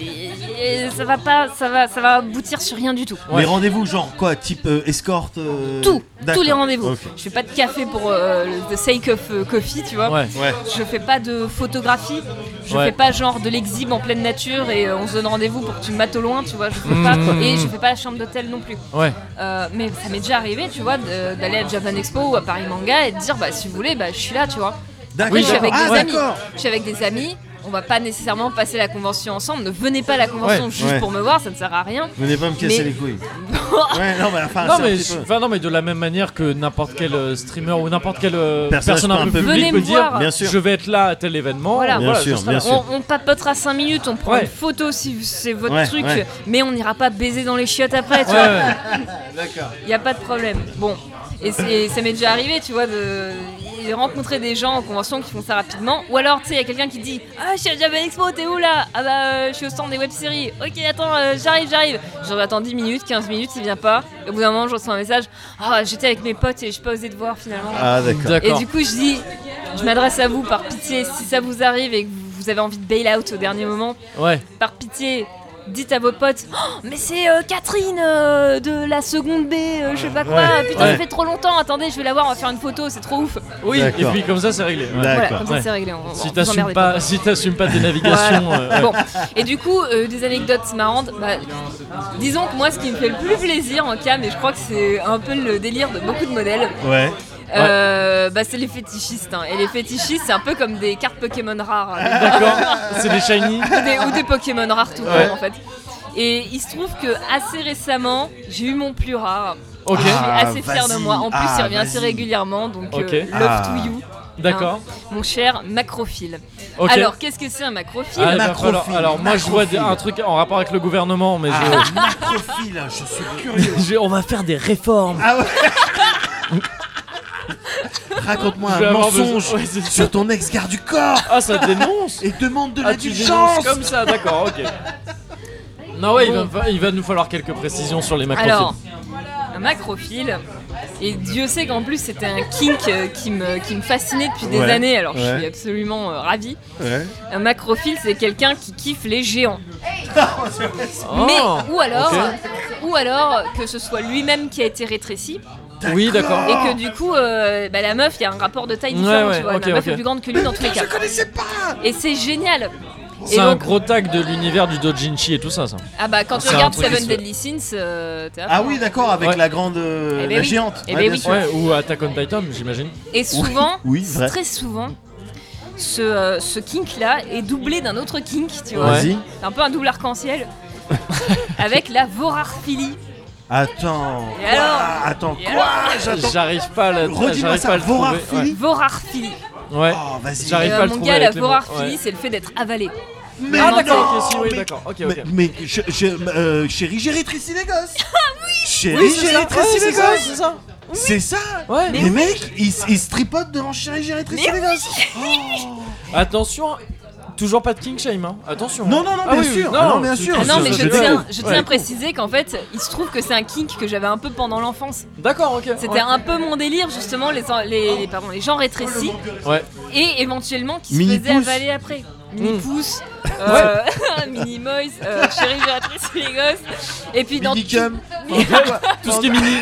S2: et- et ça va pas, ça va, ça va aboutir sur rien du tout.
S1: Mais
S3: Ouais.
S1: rendez-vous genre quoi Type euh, escorte euh,
S2: Tout, tous
S1: d'accord.
S2: les rendez-vous.
S1: Ok.
S2: Je fais pas de café pour euh, le- the sake of euh, coffee, tu vois.
S3: ouais.
S1: Ouais.
S2: Je fais pas de photographie. Je
S3: Ouais.
S2: fais pas genre de l'exhibe en pleine nature et euh, on se donne rendez-vous pour que tu me mates au loin, tu vois. Je fais
S3: Mmh,
S2: pas.
S1: Hmm.
S3: mmh,
S2: Et
S3: mmh.
S2: je fais pas la chambre d'hôtel non plus.
S3: Ouais.
S2: Euh, mais ça m'est déjà arrivé, tu vois, de- d'aller à Japan Expo ou à Paris Manga et de dire, bah si vous voulez, bah je suis là, tu vois.
S1: D'accord.
S2: Oui, je suis avec
S1: ah,
S2: des amis.
S1: d'accord.
S2: Je suis avec des amis. On va pas nécessairement passer la convention ensemble. Ne venez pas à la convention
S3: Ouais,
S2: juste
S1: ouais.
S2: pour me voir, ça ne sert à rien.
S1: Venez pas me casser
S2: Mais-
S1: les couilles. ouais, non, mais
S2: Ah,
S1: enfin,
S3: Non
S1: c'est un
S3: mais,
S1: petit
S3: je-
S1: peu-
S3: enfin, non, mais de la même manière que n'importe quel euh, streamer ou n'importe quelle euh,
S1: Personnage
S3: personne
S1: pas
S3: un
S1: un
S3: peu
S1: peu
S3: publique
S2: Venez
S3: peut
S2: me
S3: dire
S2: voir.
S1: Bien sûr.
S3: je vais être là à tel événement.
S2: Voilà.
S1: Bien
S3: Voilà,
S1: sûr,
S3: je serai
S1: bien
S3: là.
S1: sûr.
S2: On, on papotera 5 minutes, on prend
S3: Ouais.
S2: une photo si c'est votre
S1: Ouais,
S2: truc,
S1: ouais.
S2: mais on n'ira pas baiser dans les chiottes après, tu
S3: Ouais,
S2: vois.
S3: ouais.
S1: D'accord.
S2: Il n'y a pas de problème. Bon, et, c'est- et ça m'est déjà arrivé, tu vois, de de rencontrer des gens en convention qui font ça rapidement. Ou alors, tu sais, il y a quelqu'un qui dit Ah, je suis à Japan Expo, t'es où là Ah bah, euh, je suis au stand des web-séries. Ok, attends, euh, j'arrive, j'arrive. J'en attends 10 minutes, 15 minutes, il vient pas. Et au bout d'un moment, je reçois un message Ah, j'étais avec mes potes et j'ai pas osé te voir finalement.
S1: Ah, d'accord.
S2: et
S3: D'accord.
S2: du coup, je dis Je m'adresse à vous par pitié, si ça vous arrive et que vous avez envie de bail out au dernier moment,
S3: Ouais.
S2: par pitié, dites à vos potes Oh, Mais c'est euh, Catherine euh, de la seconde B, euh, je sais pas quoi,
S1: Ouais,
S2: putain,
S3: ouais.
S2: ça fait trop longtemps, attendez, je vais la voir, on va faire une photo, c'est trop ouf.
S3: Oui. Et
S1: D'accord.
S3: puis comme ça c'est réglé. Ouais.
S1: D'accord.
S2: Voilà, comme ça
S3: Ouais.
S2: c'est réglé. on- on-
S3: Si
S2: vous
S3: t'assumes
S2: emmerdez
S3: pas, si t'assumes pas tes navigations. euh, ouais.
S2: Bon, et du coup, euh, des anecdotes marrantes. bah, disons que moi, ce qui me fait le plus plaisir en cam, et je crois que c'est un peu le délire de beaucoup de modèles,
S1: Ouais.
S2: Euh, bah, c'est les fétichistes. hein. Et les fétichistes, c'est un peu comme des cartes Pokémon rares. hein.
S3: D'accord, c'est des shiny.
S2: ou, des, ou des Pokémon rares tout
S3: Ouais.
S2: court en fait. Et il se trouve que assez récemment, j'ai eu mon plus rare.
S3: Ok,
S2: Je suis
S1: Ah,
S2: assez fier de
S1: vas-y.
S2: moi. En plus,
S1: Ah,
S2: il revient assez
S1: vas-y.
S2: régulièrement, donc euh,
S3: Ok.
S2: love
S1: Ah.
S2: to you, hein.
S3: d'accord.
S2: mon cher macrophile.
S3: Ok.
S2: Alors, qu'est-ce que c'est un macrophile
S3: Ah, il va
S1: Macrophile,
S3: falloir- alors moi je vois des- un
S1: macrophile. Ah.
S3: truc en rapport avec le gouvernement, mais je-
S1: Macrophile, hein, je suis curieux.
S3: je- on va faire des réformes.
S1: Raconte-moi
S3: Je vais
S1: un
S3: avoir
S1: mensonge
S3: besoin- Ouais, c'est-
S1: sur ton ex-garde du corps
S3: Ah ça dénonce.
S1: et demande de
S3: Ah, tu
S1: l'indulgence.
S3: dénonces comme ça, d'accord, ok. Non ouais, il va, fa- il va nous falloir quelques précisions sur les
S1: Ah,
S3: macrophiles.
S2: Alors, un macrophile. Et Dieu sait qu'en plus c'était un kink euh, qui me, qui me fascinait depuis des
S1: Ouais,
S2: années, alors je
S1: ouais.
S2: suis absolument euh, ravie.
S1: Ouais.
S2: Un macrophile c'est quelqu'un qui kiffe les géants.
S3: Oh,
S2: Mais, ou alors,
S3: ok.
S2: ou alors que ce soit lui-même qui a été rétréci,
S3: Oui, d'accord.
S2: Et que du coup, euh, bah, la meuf, il y a un rapport de taille
S3: Ouais,
S2: différent,
S3: ouais,
S2: tu vois.
S3: ok,
S2: la meuf
S3: ok.
S2: est plus grande que lui dans tous les cas.
S3: Ah,
S2: Et c'est génial.
S3: C'est
S2: Et
S3: un
S2: donc-
S3: gros tag de l'univers du Dojinshi et tout ça, ça.
S2: Ah bah quand tu
S3: C'est un
S2: regardes
S3: truc qui
S2: Seven
S3: se fait.
S2: Deadly Sins, euh, t'es à
S1: Ah
S2: fond.
S1: oui, d'accord, avec
S3: Ouais.
S1: la grande euh,
S2: Eh ben
S1: la
S2: oui.
S1: géante.
S2: Eh
S1: Ouais,
S2: ben
S1: bien
S2: oui.
S1: sûr.
S3: Ouais, ou Attack on Titan, j'imagine.
S2: Et souvent,
S1: oui, vrai.
S2: très souvent, ce, euh, ce kink là est doublé d'un autre kink, tu vois.
S3: Ouais.
S1: Vas-y.
S2: C'est un peu un double arc-en-ciel. avec la vorarphilie.
S1: Attends.
S2: Et alors
S1: Ah, attends,
S2: Et
S1: quoi J'attends.
S3: J'arrive pas à le
S1: Redis-moi
S3: j'arrive pas à
S1: ça,
S3: le trouver.
S1: Vorarfili
S2: Vorarphilie.
S3: Ouais. Ouais.
S1: Oh, vas-y.
S2: Et,
S3: J'arrive
S2: euh,
S3: pas à le
S2: mon
S3: trouver
S2: gars, la
S3: avec les mots.
S2: vorarphilie,
S3: Ouais.
S2: c'est le fait d'être avalé.
S1: Mais
S3: Ah d'accord,
S1: non,
S3: ok, si, oui,
S1: mais-
S3: d'accord. Ok,
S1: Mais,
S3: ok.
S1: mais je- je- euh, chérie, j'ai rétréci les gosses. Chérie,
S3: Ah Oui, c'est
S1: j'ai
S3: ça.
S1: rétréci
S3: Ouais,
S1: les
S3: c'est ça,
S1: gosses.
S3: c'est ça.
S1: C'est ça.
S3: Ouais.
S1: Les mecs, ils s- ils se tripotent devant chérie, j'ai rétréci les gosses. Oh.
S3: Attention, toujours pas de King Shame, hein. attention.
S1: Non, non, non,
S3: Ah
S1: bien
S3: oui, oui,
S1: sûr. Ah non, bien
S3: tu-
S1: sûr.
S2: Ah non, mais
S1: c'est-
S2: je
S1: c'est
S2: tiens,
S1: vrai.
S2: je
S3: Ouais.
S2: tiens à préciser qu'en fait, il se trouve que c'est un kink que j'avais un peu pendant l'enfance.
S3: D'accord, ok.
S2: C'était un peu mon délire justement, les, les, les- pardon, les gens rétrécis
S3: Ouais.
S2: et éventuellement qui se
S1: Mini
S2: faisaient
S1: pouce.
S2: avaler après.
S3: Hmm.
S2: Mini pouce, euh, mini moise, euh, chérie j'ai rétréci les gosses. Et puis dans
S1: Mini cum.
S3: Tout ce qui est mini.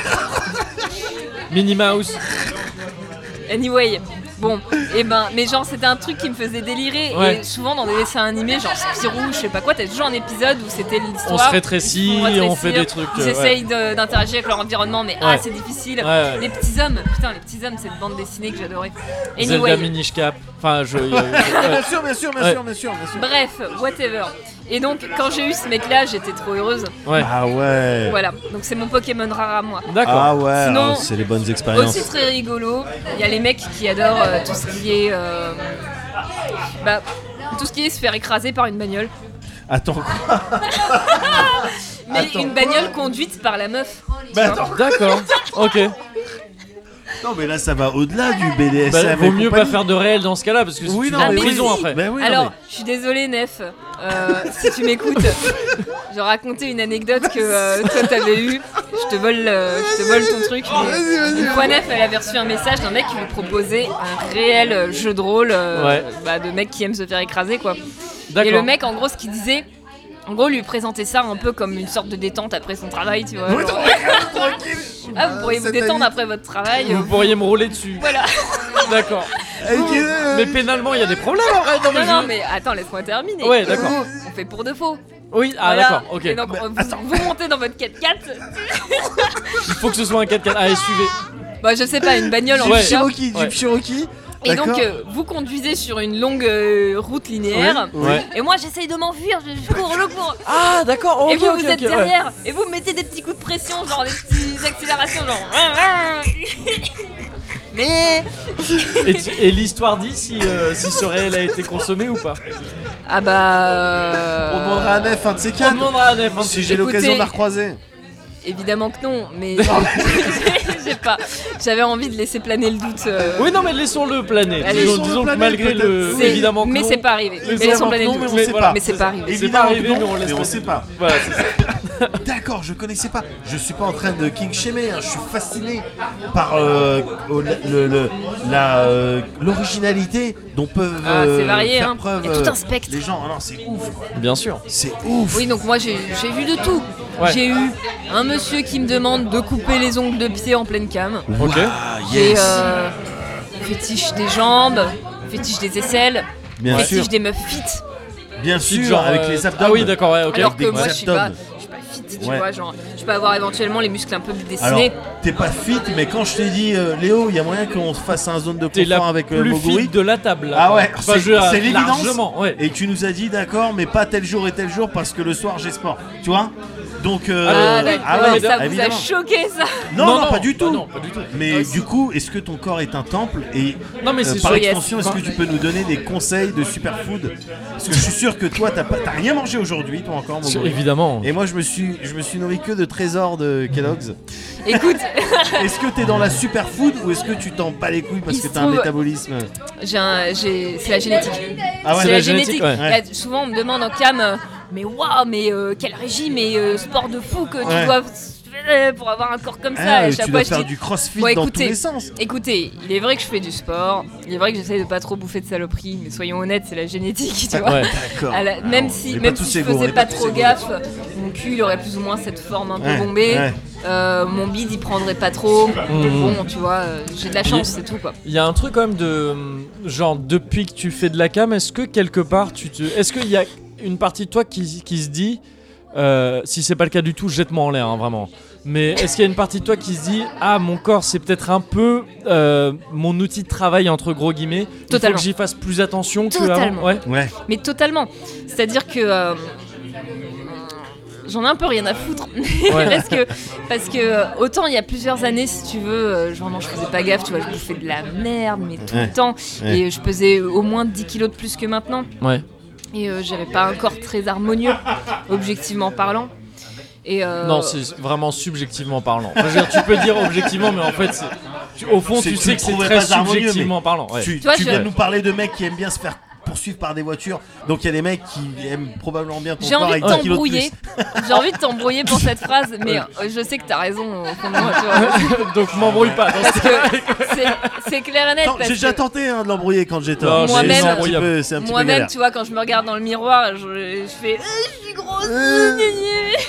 S3: mini Mouse.
S2: Anyway. Bon, et ben, mais genre c'était un truc qui me faisait délirer
S3: Ouais.
S2: et souvent dans des dessins animés, genre Spirou, je sais pas quoi, t'as toujours un épisode où c'était
S3: On se
S2: l'histoire.
S3: rétrécit,
S2: ils se font
S3: on fait des trucs.
S2: Ils
S3: euh, ouais.
S2: essayent de- d'interagir avec leur environnement, mais ah
S3: Ouais.
S2: c'est difficile.
S3: Ouais, ouais.
S2: Les petits hommes, putain les petits hommes, cette bande dessinée que j'adorais.
S3: Zelda
S2: Anyway,
S3: Minish Cap. Enfin, je. y a- ouais.
S1: Bien sûr, bien sûr, bien
S3: Ouais.
S1: sûr, bien sûr, bien sûr.
S2: Bref, whatever. Et donc, quand j'ai eu ce mec-là, j'étais trop heureuse.
S3: Ouais.
S1: Ah ouais.
S2: Voilà, donc c'est mon Pokémon rare à moi.
S3: D'accord.
S1: Ah ouais,
S2: Sinon-
S1: alors, c'est les bonnes expériences.
S2: Aussi très rigolo, il y a les mecs qui adorent euh, tout ce qui est. euh, bah, tout ce qui est se faire écraser par une bagnole.
S1: Attends, quoi
S2: Mais
S1: Attends,
S2: une bagnole conduite par la meuf.
S1: Mais attends,
S3: D'accord. Ok.
S1: non, mais là ça va au-delà du BDSM.
S3: Bah,
S1: et
S3: vaut mieux pas
S1: compagnie.
S3: faire de réel dans ce cas-là parce que si
S1: Oui,
S3: tu
S1: non,
S3: vas en
S2: mais
S3: prison
S2: oui.
S3: après.
S1: Bah oui, non,
S2: Alors,
S1: mais-
S2: je suis désolée, Nef, euh, si tu m'écoutes, je racontais une anecdote que euh, toi t'avais eue. Je te vole, euh, je te vole ton truc. mais Une fois, Nef, elle avait reçu un message d'un mec qui lui proposait un réel euh, jeu de rôle euh,
S3: Ouais.
S2: bah, de mec qui aime se faire écraser, quoi. Et
S3: D'accord.
S2: le mec, en gros, ce qu'il disait. En gros, lui présentait ça un peu comme une sorte de détente après son travail, tu vois. genre, ah, vous pourriez vous
S1: C'est
S2: détendre
S1: David.
S2: après votre travail. euh,
S3: Vous pourriez me rouler dessus.
S2: Voilà.
S3: D'accord.
S1: Eh, que-
S3: Mais pénalement, il y a des problèmes après. Non,
S2: Non,
S3: mais
S2: non,
S3: je-
S2: mais attends, laisse-moi terminer.
S3: Ouais, d'accord.
S2: On fait pour de faux.
S3: Oui, ah
S2: Voilà.
S3: d'accord, ok.
S2: Et donc, vous, vous montez dans votre 4x4.
S3: Il faut que ce soit un 4x4. Ah, SUV.
S2: Bah, je sais pas, une bagnole en
S1: Du
S3: Ouais.
S2: pick-up.
S1: Cherokee,
S3: Ouais.
S1: du Cherokee.
S2: Et donc,
S1: D'accord.
S2: euh, vous conduisez sur une longue euh, route linéaire.
S3: Ouais.
S2: Et moi, j'essaye de m'enfuir. Je, je cours, je cours.
S3: Ah, d'accord. ok,
S2: et vous,
S3: ok,
S2: vous êtes
S3: ok, ouais.
S2: derrière. Et vous mettez des petits coups de pression, genre des petites accélérations, genre. Mais.
S3: Et, tu- et l'histoire dit si, euh, si ce réel a été consommé ou pas.
S2: Ah bah. euh,
S1: On demandera à Nef un de ces
S3: On
S1: quatre.
S3: demandera à Nef. hein.
S1: Si j'ai
S2: Écoutez-
S1: l'occasion de la recroiser.
S2: euh, Évidemment que non, mais. J'ai pas. J'avais envie de laisser planer le doute. euh,
S3: Oui, non, mais laissons-le planer.
S2: Allez,
S3: disons
S1: laissons-le
S3: disons que
S1: planer,
S3: malgré le.
S1: peut-être.
S2: c'est-
S3: Évidemment que
S2: Mais
S3: non.
S2: c'est pas arrivé. Mais
S1: Évidemment
S2: laissons
S1: que
S2: planer
S1: non,
S2: le
S1: mais
S2: doute.
S1: on sait
S3: voilà.
S1: pas.
S2: Mais c'est pas arrivé.
S3: C'est pas
S1: Évidemment que
S3: arrivé,
S1: non,
S3: mais on laisse passer.
S1: sait pas.
S3: Voilà, c'est ça.
S1: D'accord, je connaissais pas. Je suis pas en train de king shamer, hein. je suis fasciné par euh, au- le- le- la, euh, l'originalité dont peuvent
S2: Ah, c'est
S1: euh,
S2: varié,
S1: faire
S2: hein.
S1: preuve
S2: Il y a tout un
S1: euh,
S2: spectre.
S1: les gens. Ah non, c'est ouf, quoi.
S3: Bien sûr.
S1: c'est ouf.
S2: Oui, donc moi j'ai j'ai vu de tout.
S3: Ouais.
S2: J'ai eu un monsieur qui me demande de couper les ongles de pied en pleine cam.
S3: Ok.
S1: Ah,
S2: J'ai
S1: yes.
S2: euh, fétiche des jambes, fétiche des aisselles,
S1: bien
S2: fétiche
S1: sûr,
S2: des meufs fit.
S1: bien sûr,
S3: Genre,
S1: avec
S3: euh,
S1: les abdos.
S3: Ah oui, d'accord, ouais, ok.
S2: alors que
S1: des
S2: moi je
S1: abdos.
S2: suis pas, je suis pas fit, tu
S1: Ouais.
S2: vois. Genre, je peux avoir éventuellement les muscles un peu
S1: Alors,
S2: dessinés.
S1: t'es pas fit, mais quand je t'ai dit, euh, Léo, il y a moyen qu'on se fasse un zone de
S3: T'es
S1: confort
S3: la
S1: avec euh,
S3: plus
S1: Moguri.
S3: fit de la table. là.
S1: Ah ouais,
S3: Enfin,
S1: c'est
S3: je-
S1: c'est l'évidence.
S3: largement, ouais.
S1: Et tu nous as dit d'accord, mais pas tel jour et tel jour parce que le soir j'ai sport. Tu vois Donc euh,
S3: Ah,
S2: d'accord,
S1: ah ouais,
S2: ça vous a
S1: évidemment.
S2: choqué ça
S1: Non,
S3: Non,
S1: non,
S3: non,
S1: pas du
S3: bah
S1: tout.
S3: non, pas du tout.
S1: Mais du coup, est-ce que ton corps est un temple et
S3: Non, mais
S1: euh,
S3: c'est
S1: par
S2: sûr, yes.
S1: extension, est-ce que tu peux nous donner des conseils de superfood Parce que je suis sûr que toi, t'as pas, t'as rien mangé aujourd'hui, toi encore, mon
S3: Sur-
S1: gros.
S3: Évidemment.
S1: Et moi, je me suis, je me suis nourri que de trésors de Kellogg's.
S2: Écoute,
S1: est-ce que t'es dans la superfood ou est-ce que tu t'en pas les couilles parce
S2: Il
S1: que
S2: se
S1: t'as un
S2: trouve-
S1: métabolisme
S2: j'ai un- j'ai- c'est la génétique.
S1: Ah
S2: c'est
S1: ouais.
S2: la,
S3: la
S2: génétique.
S3: génétique, ouais.
S2: Là, souvent, on me demande en cam, euh, mais waouh, mais euh, quel régime et euh, sport de fou que
S1: Ouais.
S2: tu dois faire pour avoir un corps comme ça.
S1: Ah,
S2: et chaque
S1: tu
S2: fois,
S1: dois
S2: je
S1: faire
S2: dis,
S1: du crossfit dans
S2: Bon,
S1: tous
S2: écoutez.
S1: les sens.
S2: Écoutez, il est vrai que je fais du sport, il est vrai que j'essaie de pas trop bouffer de saloperies, mais soyons honnêtes, c'est la génétique, tu vois.
S3: Ouais.
S1: D'accord.
S2: À la- même
S1: Alors, on
S2: si,
S1: est
S2: même
S1: pas tous
S2: si je
S1: égaux, on
S2: faisais
S1: est
S2: pas
S1: tous
S2: trop
S1: égaux.
S2: gaffe, mon cul il aurait plus ou moins cette forme un peu
S1: Ouais,
S2: bombée,
S1: ouais. Mmh.
S2: euh, mon bide il prendrait pas trop. Bon, tu vois, euh, j'ai de la chance, c'est tout quoi.
S3: Il y a un truc quand même de hum, genre depuis que tu fais de la cam, est-ce que quelque part tu te, est-ce qu'il y a une partie de toi qui, qui se dit, euh, si c'est pas le cas du tout, jette-moi en l'air hein, vraiment. Mais est-ce qu'il y a une partie de toi qui se dit ah mon corps c'est peut-être un peu euh, mon outil de travail entre gros guillemets, il faut
S2: Totalement.
S3: que j'y fasse plus attention que
S2: Totalement.
S3: avant. Ouais.
S1: Ouais.
S2: Mais totalement. C'est-à-dire que. euh, J'en ai un peu rien à foutre.
S3: Ouais.
S2: parce que, parce que euh, autant il y a plusieurs années, si tu veux, euh, genre non, je faisais pas gaffe, tu vois, je bouffais de la merde, mais tout
S1: Ouais.
S2: le temps.
S1: Ouais.
S2: Et je pesais au moins 10 kilos de plus que maintenant.
S3: Ouais.
S2: Et euh, j'avais pas un corps très harmonieux, objectivement parlant. Et euh,
S3: Non, c'est vraiment subjectivement parlant. Enfin, je veux dire, tu peux dire objectivement, mais en fait, c'est- tu- au fond,
S1: C'est-
S3: tu
S1: tu
S3: sais
S1: le
S3: que c'est
S1: trouverais
S3: très
S1: pas harmonieux, mais
S3: subjectivement parlant. ouais.
S1: Tu,
S2: Tu vois,
S1: tu
S2: je-
S1: viens de nous parler de mecs qui aiment bien se faire poursuivre par des voitures. Donc il y a des mecs qui aiment probablement bien ton
S2: J'ai
S1: corps
S2: envie
S1: avec
S2: de
S1: 10 kilos de
S2: t'embrouiller.
S1: plus.
S2: J'ai envie de t'embrouiller pour cette phrase, mais euh, je sais que t'as raison au fond de moi, tu vois.
S3: Donc m'embrouille pas. dans ce-
S2: Parce que c'est- c'est clair et net.
S1: Attends,
S2: parce
S1: J'ai déjà
S2: que-
S1: tenté hein, de l'embrouiller quand j'étais
S3: Non,
S1: en-
S2: Moi-même,
S1: c'est
S2: euh,
S1: un petit peu-
S3: hein.
S1: c'est un petit peu
S2: Moi-même,
S1: galère.
S2: tu vois, quand je me regarde dans le miroir, je, je fais Euh, Je suis grosse
S1: Euh.
S2: gna, gna,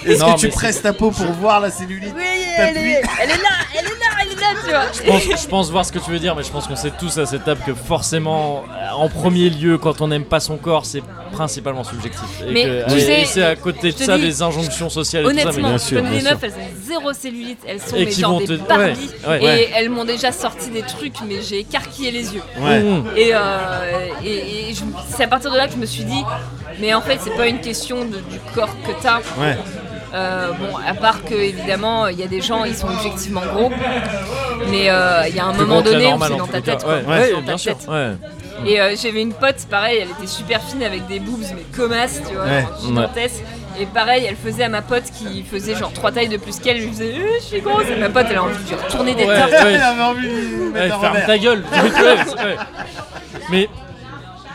S2: gna.
S1: Est-ce
S3: Non,
S1: que tu
S3: mais
S1: presses ta peau pour voir la cellulite
S2: Oui, elle
S1: T'appuies.
S2: est, elle est là, elle est là, elle est là, tu vois.
S3: Je pense, je pense voir ce que tu veux dire, mais je pense qu'on sait tous à cette table que forcément, euh, en premier lieu, quand on n'aime pas son corps, c'est principalement subjectif. Et
S2: Mais
S3: que-
S2: tu
S3: et-
S2: sais,
S3: et c'est à côté de
S2: je te
S3: ça
S2: dis,
S3: des injonctions sociales et tout ça. mais-
S2: Honnêtement,
S1: bien
S2: je
S1: sûr,
S2: connais
S1: bien
S2: des meufs, elles ont zéro cellulite, elles sont
S3: Et
S2: mais
S3: qui
S2: genre
S3: vont
S2: des
S3: te-
S2: Barbies,
S3: ouais, ouais,
S2: et
S3: ouais.
S2: elles m'ont déjà sorti des trucs, mais j'ai écarquillé les yeux.
S1: Ouais.
S3: Mmh.
S2: Et, euh, et- et je- c'est à partir de là que je me suis dit, mais en fait, c'est pas une question de- du corps que t'as.
S1: Ouais.
S2: Euh, bon, à part que évidemment, il y a des gens, ils sont objectivement gros, mais euh, il y a un
S3: Plus
S2: moment
S3: grand que la
S2: donné, où
S3: normale,
S2: c'est
S3: en
S2: dans
S3: tous
S2: ta
S3: les cas.
S2: tête. quoi.
S3: Ouais,
S2: C'est
S3: ouais,
S2: dans ta
S3: bien sûr.
S2: tête.
S3: ouais.
S2: Et euh, j'avais une pote, pareil, elle était super fine avec des boobs, mais comasse, tu vois,
S1: Ouais.
S2: genre gigantesque. Et pareil, elle faisait à ma pote qui faisait genre trois tailles de plus qu'elle, je lui faisais, Euh, je suis grosse, et ma pote, elle a envie de lui retourner des
S3: Ouais,
S2: tartes.
S3: ouais.
S1: Elle avait envie de lui
S3: Ouais,
S1: mettre un
S3: ferme
S1: revers.
S3: ta gueule. Ouais. Mais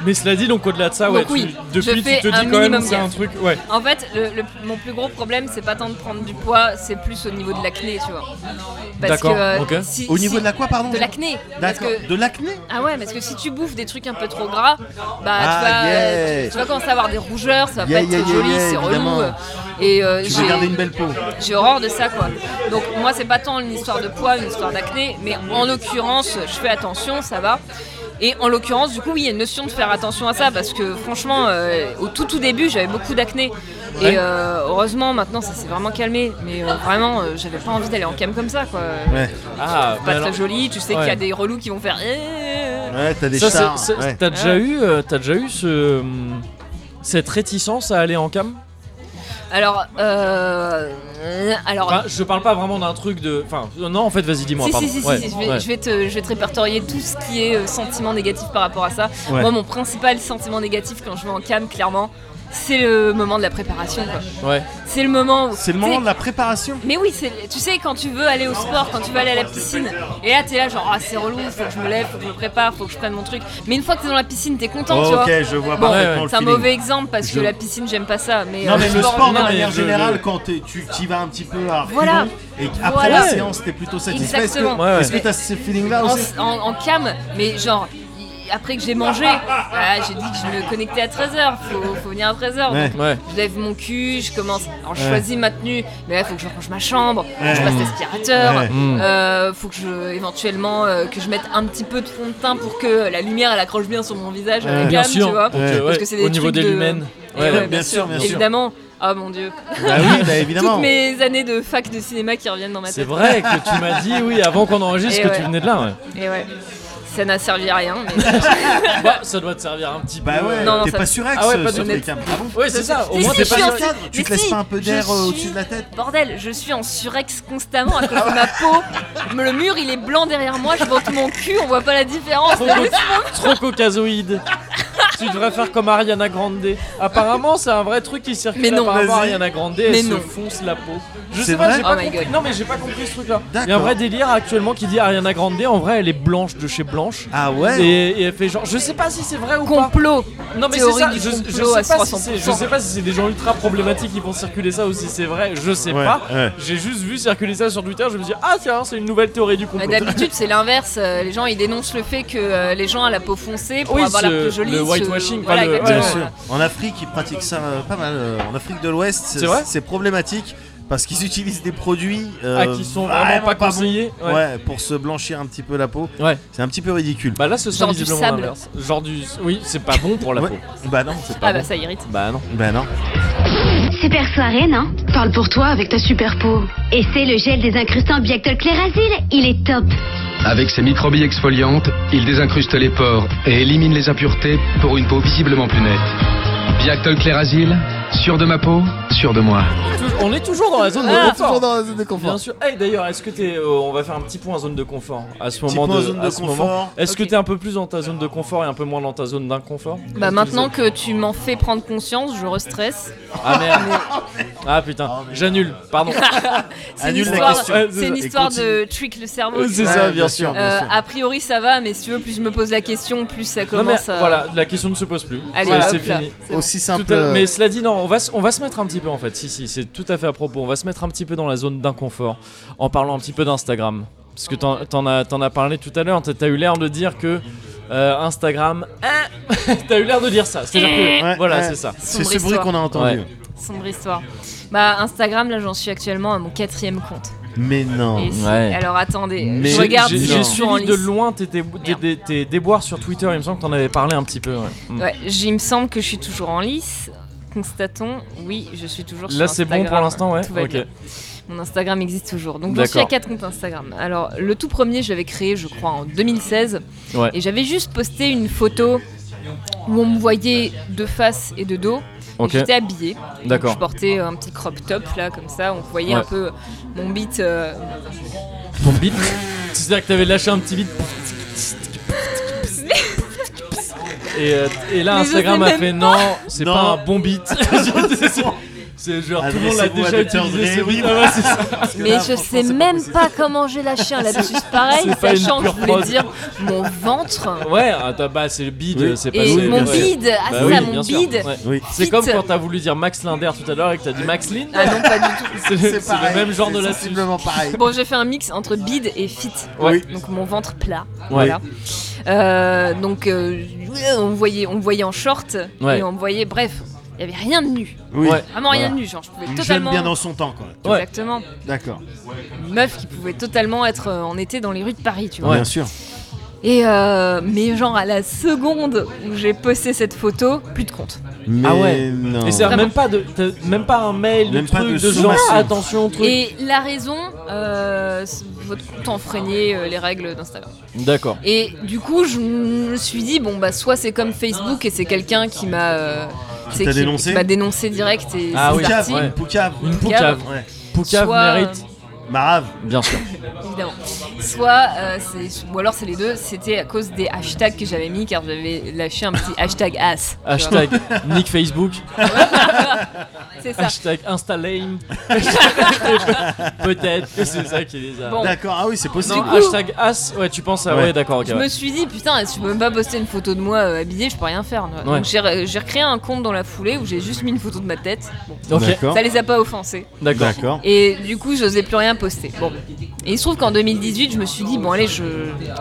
S3: mais cela dit, donc au-delà de ça, ouais,
S2: Donc oui,
S3: tu-
S2: je
S3: depuis tu
S2: fais
S3: te
S2: un
S3: dis quand même
S2: minimum
S3: c'est un
S2: gaffe.
S3: truc, ouais.
S2: En fait, le- le- mon plus gros problème, c'est pas tant de prendre du poids, c'est plus au niveau de l'acné, tu vois. Parce que
S3: D'accord,
S2: euh,
S3: ok.
S2: si-
S1: Au niveau
S2: si-
S1: de la quoi, pardon
S2: de l'acné. Parce
S1: D'accord.
S2: que
S1: De l'acné
S2: Ah ouais, parce que si tu bouffes des trucs un peu trop gras, bah
S1: Ah,
S2: tu, vas, euh,
S1: yeah.
S2: tu- tu vas commencer à avoir des rougeurs, ça va
S1: Yeah,
S2: pas être
S1: yeah,
S2: très
S1: yeah,
S2: joli,
S1: yeah,
S2: c'est
S1: évidemment.
S2: relou. euh, Et
S1: Tu
S2: euh,
S1: veux
S2: j'ai-
S1: garder une belle peau.
S2: j'ai horreur de ça quoi. Donc moi c'est pas tant une histoire de poids, une histoire d'acné, mais en l'occurrence je fais attention, ça va. Et en l'occurrence du coup oui il y a une notion de faire attention à ça parce que franchement euh, au tout tout début j'avais beaucoup d'acné et euh, heureusement maintenant ça s'est vraiment calmé mais euh, vraiment euh, j'avais pas envie d'aller en cam comme ça quoi.
S1: Ouais.
S3: Ah,
S2: Pas
S3: mais
S2: très
S3: alors-
S2: joli, tu sais qu'il y
S3: Ouais.
S2: a des relous qui vont faire. Eh
S1: Ouais, t'as des
S3: Ça,
S1: chars.
S3: c'est- c'est-
S1: ouais.
S3: T'as déjà eu, euh, t'as déjà eu ce, hum, cette réticence à aller en cam
S2: Alors euh, alors.
S3: Enfin, Ah, je parle pas vraiment d'un truc de. Enfin, non, en fait, vas-y, dis-moi.
S2: Si,
S3: pardon.
S2: si, si, si,
S3: Ouais,
S2: je, vais,
S3: ouais.
S2: je vais te, je vais te répertorier tout ce qui est euh, sentiment négatif par rapport à ça.
S1: Ouais.
S2: Moi, mon principal sentiment négatif quand je vais en cam, clairement, c'est le moment de la préparation. quoi.
S3: Ouais.
S2: C'est le moment où.
S1: C'est le
S2: tu sais-
S1: moment de la préparation.
S2: Mais oui, c'est, tu sais, quand tu veux aller au sport, quand tu veux aller à la piscine, et là, t'es là, genre, ah, c'est relou, faut que je me lève, faut que je me prépare, faut que je prenne mon truc. Mais une fois que t'es dans la piscine, t'es content, tu vois.
S1: Oh, Ok, je vois
S2: Bon,
S1: parfaitement le
S2: c'est un
S1: feeling.
S2: mauvais exemple parce que
S1: Je-
S2: la piscine, j'aime pas ça. Mais,
S1: Non
S2: euh,
S1: mais le
S2: en
S1: sport de
S2: général,
S1: manière
S3: je- je-
S1: générale quand t'es- tu y vas un petit peu à reculons
S2: Voilà.
S1: et après la
S2: Voilà.
S1: séance t'es plutôt satisfait. Est-ce que-
S2: Exactement.
S3: Ouais, ouais.
S1: Est-ce que t'as ce feeling là aussi
S2: en, en- en cam, mais genre, y- après que j'ai mangé, voilà, j'ai dit que je me connectais à 13h, faut, faut venir à 13h.
S1: Ouais.
S3: Ouais.
S2: Je lève mon cul, je commence. Alors je
S1: Ouais.
S2: choisis ma tenue, mais là faut que je range ma chambre, faut que je
S1: Ouais.
S2: passe l'aspirateur,
S1: Ouais.
S3: Mm.
S2: euh, faut que je éventuellement euh, que je mette un petit peu de fond de teint pour que la lumière elle accroche bien sur mon visage. à la
S1: Ouais.
S2: cam,
S3: Bien
S2: tu
S3: sûr.
S2: vois.
S3: pour que,
S2: Parce
S3: ouais,
S2: que c'est des
S3: Au niveau
S2: trucs
S3: des
S2: de-
S3: lumens.
S2: Et
S1: Ouais,
S2: ouais,
S1: bien sûr, bien sûr.
S2: Évidemment. Ah mon dieu.
S1: Bah oui, bah évidemment.
S2: Toutes mes années de fac de cinéma qui reviennent dans ma
S3: C'est
S2: tête.
S3: vrai que tu m'as dit, oui, avant qu'on enregistre,
S2: Et
S3: que
S2: ouais.
S3: tu venais de là. ouais.
S2: Et ouais. Ça n'a servi à rien. Mais...
S3: Bah, ça doit te servir un petit peu.
S1: Bah ouais,
S2: Non, non,
S1: t'es
S2: ça-
S1: pas surex
S3: Ah ouais,
S1: euh,
S3: pas
S1: sur
S3: de-
S1: les câbles. Ah bon
S3: Ouais, c'est ça. Au
S2: Mais
S3: moins,
S2: si,
S3: t'es
S2: je
S3: pas
S2: suis
S3: sur-
S2: en
S1: cadre,
S2: sur-
S1: tu te
S2: Mais
S1: laisses
S2: si,
S1: pas un peu
S2: je
S1: d'air euh,
S2: suis-
S1: au-dessus de la tête.
S2: Bordel, je suis en surex constamment à cause de ma peau. Le mur, il est blanc derrière moi, je monte mon cul, on voit pas la différence.
S3: Trop, co- trop caucasoïde. tu devrais faire comme Ariana Grande. Apparemment, c'est un vrai truc qui circule.
S2: Mais non,
S3: apparemment,
S1: vas-y.
S3: Ariana Grande,
S2: Mais
S3: elle se
S2: non.
S3: fonce la peau. Je
S1: C'est
S3: sais pas,
S1: vrai
S3: j'ai pas
S2: Oh my
S3: compris.
S2: God.
S3: Non, mais j'ai pas compris ce truc-là. Il y a un
S1: D'accord.
S3: vrai délire actuellement qui dit Ariana Grande, en vrai, elle est blanche de chez Blanche.
S1: Ah ouais
S3: Et, et elle fait genre, je sais pas si c'est vrai ou pas.
S2: Complot.
S3: Non mais c'est
S2: Théorie
S3: ça,
S2: du
S3: je, je
S2: complot à
S3: sais pas si
S2: 300%.
S3: c'est- je sais pas si c'est des gens ultra problématiques qui vont circuler ça ou si c'est vrai, je sais
S1: Ouais,
S3: pas.
S1: ouais.
S3: J'ai juste vu circuler ça sur Twitter, je me dis ah tiens c'est une nouvelle théorie du
S2: Bah,
S3: complot.
S2: D'habitude, c'est l'inverse. euh, Les gens, ils dénoncent le fait que euh, les gens à la peau foncée, pour
S3: Oui,
S2: avoir la
S3: ce-
S2: peau jolie,
S3: le
S2: se-
S3: whitewashing,
S2: voilà,
S3: pas le-
S2: exactement, Ah
S1: Bien
S3: ouais.
S1: sûr.
S2: voilà.
S1: En Afrique, ils pratiquent ça euh, pas mal. euh, En Afrique de l'Ouest,
S3: C'est vrai
S1: c'est problématique parce qu'ils utilisent des produits euh,
S3: Ah, qui sont vraiment pas
S1: bons.
S3: conseillés.
S1: Ouais.
S3: Ouais.
S1: pour se blanchir un petit peu la peau.
S3: Ouais.
S1: C'est un petit peu ridicule.
S3: Bah là ce
S2: Genre
S3: sont
S2: du
S3: visiblement
S2: sable.
S3: l'inverse. Genre du oui c'est pas bon pour la
S1: Ouais.
S3: peau.
S1: Bah non, c'est
S2: Ah
S1: pas
S2: bah
S1: bon.
S2: ça irrite.
S3: Bah non.
S1: Bah non.
S7: Super soirée, non
S8: Parle pour toi avec ta super peau.
S7: Et c'est le gel désincrustant Biactol Clérazil, il est top.
S9: Avec ses microbilles exfoliantes, il désincruste les pores et élimine les impuretés pour une peau visiblement plus nette. Biactol Clérazil, sûr de ma peau, sûr de moi.
S3: Tou- On est Ah, toujours dans la zone de
S1: On est
S3: confort.
S1: toujours dans la zone de confort.
S3: Bien sûr. Hey, d'ailleurs est-ce que t'es euh, on va faire un petit point zone de confort à ce
S1: Petit
S3: moment
S1: point
S3: de,
S1: zone
S3: à
S1: de
S3: ce moment.
S1: confort.
S3: Est-ce
S2: Ok.
S3: que t'es un peu plus dans ta zone de confort et un peu moins dans ta zone d'inconfort
S2: Bah maintenant que tu m'en fais prendre conscience, je restresse.
S3: Ah merde. ah putain, j'annule. Pardon.
S2: C'est une
S1: Annule la
S2: histoire,
S1: question.
S3: Ouais,
S2: c'est
S1: ça.
S2: une
S1: Et
S2: histoire de
S1: continue.
S2: trick le cerveau.
S3: Euh,
S2: tu
S3: C'est
S2: vois.
S1: Ouais,
S3: ça,
S1: bien
S3: bien
S1: sûr.
S3: sûr.
S2: Euh, a priori ça va, mais si tu veux, plus je me pose la question, plus ça commence à.
S3: voilà, la question ne se pose plus.
S2: Allez,
S3: Voilà,
S2: hop
S3: c'est
S2: là.
S3: fini.
S2: C'est bon.
S1: Aussi simple.
S3: Tout à-
S1: euh,
S3: mais cela dit, non, on va, se- on va se mettre un petit peu en fait. Si, si, c'est tout à fait à propos. On va se mettre un petit peu dans la zone d'inconfort en parlant un petit peu d'Instagram. Parce que t'en t'en as, t'en as parlé tout à l'heure, t'as- t'as eu l'air de dire que euh, Instagram. hein, t'as eu l'air de dire ça. C'est-à-dire que.
S1: Ouais,
S3: voilà,
S1: ouais.
S3: c'est ça.
S1: C'est
S2: Sombre
S1: ce bruit
S2: histoire.
S1: qu'on a entendu.
S3: Ouais.
S2: Sombre histoire. Bah Instagram, là j'en suis actuellement à mon quatrième compte.
S1: Mais non.
S2: Et si-
S3: Oh, Ouais.
S2: Alors attendez,
S1: Mais
S2: je
S3: J'ai-
S2: regarde
S3: j'ai-
S2: si
S3: J'ai
S2: je suis en
S3: suivi de
S2: lice.
S3: loin tes, dé- tes-
S2: Merde.
S3: tes- tes déboires sur Twitter, il me semble que t'en avais parlé un petit peu. ouais. Mm.
S2: Ouais, j'ai- il me semble que je suis toujours en lice. Constatons, oui, je suis toujours sur
S3: Là, c'est bon pour
S2: Instagram.
S3: l'instant, ouais.
S2: Tout va
S3: Ok.
S2: bien. Mon Instagram existe toujours. Donc j'en suis à
S3: D'accord.
S2: 4 comptes Instagram. Alors le tout premier, je l'avais créé, je crois, en 2016.
S3: Ouais.
S2: Et j'avais juste posté une photo où on me voyait de face et de dos. Et
S3: Ok.
S2: J'étais habillée. Donc,
S3: D'accord.
S2: Je portais un petit crop top là, comme ça. On voyait
S3: Ouais.
S2: un peu mon beat. euh,
S3: Ton beat C'est-à-dire que t'avais lâché un petit beat. Et, euh, et là,
S2: Mais je
S3: Instagram
S2: sais
S3: a
S2: même
S3: fait non, c'est
S1: Non.
S3: pas un bon beat. C'est- c'est- c'est genre tout le monde l'a
S1: Adressez-vous à
S3: déjà
S1: Dr.
S3: utilisé ce
S1: Dre, oui.
S3: beat. Ah ouais, c'est ça.
S2: Mais je sais même pas comment j'ai lâché un lapsus pareil,
S3: c'est pas une
S2: sachant que je
S3: pure
S2: voulais
S3: prod.
S2: dire mon ventre.
S3: Ouais, attends, bah, c'est le bide,
S1: Oui.
S3: c'est pas
S2: Et
S1: oui,
S2: mon
S1: bien sûr.
S2: bide, ah
S3: Bah
S2: ça,
S3: oui,
S2: mon
S3: bien sûr,
S2: bide.
S3: ouais.
S1: Oui.
S3: C'est
S2: Vite.
S3: comme quand t'as voulu dire Max Linder tout à l'heure et que t'as dit Max Lind.
S2: Ah non, pas du tout.
S3: c'est le, c'est le même genre de
S1: la
S3: lapsus.
S1: Sensiblement pareil.
S2: Bon, j'ai fait un mix entre bide et fit.
S3: Ouais.
S2: Donc mon ventre plat. Voilà. Euh, donc euh, on me voyait, on me voyait en short
S3: Ouais.
S2: et on me voyait, bref, il n'y avait rien de nu.
S1: Oui.
S3: Ouais.
S2: Vraiment rien
S1: Voilà.
S2: de nu, genre je pouvais
S1: Une
S2: totalement.
S1: jeune bien dans son temps, quoi.
S3: Ouais.
S2: Exactement.
S1: D'accord.
S2: Une meuf qui pouvait totalement être euh, en été dans les rues de Paris, tu vois.
S1: Bien sûr.
S2: Et euh, mais genre à la seconde où j'ai posté cette photo, plus de compte.
S1: Mais
S3: Ah ouais.
S1: non.
S3: Et c'est
S2: Vraiment.
S3: même pas de, t'as même pas un mail,
S1: Même
S3: de
S1: pas
S3: truc,
S1: de
S3: de, genre
S1: sommation.
S3: attention truc.
S2: Et la raison, euh, c'est votre compte enfreignait euh, les règles d'Instagram.
S3: D'accord.
S2: Et du coup, je me suis dit, bon, bah, soit c'est comme Facebook et c'est quelqu'un qui m'a. euh, c'est
S1: t'a
S2: qui-
S1: dénoncé
S2: qui m'a dénoncé direct et
S3: Ah
S2: c'est
S3: oui.
S2: parti,
S1: Poucave,
S3: Ouais.
S1: ouais. Poucave.
S2: Poucave.
S3: Une poucave.
S1: Ouais. Bah,
S3: Poucave
S2: Soit-
S3: mérite,
S1: Marave.
S3: bien sûr.
S2: évidemment. Soit, euh, c'est- ou alors c'est les deux, c'était à cause des hashtags que j'avais mis car j'avais lâché un petit hashtag ass. tu vois.
S3: Hashtag Nick Facebook,
S2: C'est ça.
S3: hashtag Instalame. Peut-être que c'est ça qui les a.
S2: Bon.
S1: D'accord. Ah oui, c'est possible.
S3: Non, hashtag As, ouais, tu penses à. Ouais,
S1: Ouais.
S3: d'accord, ok.
S2: Je
S3: ouais.
S2: me suis dit, putain, si je peux même pas poster une photo de moi euh, habillée, je peux rien faire. tu vois.
S3: Ouais.
S2: Donc j'ai re- j'ai recréé un compte dans la foulée où j'ai juste mis une photo de ma tête. Bon,
S3: Ok,
S1: D'accord.
S2: ça les a pas offensés.
S3: d'accord.
S1: D'accord.
S2: Et du coup, j'osais plus rien poster. Bon. Et il se trouve qu'en 2018, je me suis dit, bon, allez, je,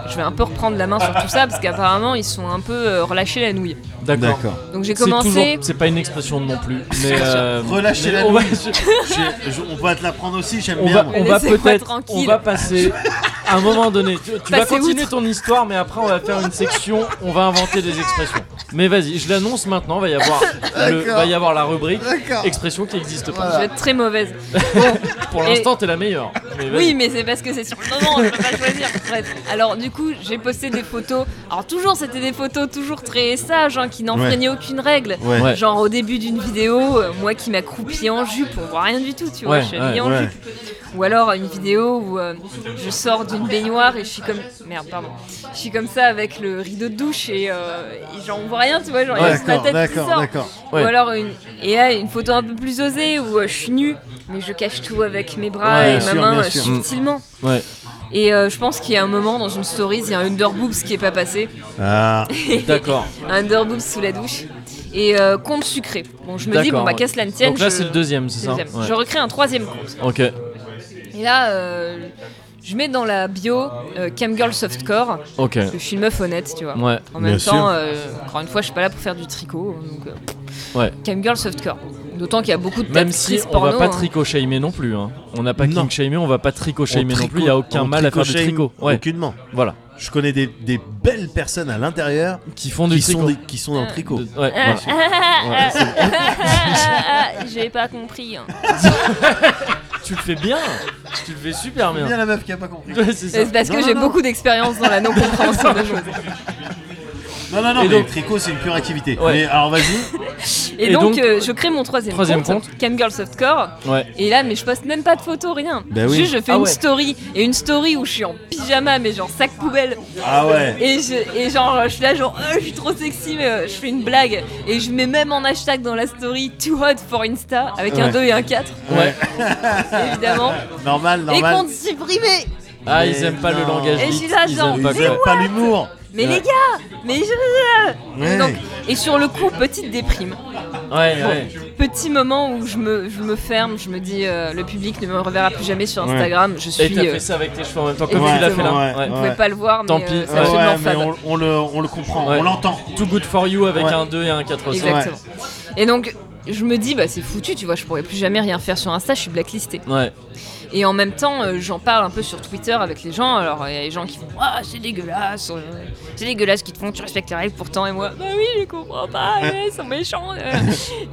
S2: je vais un peu reprendre la main sur tout ça, parce qu'apparemment, ils sont un peu euh, relâchés la nouille.
S3: D'accord.
S1: D'accord.
S2: Donc j'ai
S3: C'est toujours-
S2: commencé.
S3: C'est pas une expression non plus, mais. euh,
S1: Relâchez
S3: mais
S1: la
S3: on va-
S1: J'ai- je- On va te la prendre aussi, j'aime
S3: On
S1: bien.
S3: va,
S1: moi.
S3: on va
S2: Laissez-moi
S3: peut-être,
S2: tranquille.
S3: on va passer, à un moment donné, tu, tu vas
S2: Passer
S3: continuer
S2: outre.
S3: ton histoire, mais après on va faire une section, on va inventer des expressions. Mais vas-y, je l'annonce maintenant, va y avoir, le-
S1: D'accord.
S3: va y avoir la rubrique
S1: D'accord.
S3: expression qui n'existe pas.
S2: Je vais être très mauvaise.
S3: Pour
S2: Et-
S3: l'instant, t'es la meilleure. Mais vas-y.
S2: Oui, mais c'est parce que c'est sur le moment, je peux pas choisir. Bref, alors du coup, j'ai posté des photos. Alors toujours, c'était des photos toujours très sages, hein, qui n'enfreignaient aucune règle.
S1: Ouais.
S3: Ouais.
S2: Genre au début d'une vidéo, euh, moi qui m'accroupis en jupe, on voit rien du tout, tu vois,
S3: Ouais,
S2: je suis
S3: ouais,
S2: habillée en
S1: ouais.
S2: jupe. Ou alors une vidéo où euh, je sors d'une baignoire et je suis comme merde, pardon, je suis comme ça avec le rideau de douche et, euh, et genre on voit rien, tu vois, genre il y a juste ma
S1: D'accord,
S2: tête qui
S1: d'accord,
S2: sort.
S1: d'accord.
S3: Ouais.
S2: Ou alors une, et là, une photo un peu plus osée où euh, je suis nue, mais je cache tout avec mes bras
S3: Ouais,
S2: et
S3: bien
S2: ma
S1: sûr,
S2: main
S1: bien
S2: euh,
S1: sûr.
S2: subtilement.
S3: Ouais.
S2: Et euh, je pense qu'il y a un moment dans une story, il y a un underboobs qui est pas passé,
S1: Ah,
S3: D'accord.
S2: un underboobs sous la douche et euh, compte sucré. Bon, je me dis
S3: D'accord,
S2: bon bah
S3: ouais.
S2: qu'à cela ne tienne.
S3: Donc là,
S2: je-
S3: c'est le deuxième, c'est ça
S2: deuxième.
S3: Ouais.
S2: Je recrée un troisième compte.
S3: Ok.
S2: Et là, euh, je mets dans la bio euh, Camgirl Softcore.
S3: Ok.
S2: parce que Je suis une meuf honnête, tu vois.
S3: Ouais.
S2: En même
S1: Bien
S2: temps,
S1: sûr.
S2: euh, encore une fois, je suis pas là pour faire du tricot. Donc, euh,
S3: Ouais.
S2: Camgirl Softcore. D'autant qu'il y a beaucoup de
S3: Même si
S2: actrices
S3: on
S2: porno.
S3: va pas
S2: hein.
S3: tricot shamer non plus. Hein. On n'a pas
S1: Non.
S3: king shamer, on va pas tricot shamer non plus. Il y a aucun
S1: on
S3: mal à faire du
S1: tricoshame
S3: tricot. Ouais.
S1: Aucunement.
S3: Voilà.
S1: Je connais des, des belles personnes à l'intérieur
S3: Qui font du
S1: qui, sont
S3: tricot.
S1: des- qui sont dans le tricot.
S3: De- ouais,
S2: Ah,
S3: bien sûr.
S2: ah, ah,
S3: Ouais,
S2: ah, ah, ah, ah, J'ai pas compris. hein.
S3: tu le fais bien. Tu le fais super bien.
S1: Bien la meuf qui a pas compris.
S3: Ouais, c'est ça.
S2: C'est parce que
S1: Non,
S2: j'ai
S1: non,
S2: beaucoup d'expérience dans la non-compréhension des choses.
S1: Non, non, non,
S3: Et
S1: mais
S3: donc-
S1: le tricot, c'est une pure activité.
S3: Ouais.
S1: Mais alors, vas-y.
S2: Et,
S3: Et
S2: donc,
S3: donc,
S2: euh, je crée mon troisième,
S3: troisième
S2: compte, Camgirl Softcore.
S3: Ouais.
S2: Et là, mais je poste même pas de photos, rien.
S1: Bah oui.
S2: Juste, je fais
S3: Ah
S2: une
S3: ouais.
S2: story. Et une story où je suis en pyjama, mais genre sac poubelle.
S1: Ah ouais.
S2: Et, je- et genre, je suis là, genre, Euh, je suis trop sexy, mais euh, je fais une blague. Et je mets même en hashtag dans la story Too Hot for Insta, avec un
S1: Ouais.
S2: 2 et un 4,
S3: Ouais.
S2: évidemment.
S1: Normal,
S2: et
S1: normal.
S2: compte supprimé.
S3: Ah,
S1: Mais
S3: ils aiment pas le
S1: non.
S3: langage.
S2: Et
S3: vite,
S2: je suis là,
S3: ils
S2: genre,
S3: aiment
S1: Ils
S3: pas
S1: aiment
S3: quoi.
S1: pas l'humour.
S2: Mais
S3: Ouais.
S2: les gars, mais je.
S1: Ouais.
S2: Donc, et sur le coup, petite déprime.
S3: Ouais, ouais.
S2: Petit moment où je me, je me ferme, je me dis euh, le public ne me reverra plus jamais sur Instagram. Je suis.
S3: Et t'as
S2: euh,
S3: fait ça avec tes cheveux en même temps, comme
S2: Ouais.
S3: tu l'as fait là.
S1: Ouais.
S3: Ouais.
S2: vous pouvez pas le voir,
S3: Tant
S2: mais
S3: pis.
S2: euh, c'est
S3: Ouais,
S2: absolument
S1: ouais, mais
S2: fade.
S1: on, on le, on le comprend,
S3: Ouais.
S1: on l'entend.
S3: Too good for you avec
S1: Ouais.
S3: un 2 et un 4
S1: Exact.
S2: Exactement. Et donc, je me dis, bah c'est foutu, tu vois, je pourrais plus jamais rien faire sur Insta, je suis blacklistée.
S3: Ouais.
S2: Et en même temps, euh, j'en parle un peu sur Twitter avec les gens. Alors, il y a des gens qui font Ah, c'est dégueulasse, euh, c'est dégueulasse qu'ils te font, tu respectes les règles pourtant. Et moi, Bah oui, je comprends pas, euh, ils sont méchants. euh.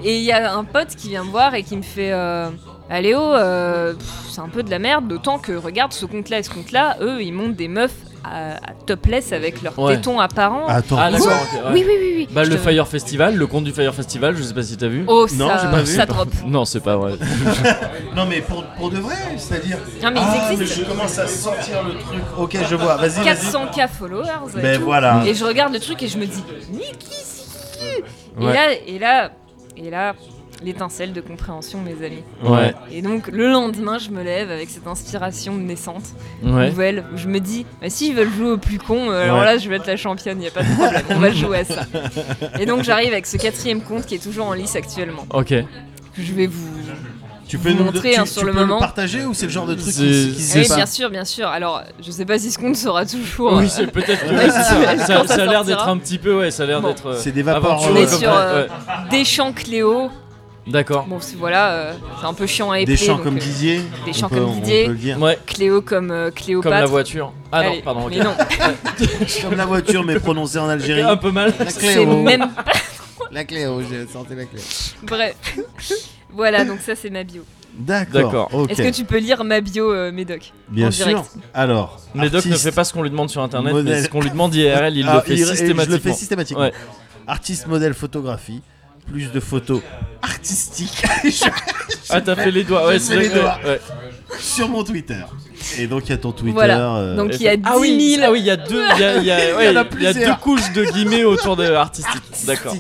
S2: et il y a un pote qui vient me voir et qui me fait euh, Ah, Léo, euh, pff, c'est un peu de la merde, d'autant que regarde ce compte-là et ce compte-là, eux, ils montent des meufs à, à topless avec leurs
S3: Ouais.
S2: tétons apparents.
S1: Attends,
S3: Ah, d'accord. ok, ouais.
S2: Oui, oui, oui, oui.
S3: Bah,
S2: Je
S3: le
S2: te-
S3: Fire Festival, le compte du Fire Festival, je sais pas si t'as vu.
S2: Oh,
S1: Non, j'ai
S2: ça,
S1: pas vu.
S2: ça drop.
S3: Non, c'est pas vrai.
S1: non mais pour, pour de vrai, c'est-à-dire.
S2: Non, mais ils
S1: ah,
S2: existent.
S1: mais je commence à sortir le truc. Ok, je vois. Vas-y, vas-y.
S2: 400k followers. et
S1: Ben
S2: tout.
S1: voilà.
S2: Et je regarde le truc et je me dis, Niki, c'est qui
S1: Ouais.
S2: Et là, et là, et là, l'étincelle de compréhension, mes amis.
S3: Ouais.
S2: Et donc, le lendemain, je me lève avec cette inspiration naissante,
S3: Ouais.
S2: nouvelle, où je me dis, bah, s'ils veulent jouer au plus con, euh, alors
S1: Ouais.
S2: là, je vais être la championne, y a pas de problème, on va jouer à ça. Et donc, j'arrive avec ce quatrième compte qui est toujours en lice actuellement.
S3: Ok.
S2: que Je vais vous.
S1: Tu
S2: vous
S1: le-
S2: montrer,
S1: tu-
S2: hein,
S1: tu
S2: sur le
S1: peux
S2: moment.
S1: partager ou c'est le genre de truc
S3: C'est-
S1: qui, qui se
S2: Oui,
S1: fait pas
S2: bien sûr, bien sûr. Alors, je sais pas si ce compte sera toujours.
S3: Oui,
S2: euh,
S3: c'est peut-être que
S2: Ouais,
S3: ça,
S2: c'est-
S3: ça-
S2: quand ça
S3: ça a l'air
S2: sortira.
S3: d'être un petit peu, ouais, ça a l'air
S2: Bon.
S3: d'être. euh,
S1: C'est des vapeurs,
S3: aventureux,
S2: on est
S3: comme
S2: sur
S3: ça,
S2: euh,
S3: ouais.
S2: Deschamps Cléo.
S3: D'accord.
S2: Bon, c'est- voilà, euh, c'est un peu chiant à épeler.
S1: Des chants
S2: donc,
S1: comme
S2: euh,
S1: Didier.
S2: des
S1: on
S2: chants
S1: peut-
S2: comme Didier.
S1: On peut le dire.
S3: Ouais,
S2: Cléo comme euh,
S3: comme
S2: Cléopâtre.
S3: la voiture. Ah
S2: Allez,
S3: non, pardon. ok.
S2: Mais non,
S1: Comme la voiture mais prononcée en Algérie.
S3: Un peu mal.
S1: La
S2: c'est
S1: clé. oh.
S2: même.
S1: La clé. oh, J'ai sorti la clé.
S2: Bref. Voilà, donc ça c'est ma bio.
S1: D'accord.
S3: D'accord.
S1: Ok.
S2: Est-ce que tu peux lire ma bio, euh, Médoc
S1: Bien
S2: en
S1: sûr.
S2: direct
S1: Alors.
S3: Médoc ne
S1: artiste-
S3: fait pas ce qu'on lui demande sur internet, mais
S1: modèle.
S3: ce qu'on lui demande IRL, il
S1: Ah,
S3: le
S1: il-
S3: fait
S1: et Je le fais
S3: systématiquement.
S1: systématiquement.
S3: Ouais.
S1: Artiste, modèle, photographie. Plus de photos artistiques je-
S3: Ah, t'as fait les doigts. Ouais,
S1: Je
S3: c'est
S1: fais
S3: vrai.
S1: les
S3: que-
S1: doigts.
S3: ouais.
S1: sur mon Twitter. Et donc il y a ton Twitter.
S2: Voilà.
S1: euh,
S2: Donc il y a 10
S3: ah oui,
S2: 000.
S3: ah oui, il y a deux, il y a, il y a-
S1: en
S3: ouais,
S1: a
S3: il y a
S1: plusieurs.
S3: deux couches de guillemets autour de artistique. D'accord.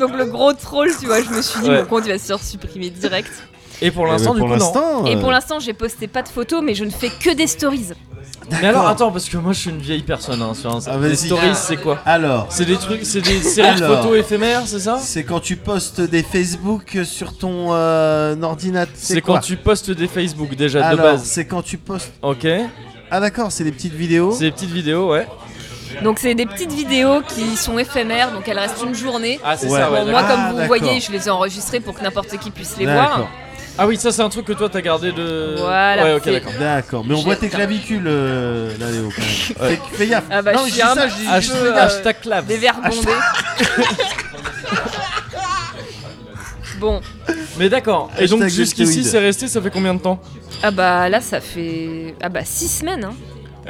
S2: Donc le gros troll, tu vois, je me suis dit,
S3: Ouais.
S2: mon compte il va se faire supprimer direct.
S3: Et pour
S1: Eh ben,
S3: l'instant, du
S1: pour
S3: coup, non.
S1: l'instant,
S2: Et
S1: euh,
S2: pour l'instant, j'ai posté pas de photos, mais je ne fais que des stories.
S3: Mais alors, attends, parce que moi, je suis une vieille personne. Hein, sur Insta.
S1: Ah, vas-y.
S3: les stories, c'est quoi
S1: Alors,
S3: C'est des trucs, c'est des séries de
S1: Alors.
S3: photos éphémères, c'est ça
S1: c'est quand tu postes des Facebook sur ton euh, ordinateur.
S3: C'est
S1: quoi
S3: quand tu postes des Facebook déjà de
S1: Alors,
S3: base.
S1: c'est quand tu postes.
S3: Ok.
S1: Ah d'accord, c'est des petites vidéos.
S3: C'est des petites vidéos, ouais.
S2: Donc c'est des petites vidéos qui sont éphémères, donc elles restent une journée.
S3: Ah, c'est
S1: Ouais.
S3: ça, ouais.
S2: Bon, moi,
S1: d'accord.
S3: d'accord.
S2: comme
S1: Ah,
S2: vous
S1: d'accord.
S2: voyez, je les ai enregistrées pour que n'importe qui puisse les voir.
S1: D'accord.
S3: Ah oui, ça c'est un truc que toi t'as gardé de.
S2: Voilà,
S3: Ouais, ok,
S2: c'est-
S3: d'accord.
S1: D'accord, mais on
S2: J'ai-
S1: voit tes clavicules euh, là, Léo. quand même. Fais- Fais gaffe.
S2: Ah bah,
S1: non,
S2: je
S1: mais
S2: suis
S1: dis
S2: un-
S1: ça, je dis.
S2: ah, je-
S1: je veux-
S3: Hashtag,
S2: euh,
S3: hashtag clave.
S2: Des verres bondés. bon,
S3: Mais d'accord. Et donc
S1: Hashtag
S3: jusqu'ici
S1: deltoïde.
S3: c'est resté, ça fait combien de temps
S2: ah bah là ça fait ah bah six semaines. Hein.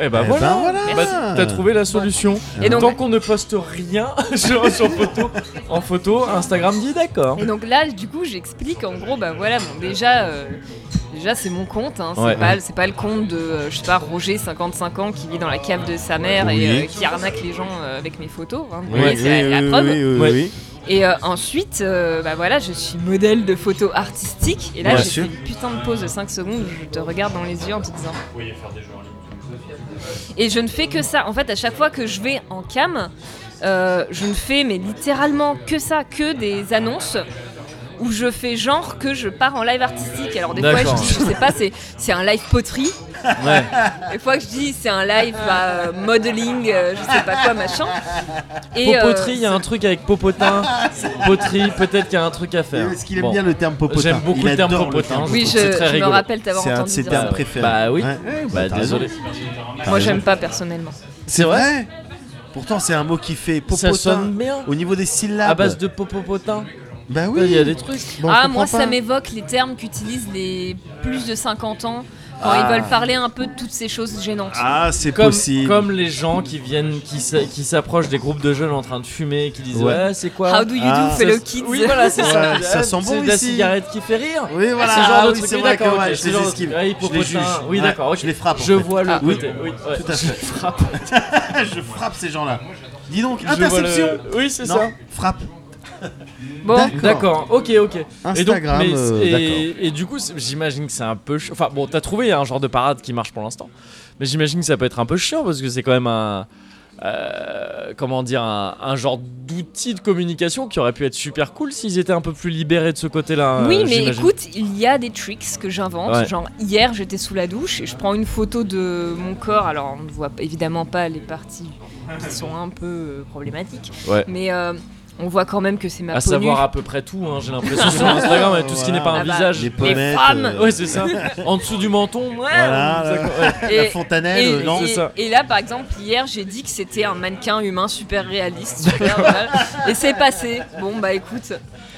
S3: Eh bah
S1: Eh
S3: voilà.
S1: ben voilà.
S3: Bah, t'as trouvé la solution.
S2: Et donc-
S3: Tant qu'on ne poste rien sur, sur photo, en photo, Instagram dit d'accord.
S2: Et donc là du coup j'explique en gros bah voilà bon déjà euh, déjà c'est mon compte hein, c'est
S3: Ouais.
S2: pas c'est pas le compte de euh, je sais pas Roger 55 ans qui vit dans la cave de sa mère
S1: Oui.
S2: et euh, qui arnaque les gens euh, avec mes photos. hein. Vous
S1: Oui,
S2: voyez, c'est
S1: oui,
S2: la, la
S1: oui,
S2: preuve.
S1: oui, oui,
S3: Ouais.
S1: oui.
S2: Et euh, ensuite, euh, bah voilà, je suis modèle de photo artistique. Et là,
S1: Bien
S2: j'ai
S1: sûr.
S2: fait une putain de pause de 5 secondes où je te regarde dans les yeux en te disant. Et je ne fais que ça. En fait, à chaque fois que je vais en cam, euh, je ne fais mais littéralement que ça, que des annonces où je fais genre que je pars en live artistique. Alors des fois, je
S3: D'accord.
S2: dis, je sais pas, c'est c'est un live poterie.
S3: Ouais.
S2: Des fois, je dis, c'est un live bah, euh, modeling, euh, je sais pas quoi, machin. Et, euh,
S3: Popoterie, il y a un truc avec popotin. Poterie, peut-être qu'il y a un truc à faire.
S1: Est-ce qu'il aime
S3: Bon.
S1: bien le terme popotin
S3: J'aime beaucoup
S1: Il
S3: le terme
S1: adore
S3: popotin.
S1: terme
S2: Oui,
S3: trouve
S2: je,
S3: c'est très
S2: je me
S3: rigolo.
S2: rappelle t'avoir
S1: C'est un de
S2: entendu
S1: ses
S2: dire
S1: termes
S2: ça.
S1: préférés.
S3: Bah oui.
S1: Ouais, ouais,
S3: Bah
S1: t'as
S3: désolé.
S1: raison.
S2: Moi, j'aime pas personnellement.
S3: C'est
S1: Ouais. Pourtant, c'est un mot qui fait popotin.
S3: Ça sonne bien.
S1: Au niveau des syllabes.
S3: À base de popopotin.
S1: Bah oui.
S3: Il y a des trucs.
S1: Bon, on
S2: ah,
S1: comprend
S2: moi,
S1: pas.
S2: ça m'évoque les termes qu'utilisent les plus de 50 ans quand
S1: Ah.
S2: ils veulent parler un peu de toutes ces choses gênantes.
S1: Ah, c'est
S3: Comme,
S1: possible.
S3: comme les gens qui viennent, qui s'a- qui s'approchent des groupes de jeunes en train de fumer, qui disent
S1: Ouais.
S3: ouais, c'est quoi
S2: How do you
S1: Ah.
S2: do, fellow
S3: Ça-
S2: kids
S3: Oui, voilà, c'est ça.
S1: Ouais, ça sent
S3: C'est
S1: bon
S3: de la
S1: ici.
S3: cigarette qui fait rire.
S1: Oui, voilà.
S3: Ce genre
S1: Ah
S3: de
S1: oui,
S3: truc.
S1: c'est
S3: Oui,
S1: vrai que
S3: d'accord,
S1: ouais,
S3: ok,
S1: je
S3: ce
S1: les
S3: genre de
S1: esquive.
S3: truc. Ouais,
S1: Je les juge.
S3: popotin. Oui,
S1: Ouais,
S3: d'accord. ok.
S1: Je les frappe. en
S3: Je
S1: fait.
S3: vois le
S2: Ah.
S3: côté. Oui, ouais.
S1: Tout à
S3: Je
S1: fait. Ah,
S3: frappe.
S1: je frappe ces gens-là. Dis donc,
S3: Je vois le-
S1: interception.
S3: Oui, c'est
S1: Non,
S3: ça.
S1: frappe.
S2: Bon,
S3: D'accord, ok, ok.
S1: Instagram,
S3: et, donc,
S1: euh,
S3: mais- et, et du coup, c'est- j'imagine que c'est un peu. chi- Enfin, bon, t'as trouvé hein, un genre de parade qui marche pour l'instant, mais j'imagine que ça peut être un peu chiant parce que c'est quand même un. euh, comment dire, un, un genre d'outil de communication qui aurait pu être super cool s'ils étaient un peu plus libérés de ce côté-là. euh,
S2: Oui, mais
S3: j'imagine.
S2: écoute, il y a des tricks que j'invente.
S3: Ouais.
S2: Genre, hier, j'étais sous la douche et je prends une photo de mon corps. Alors, on ne voit évidemment pas les parties qui sont un peu euh, problématiques.
S3: Ouais.
S2: Mais euh, on voit quand même que c'est ma
S3: à
S2: peau
S3: savoir
S2: nue.
S3: à peu près tout, hein, j'ai l'impression sur Instagram, avec tout ce qui n'est pas un
S2: Ah bah,
S3: visage.
S1: Les
S2: Les
S1: pommettes.
S2: femmes.
S1: euh,
S3: Ouais, c'est ça. En dessous du menton, ouais.
S1: Voilà, là.
S3: d'accord, ouais.
S1: la
S2: Et-
S1: fontanelle.
S2: Et,
S1: euh, non.
S2: et-
S3: c'est ça.
S2: et là, par exemple, hier, j'ai dit que c'était un mannequin humain super réaliste, super voilà. et c'est passé. Bon, bah écoute,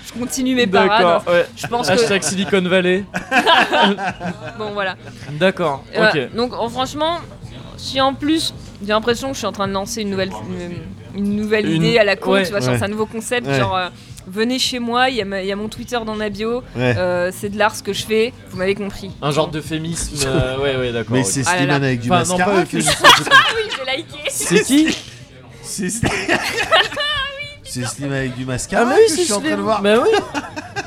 S2: je continue mes
S3: D'accord,
S2: parades.
S3: ouais.
S2: Je pense que
S3: Hashtag Silicon Valley.
S2: bon, voilà.
S3: D'accord,
S2: Et voilà.
S3: ok.
S2: Donc, en- franchement, si en plus, j'ai l'impression que je suis en train de lancer une nouvelle, une, une nouvelle
S3: Une-
S2: idée à la con,
S3: ouais.
S2: tu vois, genre,
S1: Ouais.
S2: c'est un nouveau concept,
S1: Ouais.
S2: genre. euh, Venez chez moi, il y, a ma- il y a mon Twitter dans ma bio,
S1: Ouais.
S2: euh, c'est de l'art ce que je fais, vous m'avez compris.
S3: Un genre d'euphémisme. euh, ouais, ouais, d'accord.
S1: Mais
S3: ok.
S1: c'est
S2: Ah là
S1: Slimane
S2: là.
S1: avec du
S3: Enfin, non, pas
S1: mascara. que-
S3: euphémisme.
S2: Oui, j'ai liké
S3: C'est qui
S1: C'est C'est Slim avec du mascara.
S3: Ah, mais
S1: que
S3: oui,
S1: je
S3: c'est
S1: suis en train de voir.
S3: Bah oui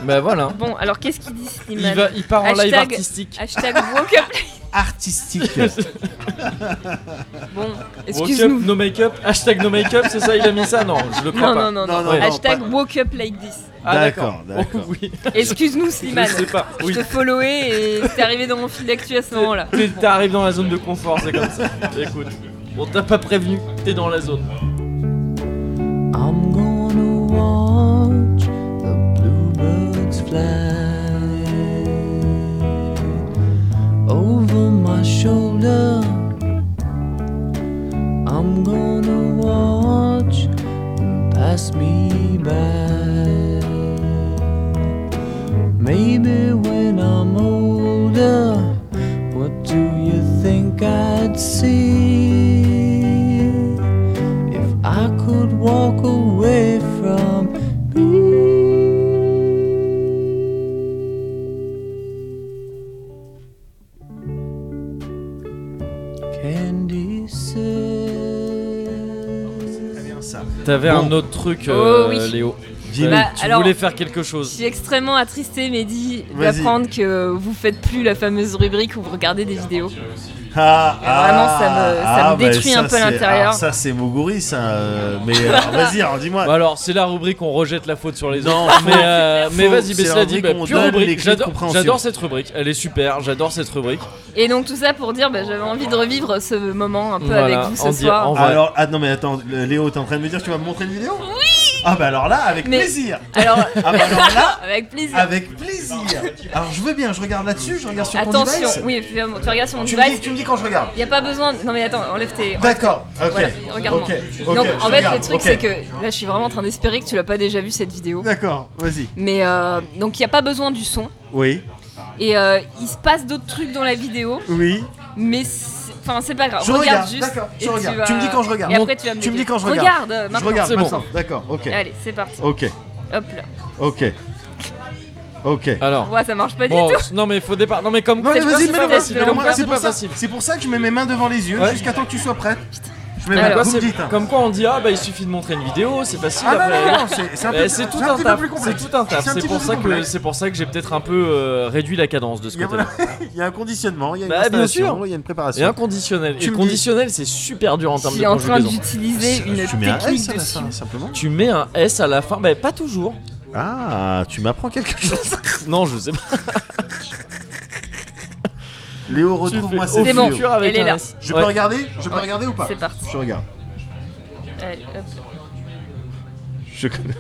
S3: Bah voilà.
S2: Bon, alors qu'est-ce qu'il dit
S3: Il,
S2: Slimane
S3: va- il part en live
S2: Hashtag-
S3: artistique.
S2: Hashtag woke up
S1: Artistique.
S2: Bon,
S3: Woke up,
S2: excuse-nous.
S3: no make-up, hashtag no make-up, c'est ça, il a mis ça Non, je le crois
S2: Non,
S3: pas.
S2: non, non,
S1: Non,
S2: non.
S1: non,
S3: non,
S2: Hashtag woke up like this.
S3: Ah
S1: D'accord,
S3: d'accord,
S1: d'accord.
S3: Oh, oui,
S2: Excuse-nous,
S3: je
S2: Slimane.
S3: sais pas.
S2: Je
S3: Oui.
S2: te followais et t'es arrivé dans mon fil d'actu à ce moment-là.
S3: T'es- T'arrives dans la zone de confort, c'est comme ça. Écoute, on t'a pas prévenu, t'es dans la zone.
S4: I'm gonna watch the bluebirds fly over my shoulder. I'm gonna watch them pass me by. Maybe when I'm older, what do you think I'd see? if I could walk away from me. Candy says.
S3: T'avais
S1: Bon.
S3: un autre truc,
S2: Oh,
S3: euh,
S2: oui.
S3: Léo. Euh,
S1: Dis-nous.
S2: Bah,
S3: tu
S2: alors-
S3: voulais faire quelque
S2: Je
S3: chose.
S2: suis extrêmement attristée, Mehdi,
S1: Vas-y.
S2: d'apprendre que vous faites plus la fameuse rubrique où vous regardez des vidéos.
S1: Ah,
S2: Vraiment, ça me- ça me
S1: bah,
S2: détruit
S1: ça,
S2: un peu à
S1: c'est-
S2: l'intérieur.
S1: alors, Ça, c'est Moguri, ça. euh, Mais alors, vas-y, alors dis-moi.
S3: Bah alors, c'est la rubrique on rejette la faute sur les
S1: Non,
S3: autres.
S1: faut-
S3: mais euh, mais
S1: faut-
S3: vas-y, mais
S1: c'est la
S3: cela dit,
S1: rubrique
S3: bah,
S1: où on
S3: pure
S1: donne les
S3: rubrique.
S1: clés de
S3: J'adore,
S1: compréhension.
S3: j'adore cette rubrique. Elle est super. J'adore cette rubrique.
S2: Et donc, tout ça pour dire, bah, j'avais envie de revivre ce moment un peu
S3: Voilà,
S2: avec vous ce
S3: en dire-
S2: soir.
S3: en-
S1: Alors, ah non, mais attends, le- Léo, t'es en train de me dire que tu vas me montrer une vidéo Ah bah alors là, avec
S2: Mais-
S1: plaisir
S2: Alors,
S1: Ah bah alors là,
S2: avec plaisir.
S1: avec plaisir Alors je veux bien, je regarde là-dessus, je regarde sur ton
S2: Attention,
S1: device.
S2: oui, fais- tu regardes sur mon
S1: Tu me, dis,
S2: device.
S1: tu me dis quand je regarde.
S2: Il n'y a pas besoin. Non, mais attends, enlève tes.
S1: D'accord, ok.
S2: Voilà, regarde-moi.
S1: Ok, ok,
S2: Donc,
S1: je
S2: en fait,
S1: regarde,
S2: le truc,
S1: ok.
S2: c'est que là, je suis vraiment en train d'espérer que tu l'as pas déjà vu cette vidéo.
S1: D'accord, vas-y.
S2: Mais euh, donc, il n'y a pas besoin du son.
S1: Oui,
S2: Et euh, il se passe d'autres trucs dans la vidéo,
S1: oui.
S2: mais c'est- enfin, c'est pas grave.
S1: Je regarde,
S2: juste.
S1: d'accord, je
S2: et tu
S1: regarde.
S2: vas-
S1: Tu me dis quand je regarde.
S2: Et après, tu vas me
S1: Tu me dis
S2: dire.
S1: quand je regarde.
S2: Regarde, euh,
S1: Je
S2: maintenant.
S1: regarde
S3: C'est bon.
S1: maintenant. D'accord, ok.
S2: Allez, c'est parti.
S1: Ok,
S2: Hop là.
S1: ok. Ok.
S3: Alors.
S2: Ouais, ça marche pas du
S3: Bon,
S2: tout.
S3: non mais faut départ. Non mais comme
S1: Non, mais
S2: C'est
S1: vas-y,
S2: pas
S1: mets-le
S2: facile,
S1: moi,
S2: mets-le
S1: mets-le moi,
S2: moi,
S1: c'est
S3: hein. c'est
S1: pour
S3: pas
S1: ça.
S3: facile.
S1: C'est pour ça que je mets mes mains devant les yeux
S3: Ouais.
S1: jusqu'à temps que tu sois prête. Je mets
S2: Alors,
S1: ma
S2: Bah,
S3: Quoi,
S1: vous me
S3: c'est-
S1: dites, hein.
S3: Comme quoi on dit ah bah il suffit de montrer une vidéo, c'est facile.
S1: Ah non,
S3: après-
S1: non, non, c'est c'est un
S3: Euh,
S1: peu
S3: C'est tout,
S1: un
S3: un
S1: petit peu
S3: taf,
S1: plus complexe.
S3: c'est tout un taf.
S1: un
S3: C'est
S1: petit
S3: pour
S1: peu
S3: ça
S1: plus
S3: que
S1: complexe.
S3: c'est pour ça que j'ai peut-être un peu euh, réduit la cadence de ce
S1: Il y, a,
S3: côté-là.
S1: voilà, il y a un conditionnement, il y a une
S3: Bah, bien
S1: installation,
S3: sûr.
S1: il y a une
S3: Et
S1: préparation.
S3: inconditionnel.
S1: Tu
S3: Et
S1: me
S3: conditionnel, c'est super dur en termes
S2: Je
S3: de
S2: est en train
S3: conjugaison.
S2: d'utiliser une
S1: tu mets un S
S2: technique
S1: à
S2: de
S1: la
S2: cible.
S1: fin, simplement.
S3: Tu mets un S à la fin, bah pas toujours.
S1: Ah, tu m'apprends quelque chose.
S3: Non, je sais pas.
S1: Léo,
S3: Tu fais
S1: retrouve-moi
S3: au
S1: cette
S2: C'est bon.
S1: vidéo.
S3: futur avec
S2: elle est
S3: un
S2: là.
S3: S.
S1: Je peux
S3: Ouais.
S1: regarder Je peux
S2: Ouais.
S1: regarder ou pas
S2: C'est parti.
S1: Je regarde.
S2: Allez, hop.
S1: Je, connais-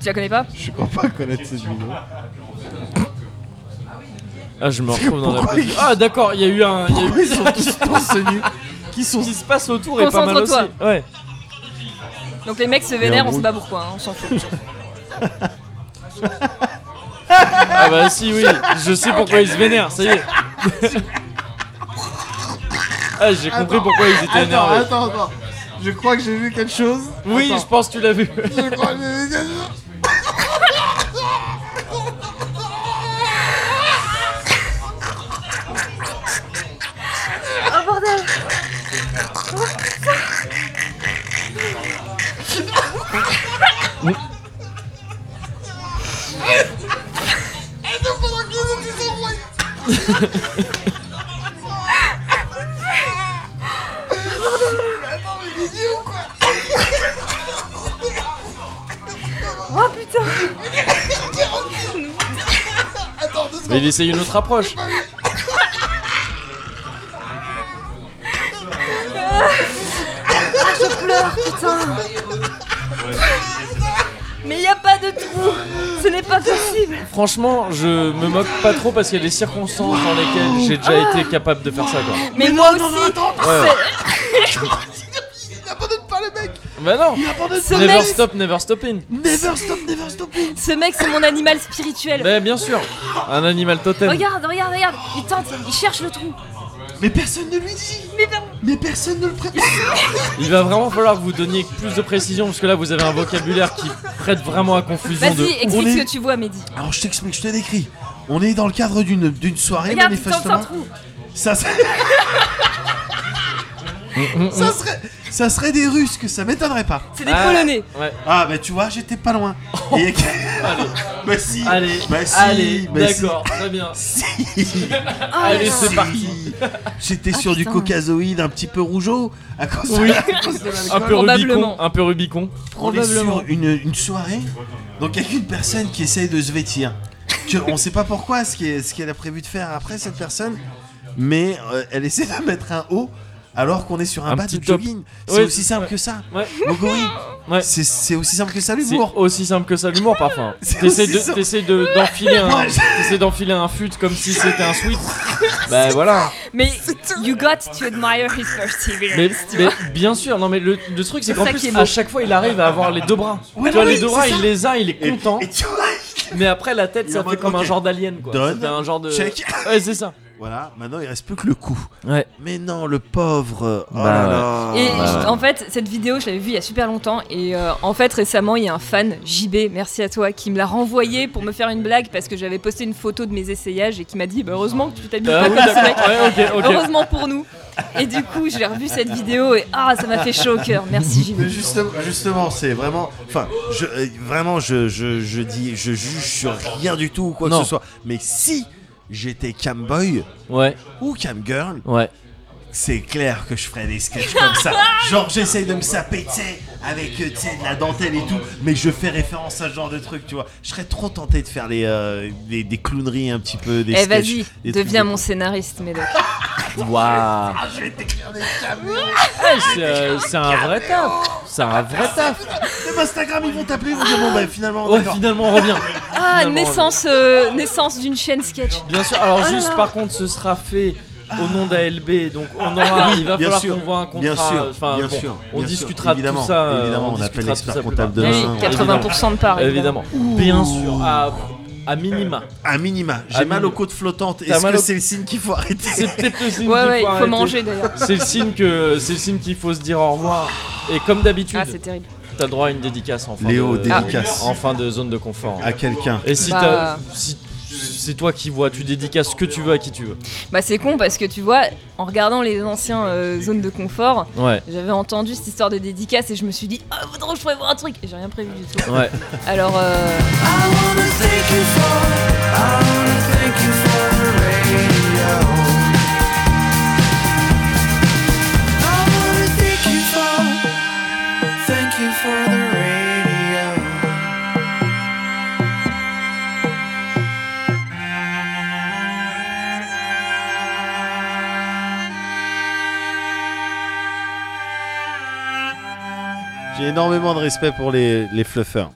S2: Tu la connais pas
S1: je crois pas connaître cette vidéo.
S3: Ah, je me retrouve dans la
S1: Pourquoi
S3: position. Ah, d'accord, il y a eu un. il Y a eu...
S1: Ils sont tous torse nu.
S3: Qui sont qui se passe autour et pas mal aussi.
S2: Concentre-toi.
S3: Ouais.
S2: Donc les mecs se
S1: en
S2: vénèrent, on
S1: gros-
S2: sait pas pourquoi, hein, on s'en fout.
S3: Ah bah si, oui. Je sais pourquoi ils se vénèrent. Ça y est. Ah, j'ai compris pourquoi ils étaient
S1: Attends,
S3: énervés.
S1: attends, attends. Je crois que j'ai vu quelque chose.
S3: Oui,
S1: Attends.
S3: je pense que tu l'as vu.
S1: Je crois que j'ai vu quelque chose.
S2: Oh,
S3: Mais il essaye une autre approche.
S2: Mais y a pas de trou Ce n'est pas possible
S3: Franchement, je me moque pas trop parce qu'il y a des circonstances dans lesquelles j'ai déjà
S1: Ah.
S3: été capable de faire ça quoi.
S2: Mais, moi aussi
S3: Bah non
S2: Ce
S3: Never
S2: mec,
S3: stop, never stopping
S2: ce mec c'est mon animal spirituel
S3: Mais bien sûr Un animal totem
S2: Regarde, regarde, regarde Il tente, il cherche le trou
S1: Mais personne ne lui dit.
S2: Mais non
S1: Mais personne ne le prépare.
S3: Il va vraiment falloir que vous donniez plus de précision parce que là vous avez un vocabulaire qui prête vraiment à confusion de...
S2: Vas-y, explique
S1: on est-
S2: ce que tu vois, Mehdi.
S1: Alors je t'explique, je te décris. On est dans le cadre d'une d'une soirée
S2: Regarde, il tente un
S1: manifestement.
S2: trou
S1: Ça, serait- ça serait ça serait des Russes que ça m'étonnerait pas.
S2: C'est des
S3: Ah,
S2: Polonais
S3: Ouais.
S1: Ah bah tu vois, j'étais pas loin. Et- bah si.
S3: Oh. Allez,
S1: bah si,
S3: allez,
S1: bah si.
S3: d'accord, très bien.
S1: Si.
S2: Ah,
S3: allez, c'est parti.
S1: J'étais sur du cocazoïde un petit peu rougeau à cause de la- à cause de l'alcool.
S3: Un peu Rubicon,
S2: Probablement.
S3: un peu Rubicon.
S1: On est sur une, une soirée, donc avec une personne qui essaye de se vêtir. Que- on sait pas pourquoi, ce qu'elle ce qu'elle a prévu de faire après cette personne, mais euh, elle essaie de mettre un haut alors qu'on est sur un,
S3: Un
S1: bas
S3: petit
S1: de
S3: top.
S1: jogging. C'est
S3: Ouais,
S1: aussi simple
S3: ouais.
S1: que ça.
S3: Ouais.
S1: Mogori,
S3: Ouais.
S1: c'est- c'est aussi simple que ça
S3: C'est
S1: l'humour.
S3: aussi simple que ça l'humour parfois.
S1: C'est
S3: T'essayes
S1: aussi
S3: de-
S1: simple.
S3: t'essayes de- d'enfiler un,
S1: Ouais, je-
S3: t'essayes d'enfiler un fut comme si c'était un sweat. bah voilà.
S2: Mais you got to admire his perseverance,
S3: Mais,
S2: tu
S3: mais
S2: vois.
S3: bien sûr, non mais le, le truc c'est qu'en
S2: ça qui est
S3: plus
S2: beau.
S3: à chaque fois il arrive à avoir les deux bras.
S1: Ouais,
S3: tu vois
S1: ouais,
S3: les deux
S1: c'est
S3: bras,
S1: ça.
S3: il les a, il est
S1: Et-
S3: content.
S1: et tu vois,
S3: Mais après la tête
S1: Il est
S3: ça
S1: en
S3: fait
S1: mode,
S3: comme un
S1: ok.
S3: genre d'alien quoi.
S1: Donne,
S3: C'était un genre de.
S1: check.
S3: Ouais c'est ça.
S1: Voilà, maintenant il reste plus que le cou.
S3: Ouais.
S1: Mais non, le pauvre. Oh
S3: Bah
S1: là
S2: Et
S1: là.
S2: je- en fait, cette vidéo, je l'avais vue il y a super longtemps. Et euh, en fait, récemment, il y a un fan, JB, merci à toi, qui me l'a renvoyé pour me faire une blague parce que j'avais posté une photo de mes essayages et qui m'a dit bah, Heureusement que tu t'habilles
S3: Euh,
S2: pas
S3: oui,
S2: comme ce mec.
S3: d'accord. Ouais, ok, ok.
S2: Heureusement pour nous. Et du coup, j'ai revu cette vidéo et ah, ça m'a fait chaud au cœur. Merci
S1: Mais
S2: JB.
S1: Justement, justement, c'est vraiment. Enfin, je, euh, vraiment, je, je, je dis, je juge sur rien du tout ou quoi
S3: Non.
S1: que ce soit. Mais si j'étais camboy
S3: Ouais,
S1: ou camgirl,
S3: ouais.
S1: c'est clair que je ferais des sketchs comme ça. Genre, j'essaye de me saper, tu sais, avec euh, tu sais, de la dentelle et tout, mais je fais référence à ce genre de truc, tu vois. Je serais trop tenté de faire les, euh, des, des clowneries un petit peu, des
S2: Eh,
S1: sketchs,
S2: vas-y,
S1: des trucs
S2: deviens
S1: de-
S2: mon scénariste, Médoc.
S3: Waouh. c'est euh, c'est un vrai taf. c'est un vrai taf.
S1: Même Eh ben, Instagram, ils vont t'appeler, ils vont dire bon bah finalement,
S3: Ouais,
S1: d'accord.
S3: finalement, on revient.
S2: Ah,
S3: Finalement,
S2: naissance, euh, naissance d'une chaîne sketch.
S3: Bien sûr, alors juste par contre, ce sera fait au nom d'ALB, donc on aura, il va
S1: bien
S3: falloir
S1: sûr,
S3: qu'on voit un contrat.
S1: bien sûr,
S3: enfin,
S1: bien
S3: bon,
S1: sûr,
S3: on
S1: bien sûr,
S3: discutera de
S1: évidemment,
S3: tout ça. euh,
S1: évidemment, on
S3: discutera
S1: appelle
S3: de tout
S1: l'expert
S3: ça plus
S1: comptable
S3: tard.
S1: de-
S2: Oui,
S1: évidemment.
S2: 80% de part.
S3: Évidemment. Bien sûr, à, à minima.
S1: À minima, j'ai
S3: À
S1: mal
S3: minima.
S1: aux côtes flottantes.
S3: T'as
S1: Est-ce
S3: mal
S1: que
S3: aux-
S1: c'est le signe qu'il faut arrêter
S3: C'est peut-être le signe
S2: Ouais,
S3: qu'il
S2: ouais, il
S3: faut
S2: faut
S3: arrêter. Ah,
S2: manger d'ailleurs.
S3: C'est le signe que c'est le signe qu'il faut se dire au revoir. Et comme d'habitude,
S2: Ah, c'est terrible.
S3: t'as droit à une dédicace en fin
S1: Léo,
S3: de Ah.
S1: dédicace. Ah.
S3: en fin de zone de confort.
S1: À quelqu'un.
S3: Et si
S2: Bah.
S3: t'as- si- c'est toi qui vois, tu dédicaces ce que tu veux à qui tu veux.
S2: Bah, c'est con parce que tu vois, en regardant les anciens euh, zones de confort,
S3: Ouais,
S2: j'avais entendu cette histoire de dédicace et je me suis dit, ah, faudrait que je prévoie un truc. Et j'ai rien prévu du tout.
S3: ouais.
S2: Alors, euh,
S1: J'ai énormément de respect pour les, les fluffeurs.